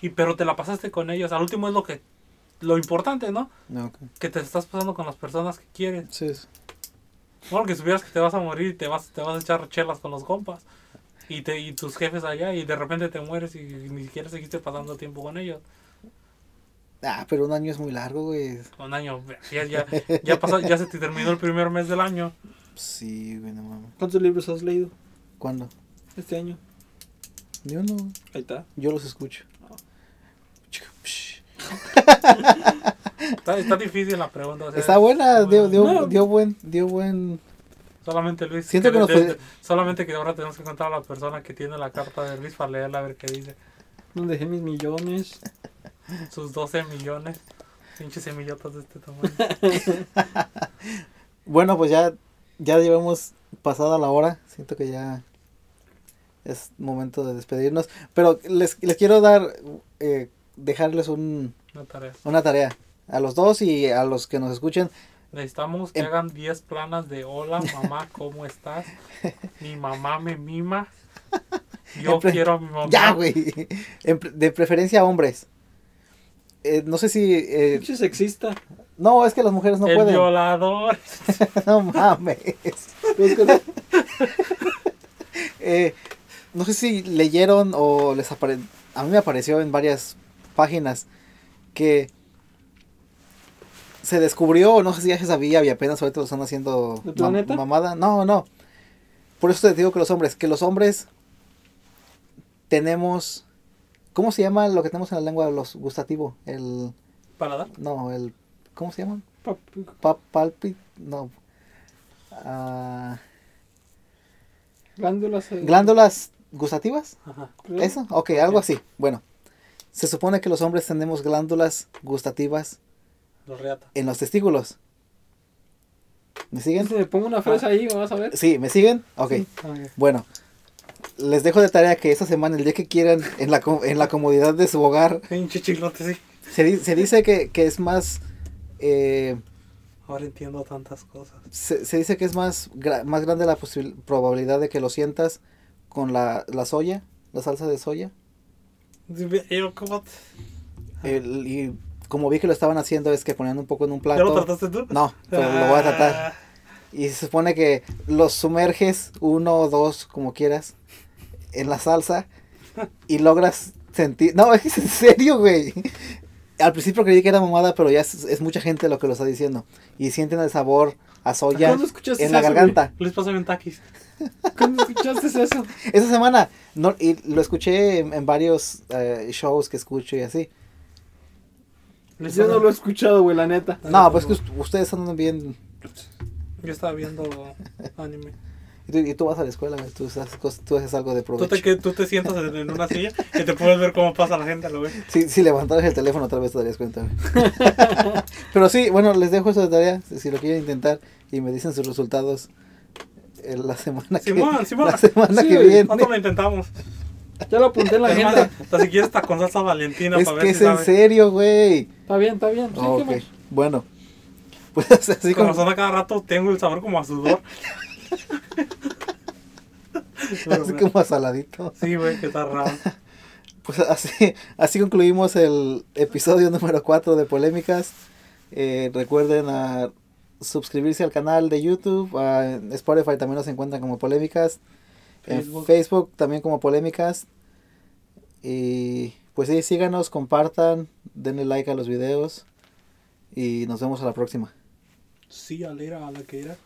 [SPEAKER 2] Y, pero te la pasaste con ellos. Al último es lo que lo importante, ¿no?
[SPEAKER 1] No, ok.
[SPEAKER 2] Que te estás pasando con las personas que quieres.
[SPEAKER 1] Sí, sí.
[SPEAKER 2] Bueno, que supieras que te vas a morir y te vas, te vas a echar chelas con los compas. Y, te, y tus jefes allá y de repente te mueres y ni siquiera seguiste pasando tiempo con ellos.
[SPEAKER 1] Ah, pero un año es muy largo, güey.
[SPEAKER 2] Un año, ya, ya, ya, pasó, ya se te terminó el primer mes del año.
[SPEAKER 1] Pues Sí, güey, no mames.
[SPEAKER 3] ¿Cuántos libros has leído
[SPEAKER 1] ¿Cuándo?
[SPEAKER 3] este año?
[SPEAKER 1] Yo no, güey.
[SPEAKER 3] Ahí está.
[SPEAKER 1] yo los escucho.
[SPEAKER 2] Está, está difícil la pregunta. o sea,
[SPEAKER 1] Está buena, dio, dio,
[SPEAKER 3] No.
[SPEAKER 1] dio buen, dio buen.
[SPEAKER 2] Solamente Luis.
[SPEAKER 1] Siento que nos
[SPEAKER 2] de- de-
[SPEAKER 1] puede-
[SPEAKER 2] Solamente que ahora tenemos que contar a la persona que tiene la carta de Luis para leerla a ver qué dice.
[SPEAKER 3] No dejé mis millones.
[SPEAKER 2] Sus 12 millones. Pinches semillotas de este tamaño.
[SPEAKER 1] Bueno, pues ya, ya llevamos pasada la hora. Siento que ya es momento de despedirnos. Pero les, les quiero dar, eh, dejarles un,
[SPEAKER 2] Una tarea.
[SPEAKER 1] una tarea a los dos y a los que nos escuchen.
[SPEAKER 2] Necesitamos que
[SPEAKER 1] Em-
[SPEAKER 2] hagan 10 planas de hola mamá, ¿cómo estás? Mi mamá
[SPEAKER 1] [LAUGHS]
[SPEAKER 2] me mima. Yo
[SPEAKER 1] Empre-
[SPEAKER 2] quiero a mi mamá.
[SPEAKER 1] Ya, güey. En pre- De preferencia hombres. Eh, no sé si... eh,
[SPEAKER 3] Pinche sexista.
[SPEAKER 1] no, es que las mujeres no
[SPEAKER 2] el
[SPEAKER 1] pueden.
[SPEAKER 2] violador.
[SPEAKER 1] [LAUGHS] No mames.
[SPEAKER 3] Búscalo. [LAUGHS]
[SPEAKER 1] Eh, no sé si leyeron o les apare... A mí me apareció en varias páginas que se descubrió, o no sé si ya se sabía y apenas ahorita lo están haciendo
[SPEAKER 3] ¿De planeta?
[SPEAKER 1] mamada. No, no. Por eso te digo que los hombres, que los hombres tenemos... ¿Cómo se llama lo que tenemos en la lengua? Los gustativo. El...
[SPEAKER 2] Paladar.
[SPEAKER 1] No, el... ¿Cómo se llama?
[SPEAKER 3] Papi,
[SPEAKER 1] Pa- palpi... No. Ah...
[SPEAKER 3] Glándulas. eh,
[SPEAKER 1] ¿Glándulas gustativas?
[SPEAKER 2] Ajá.
[SPEAKER 3] creo.
[SPEAKER 1] ¿Eso? Ok, algo así. Bueno, se supone que los hombres tenemos glándulas gustativas
[SPEAKER 2] Los reata.
[SPEAKER 1] en los testículos. ¿Me siguen?
[SPEAKER 3] Si me pongo una
[SPEAKER 1] Ah.
[SPEAKER 3] fresa ahí, vas a ver.
[SPEAKER 1] Sí, ¿me siguen? Ok, bueno. Les dejo de tarea que esta semana, el día que quieran, en la, co- en la comodidad de su hogar,
[SPEAKER 2] Pinche chilote, sí.
[SPEAKER 1] se, di- se dice que, que es más... eh,
[SPEAKER 2] Ahora entiendo tantas cosas.
[SPEAKER 1] se, se dice que es más, gra- más grande la posibil- probabilidad de que lo sientas con la, la soya, la salsa de soya.
[SPEAKER 2] Yo, ¿cómo te-
[SPEAKER 1] El- y como vi que lo estaban haciendo es que ponían un poco en un
[SPEAKER 2] ¿Ya lo
[SPEAKER 1] plato.
[SPEAKER 2] trataste tú? Ah,
[SPEAKER 1] No, pero lo voy a
[SPEAKER 3] Ah.
[SPEAKER 1] tratar. Y se supone que los sumerges uno o dos, como quieras, en la salsa y logras sentir... No, [LAUGHS] es en serio, güey. Al principio creí que era mamada, pero ya es, es mucha gente lo que lo está diciendo. Y sienten el sabor a soya
[SPEAKER 3] ¿Cuándo escuchaste
[SPEAKER 1] en la
[SPEAKER 3] eso, güey?
[SPEAKER 1] garganta.
[SPEAKER 2] Luis, pásame un taquis.
[SPEAKER 3] [LAUGHS] ¿Cuándo escuchaste eso?
[SPEAKER 1] Esa semana, no, y lo escuché en, en varios eh, shows que escucho y así.
[SPEAKER 2] Luis,
[SPEAKER 3] Yo no
[SPEAKER 2] pásame-
[SPEAKER 3] lo he escuchado, güey, la neta.
[SPEAKER 1] No, pues que us- ustedes andan bien...
[SPEAKER 2] Yo estaba viendo anime.
[SPEAKER 1] Y tú, y tú vas a la escuela, güey, tú, haces cos- tú haces algo de
[SPEAKER 2] Tú
[SPEAKER 1] provecho.
[SPEAKER 2] te, que- tú te sientas en en una silla que te puedes ver cómo pasa la gente, lo ves.
[SPEAKER 1] Si, si levantaras el teléfono otra vez te darías cuenta. güey. Pero sí, bueno, les dejo eso de tarea, si, si lo quieren intentar y me dicen sus resultados eh, la semana que
[SPEAKER 2] Simón, Simón.
[SPEAKER 1] la semana
[SPEAKER 3] Sí,
[SPEAKER 1] que
[SPEAKER 3] güey,
[SPEAKER 1] viene.
[SPEAKER 2] ¿Cuánto lo intentamos?
[SPEAKER 3] Ya lo apunté en la
[SPEAKER 2] Es más,
[SPEAKER 3] agenda.
[SPEAKER 2] hasta si quieres, está con salsa valentina
[SPEAKER 1] Es
[SPEAKER 2] para
[SPEAKER 1] que
[SPEAKER 2] ver
[SPEAKER 1] es
[SPEAKER 2] si
[SPEAKER 1] en
[SPEAKER 2] sabe.
[SPEAKER 1] serio, güey.
[SPEAKER 3] Está bien, está bien. Sí,
[SPEAKER 1] Ok,
[SPEAKER 3] ¿qué más?
[SPEAKER 1] Bueno. [LAUGHS] Pues así
[SPEAKER 2] Con
[SPEAKER 1] como
[SPEAKER 2] razón, a cada rato tengo el sabor como a sudor.
[SPEAKER 1] [LAUGHS] así como asaladito.
[SPEAKER 2] Sí, güey, que está raro.
[SPEAKER 1] Pues [LAUGHS] así, así concluimos el episodio número 4 de Polémicas. Eh, recuerden a suscribirse al canal de YouTube, a Spotify también nos encuentran como Polémicas, en
[SPEAKER 2] Facebook.
[SPEAKER 1] Facebook también como Polémicas. Y pues sí, síganos, compartan, denle like a los videos y nos vemos a la próxima.
[SPEAKER 2] Sí, alera a la que era.